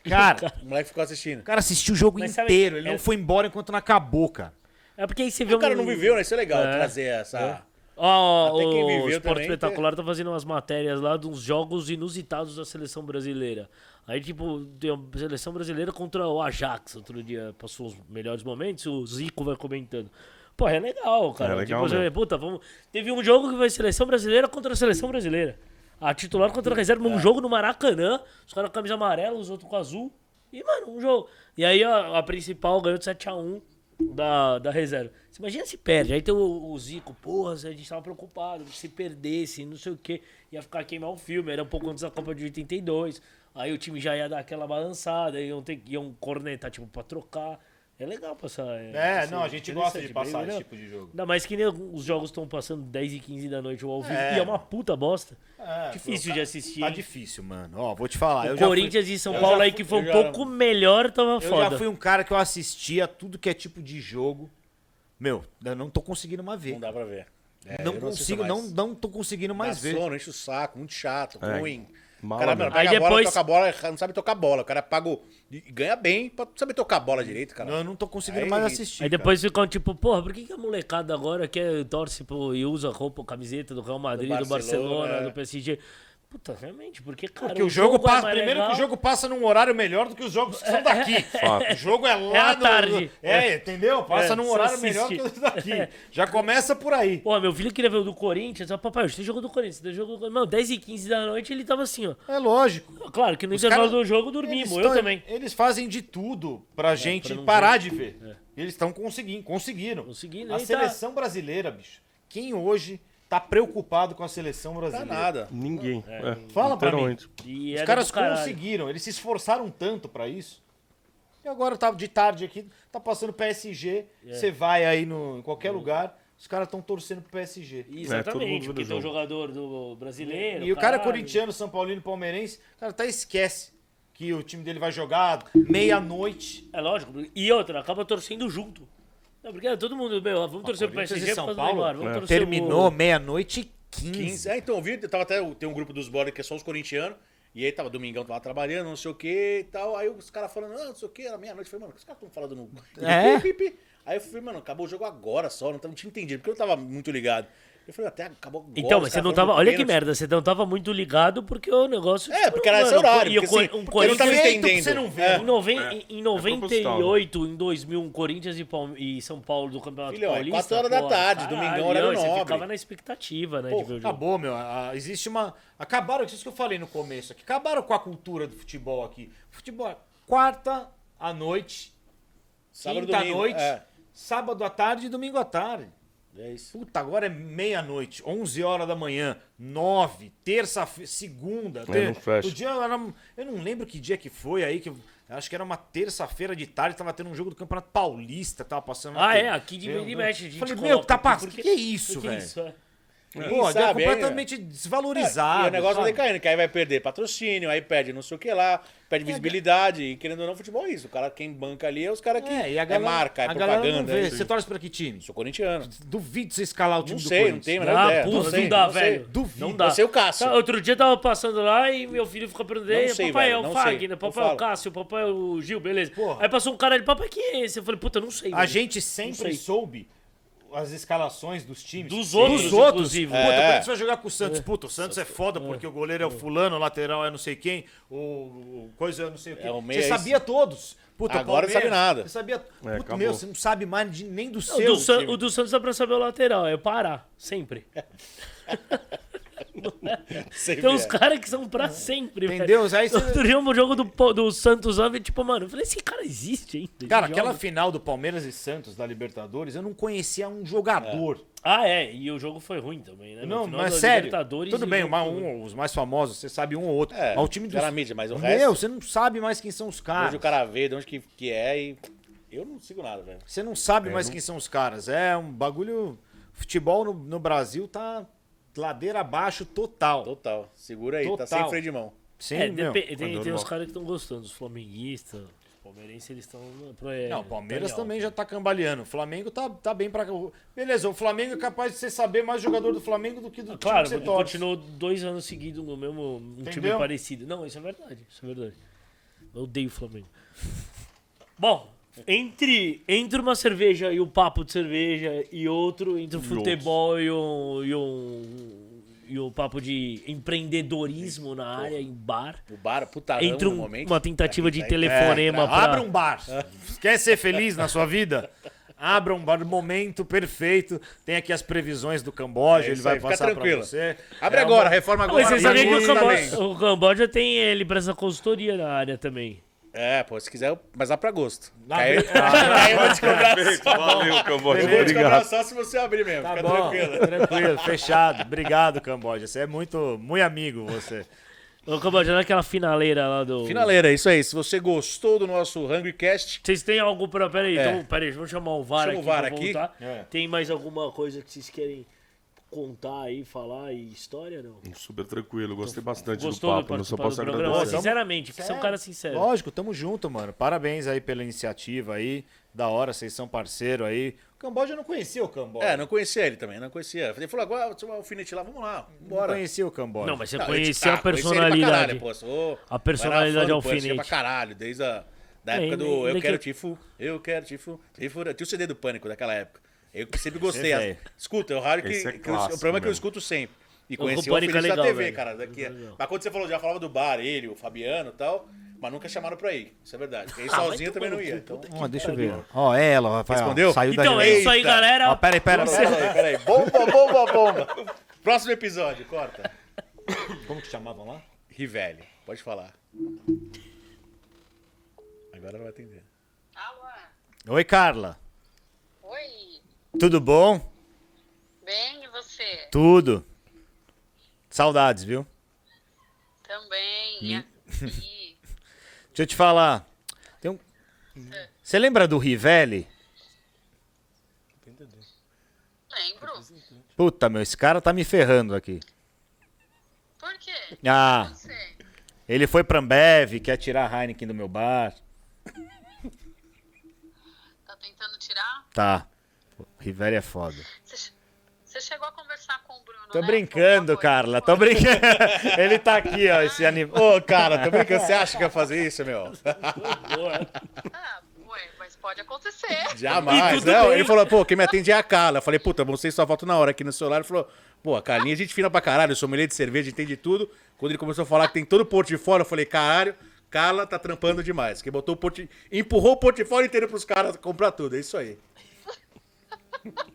Cara,
O moleque ficou assistindo.
o cara assistiu o jogo
Mas sabe-
inteiro. ele
é-
não foi embora enquanto não acabou, cara.
É porque aí você vê
O cara
um-
não viveu, né? Isso é legal,
É.
trazer essa...
Ó,
Até quem
o
viveu
Esporte
também, né?
Espetacular tá fazendo umas matérias lá de uns jogos inusitados da seleção brasileira. Aí, tipo, tem a seleção brasileira contra o Ajax. Outro dia passou os melhores momentos, o Zico vai comentando. Pô, é legal, cara.
É legal
tipo, você vê,
mesmo.
puta, vamos... Teve um jogo que foi seleção brasileira contra a seleção brasileira. A titular contra a reserva
É.
num jogo no Maracanã. Os caras com camisa amarela, os outros com azul. E, mano, um jogo. E aí a, a principal ganhou de 7x1 da, da reserva. Você imagina se perde. Aí tem o, o Zico, porra, a gente tava preocupado. Se perdesse, não sei o quê. Ia ficar queimar o filme. Era um pouco antes da Copa de 82. Aí o time já ia dar aquela balançada. Iam, ter, iam cornetar, tipo, pra trocar. É legal passar.
É,
assim,
não, a gente gosta de
interessante,
passar
bem
esse
legal.
tipo de jogo.
Ainda mais que nem os jogos estão passando 10 e 15 da noite ou ao vivo. E é uma puta bosta.
É,
Difícil de assistir.
Tá
hein?
difícil, mano. Ó, vou te falar. eu já fui-
Corinthians e São
eu
Paulo
já
aí
fui-
que foi
eu
um
já-
pouco melhor, tava
Eu
é foda.
já fui um cara que eu assistia tudo que é tipo de jogo. Meu, eu não tô conseguindo mais ver.
Não dá pra ver. É,
não
eu assisto
consigo,
mais.
não, não tô conseguindo mais
Dá
ver.
sono, enche o saco, muito chato,
É,
ruim. O
mala
cara,
mesmo.
mano, pega
Aí
a bola,
depois-
toca a bola, não sabe tocar bola. O cara paga o- e ganha bem pra saber tocar a bola direito, cara.
Não, eu não tô conseguindo
Aí-
mais assistir.
Aí depois ficam tipo, porra, por que, que a molecada agora quer torce pro, e usa roupa, camiseta do Real Madrid, do Barcelona,
Barcelona, é.
do PSG? Puta, realmente, porque, cara,
Porque o jogo
é
passa.
mais
primeiro
legal.
que o jogo passa num horário melhor do que os jogos que são daqui. O jogo é lá
É à
no-
tarde.
É, entendeu? Passa
É,
num
você
horário
assiste. É.
melhor que os daqui. Já começa por aí.
Pô, meu filho queria ver o do Corinthians. ó, papai, hoje tem jogo do Corinthians, tem jogo do Corinthians. Mano, 10 e 15 da noite ele tava assim, ó.
É lógico.
Claro que no intervalo
caras-
do jogo dormimos, eu
Eles tão-
também.
Eles fazem de tudo pra
É,
gente
pra não
parar
ver.
de ver.
Eles estão conseguindo, conseguiram.
Conseguindo,
A
aí tá-
seleção brasileira, bicho. Quem hoje tá preocupado com a seleção
dá
brasileira?
nada.
Ninguém. É.
Fala pra mim.
Literalmente.
E
Os
era
caras
do caralho.
conseguiram, eles se esforçaram tanto pra isso. E agora tá de tarde aqui, tá passando PSG,
É.
você vai aí no, em qualquer lugar, os caras estão torcendo pro PSG. E,
Né, todo mundo
Exatamente,
vê
porque
do
tem um
jogo.
jogador do brasileiro.
o cara é
caralho.
corintiano, São Paulino, palmeirense, o cara tá esquece que o time dele vai jogar meia-noite.
É lógico. E outra, acaba torcendo junto. Não, porque é todo mundo, meu,
Ah,
vamos torcer pro
Corinthians e
PSG por
São
causa do
Paulo?
Neymar, vamos
É.
torcer pro-
Terminou meia-noite e 15.
15. É, então, eu vi, tava até, tem um grupo dos brothers que é só os corintianos. E aí tava Domingão, tava trabalhando, não sei o que e tal. Aí os caras falando, ah, não sei o que, era meia-noite. Eu Falei, mano, o que os caras estão falando no.
É?
Pi, pi, pi. Aí eu falei, mano, acabou o jogo agora só, não, tava, não tinha entendido, porque eu não tava muito ligado. Eu falei, até acabou agora.
Então,
os
mas você
caras
não
falando
tava.
do
Olha que
pênalti.
merda, você não tava muito ligado porque o negócio.
É,
tipo,
porque era esse
mano,
horário,
e o
porque,
Cor-
assim,
um
porque eu não tava
Corinthians.
entendendo.
Você não vê.
Em, noven-
É,
em- em
proposital,
98, em 2000, um Corinthians e, Palme- e São Paulo do Campeonato
Filhão, é
Paulista.
quatro horas da
pô,
tarde, domingão, horário
não, Você
nobre. tá
ficava na expectativa, né? de ver o jogo.
Acabou, meu. a- a- existe uma. Acabaram, isso que eu falei no começo aqui. Acabaram com a cultura do futebol aqui. Futebol é quarta à noite,
Sábado,
quinta à
domingo,
noite,
é.
sábado à tarde e domingo à tarde.
É isso.
Puta, agora é meia-noite, 11 horas da manhã, 9, terça-feira, segunda.
É,
não fecha.
O dia era, um, eu não lembro que dia que foi aí, que eu- acho que era uma terça-feira de tarde, tava tendo um jogo do Campeonato Paulista, tava passando. na
Ah,
TV.
é, aqui de
Eu-
Mini Mexe. a gente
Falei, meu,
coloca
tá
aqui,
passando.
porque-
Que isso,
que
velho?
isso, é.
Pô,
sabe,
é
é,
completamente desvalorizado.
e o negócio é
sabe?
vai decaindo, que aí vai perder patrocínio, aí perde não sei o que lá, perde visibilidade. E querendo ou não, futebol é isso. O cara, quem banca ali é os caras que
É, e a
é
galera,
marca, é
a galera
propaganda.
não vê.
é isso.
Você torce pra que time?
Sou corintiano.
Duvido você escalar o time
Não
do
sei, não
Corinthians.
tenho a menor
Ah,
ideia.
puta, não,
não, sei,
dá,
não sei.
velho.
Duvido.
Não dá.
Você é o Cássio.
Tá, Outro dia eu tava passando lá e meu filho ficou perguntando, "Ei,
Não sei,
papai,
velho,
é o
não sei,
Fagner,
não
papai é o
falo.
Cássio, papai é o Gil, beleza.
Porra.
Aí passou um cara, ele, papai, quem é esse? Eu falei, puta, não sei.
A
velho."
gente
Não sei.
sempre soube as escalações dos times.
Dos outros,
Dos outros.
inclusive.
Puta,
É.
como é que você vai jogar com o Santos? Puta, o Santos é foda porque o goleiro é o fulano, o lateral é não sei quem, o, o coisa é não sei o quê.
É, o meia
você
é
sabia todos. Puta,
Agora
Palmeiras,
não sabe nada.
Você sabia... Puta,
acabou.
meu, você não sabe mais de- nem do
Não,
seu.
do San-
time.
o do Santos dá pra saber o lateral, é o Pará, sempre.
É, Sempre
Tem uns
é.
caras que são pra sempre, velho.
Entendeu? Aí você-
Outro dia um jogo do, Po- do Santos Ave, tipo, mano, eu falei, esse cara existe ainda. ele
Cara,
joga?"
aquela final do Palmeiras e Santos da Libertadores, eu não conhecia um jogador.
Ah, é, e o jogo foi ruim também, né?
Não,
No final
mas
da
sério.
Libertadores
Tudo
e
bem,
jogo
uma-
foi ruim.
um, os mais famosos, você sabe um ou outro.
É,
mas o time do
era mídia, mas o
Meu,
resto-
você não sabe mais quem são os
Onde
caras.
o cara vê, de onde que, que é e. Eu não sigo nada, velho.
Você não sabe mais quem são os caras. É um bagulho. Futebol no, no Brasil tá ladeira abaixo total.
Total. Segura aí, tá
Total.
sem freio de mão.
Sim,
É,
meu,
depe- tem,
quando
tem
eu-
uns caras que estão gostando, os flamenguistas, os palmeirenses, eles estão... é,
Não, o Palmeiras também
né?
já tá cambaleando. O Flamengo tá, tá bem pra. Beleza, o Flamengo é capaz de você saber mais jogador do Flamengo do que
Ah,
do time
Claro,
que tipo, você
porque
torce.
continuou dois anos seguidos no mesmo um time
Entendeu?
parecido. Não, isso é verdade, isso é verdade. Eu odeio o Flamengo. Bom, entre, entre uma cerveja e o papo de cerveja e outro, entre o futebol e o, e o, e o papo de empreendedorismo na área, em bar,
O bar, putarão
entre
no
um-
momento.
uma tentativa de
tá
aí-
telefonema pra...
Abra um bar.
É.
Quer ser feliz na sua vida? Abra um bar. Momento perfeito. Tem aqui as previsões do Camboja.
É
ele
isso
vai
aí, fica
passar pra
tranquilo.
você.
Abre
É uma-
agora, reforma agora.
Mas vocês sabiam que o
Isso também.
Camboja, o Camboja tem eh, ele pra essa consultoria na área também.
É, pô, se quiser, eu- mas dá pra gosto.
Na
Aí
be-
aí
Ah.
eu vou te cobrar
Perfeito,
só.
valeu, Cambódia.
Eu vou te cobrar
Obrigado.
só se você abrir mesmo.
Tá
Fica
bom,
tranquilo.
tranquilo, fechado. Obrigado, Camboja. Você é muito, muito amigo, você.
O Camboja naquela finaleira lá do...
Finaleira, é isso aí. Se você gostou do nosso HungryCast,
Vocês têm algo pra. Peraí,
É.
então, peraí, vamos chamar o VAR
Chama o
aqui.
VAR
pra
aqui.
voltar.
É.
Tem mais alguma coisa que vocês querem contar aí, falar e história? Não?
Super tranquilo, gostei bastante
Gostou
do
de
papo, não só
participar
posso
do programa? Ó,
agradecer.
Sinceramente, porque é um são caras sinceros.
Lógico, tamo junto, mano. Parabéns aí pela iniciativa aí. Da hora, vocês são parceiro aí. O Camboja eu não conhecia o Camboja.
É, não conhecia ele também, não conhecia. Ele falou, agora deixa eu um alfinete lá, vamos lá,
não
bora.
conhecia o Camboja.
Não, mas você
Não, eu disse,
conhecia
ah,
a
conheci ele pra
personalidade.
caralho, pô, sou-
A personalidade
era fã do
alfinete.
Pânico, pra caralho, desde a da
É,
época
e-
do
e
Eu
daqui-
Quero Tifo, Eu Quero Tifo, Tifo. Tinha o CD do Pânico daquela época. Eu que sempre
Esse
gostei.
é velho.
Escuta, é o raro que,
Esse é
que eu-
clássico
o problema é que eu
mesmo.
escuto sempre. E conheci o
Pânico
alfinete
é
da
legal,
TV,
velho. é
cara. Daqui, mas quando você falou, já falava do bar, ele, o Fabiano e tal, mas nunca chamaram pra ir. Isso é verdade. Porque aí
vai
sozinho eu também não
tomar
ia.
Ah, no cu,
Então...
Ó, deixa eu ver. Ó, é ela, ó, vai, ó,
Respondeu?
Saiu
Então
da
é isso aí,
Eita.
galera.
Ó, peraí, peraí.
Você-
Peraí, peraí. Bomba, bomba, bomba. Próximo episódio, corta.
Como que chamavam lá?
Rivelli, pode falar. Agora não vai atender.
Alô?
Oi, Carla.
Oi,
Tudo bom?
bem e você?
Tudo. Saudades, viu?
Também, e
Hum.
aqui?
Deixa eu te falar. Tem um... Você lembra do Rivelli?
Lembro.
Puta, meu, esse cara tá me ferrando aqui.
Por quê?
Ah,
Não sei.
ele foi pra Ambev, quer tirar a Heineken do meu bar.
Tá tentando tirar?
Tá. Pô, Rivelli é foda.
Você che- Você chegou a conversar com o Bruno,
Tô
né?
brincando,
Foi
Carla.
alguma coisa?
Tô brincando. Ele tá aqui, ó, esse animal.
Ô, cara, tô brincando. Você acha que eu ia fazer isso, meu?
Ah, ué, mas pode acontecer.
E
Jamais.
tudo
Não,
bem.
ele falou, pô, quem me atende é a Carla. Eu falei, puta, vocês só voltam na hora aqui no celular. Ele falou, pô, a Carlinha é gente fina pra caralho. Eu sou mulher de cerveja, entende tudo. Quando ele começou a falar que tem todo o portfólio, eu falei, caralho, Carla tá trampando demais. Que botou o portfólio, empurrou o portfólio inteiro pros caras comprar tudo. É isso aí.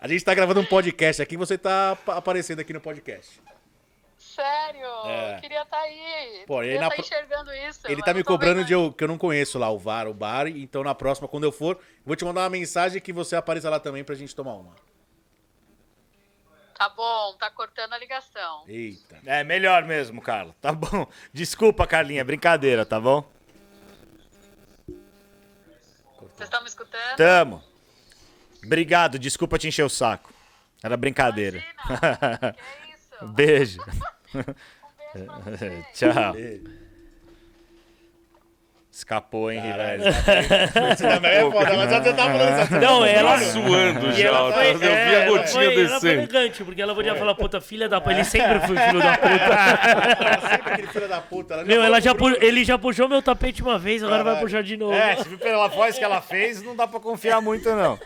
A gente tá gravando um podcast aqui, você tá apa- aparecendo aqui no podcast.
Tá
Sério,
É.
eu queria estar aí.
Pô, e aí
eu
na
tá
pro-
enxergando isso.
Ele
mas
tá
não
me
tô
cobrando
vendo
de eu, que eu não conheço lá o VAR, o bar, então na próxima, quando eu for, eu vou te mandar uma mensagem que você apareça lá também pra gente tomar uma.
ainda. Tá bom, tá cortando a ligação.
Eita.
É melhor mesmo, Carla. Tá bom. Desculpa, Carlinha. Brincadeira, tá bom?
Vocês estão me escutando?
Tamo. Obrigado. Desculpa te encher o saco. Era brincadeira.
Tá.
Imagina. que isso? Um
Beijo.
beijo pra vocês.
Tchau. Escapou, hein, Rivera?
Você também é foda, mas você tá falando isso.
Não, ela.
Suando
E
já,
é, ela
ó,
foi,
eu vi
é,
a
ela
gotinha
foi, ela foi
descendo.
elegante, porque ela podia falar, puta, filha da puta. Ele sempre foi filho da puta.
Sempre aquele filho da puta. né? Ela
Meu,
falou
ela já
pro
pu-
Bruno.
ele já puxou meu tapete uma vez, agora vai
Caralho.
puxar de novo.
É, se viu pela voz que ela fez, não dá pra confiar muito, não.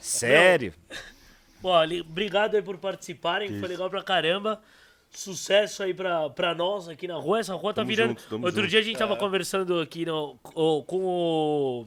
Sério.
Bom, ali, obrigado aí por participarem, foi legal pra caramba. Sucesso aí pra, pra nós aqui na rua. Essa rua tá
Tamo
virando.
junto, tamo
Outro
junto.
dia a gente
É.
tava conversando aqui no, o- com o.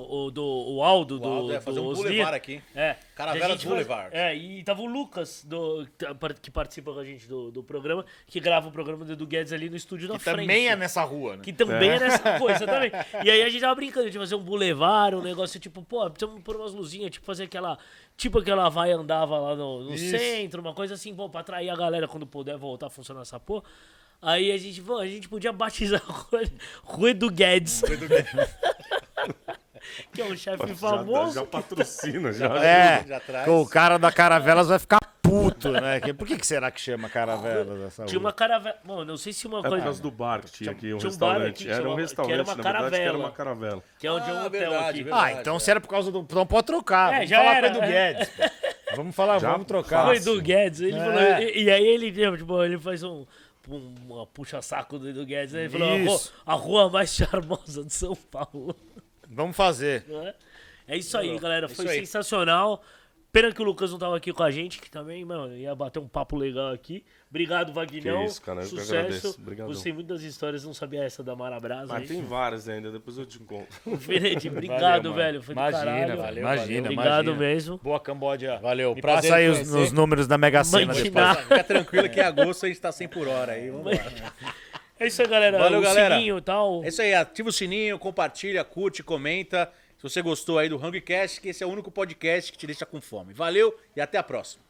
O, do, o Aldo, do,
O Aldo, é,
do
fazer um
Osni.
boulevard aqui.
É.
Caravelas
E a gente
Boulevard.
faz- É, e tava o Lucas, do, que par- que participa com a gente do, do programa, que grava o programa do Edu Guedes ali no estúdio da frente.
Também é nessa rua, né?
Que também era essa coisa também. E aí a gente tava brincando de fazer um boulevard, um negócio tipo, pô, precisamos pôr umas luzinhas, tipo fazer aquela. Tipo aquela vai andava lá no, no centro, uma coisa assim, pô, pra atrair a galera quando puder voltar a funcionar essa porra. Aí a gente, pô, a gente podia batizar a rua, Rua do Guedes. que é um chefe
Já,
famoso.
já patrocina, já.
É,
Já atrás.
que o cara da Caravelas vai ficar puto, né? Que- Por que, que será que chama Caravelas essa
Tinha
rua?
uma caravela. Bom, não sei se uma
É por
coisa.
causa do bar que tinha aqui, um
Tinha um bar
restaurante.
aqui que
era um
chamava-
restaurante,
que era uma
na verdade, que era
caravela.
uma caravela.
Que é onde é um
Ah,
hotel
verdade,
aqui.
verdade.
Ah, então se era por causa do... Então pode trocar.
É,
Vamos
já
falar
era,
com o Edu
é.
Guedes. pô. Vamos falar,
Já
vamos trocar.
Foi do Guedes, ele
É.
falou. E, e aí ele, tipo, ele faz um, um- uma puxa-saco do Edu Guedes. Ele falou: a rua,
Isso.
a rua mais charmosa de São Paulo.
Vamos fazer.
né? É isso aí, galera. Foi
aí.
sensacional. Pena que o Lucas não tava aqui com a gente, que também, mano, ia bater um papo legal aqui. Obrigado, Vagnão.
Que isso, cara, eu que
Sucesso.
agradeço. Obrigadão.
Gostei muito das histórias, não sabia essa da Mara Brasa.
Mas tem várias ainda, depois eu te conto.
Fenete, obrigado,
Valeu, mano.
velho. Foi do
Imagina,
caralho.
valeu, Imagina, valeu.
Obrigado
imagina.
mesmo.
Boa, Camboja.
Valeu,
Me
prazer
passa aí
em
os,
conhecer.
os números da Mega Sena
Mãe de
depois.
nada.
Fica tranquilo que em agosto a gente tá 100 por hora aí. Vamos lá.
É isso aí, galera.
Valeu,
O
galera.
sininho e tal.
É isso aí, ativa o sininho, compartilha, curte, comenta. Se você gostou aí do Hungrycast, que esse é o único podcast que te deixa com fome. Valeu e até a próxima.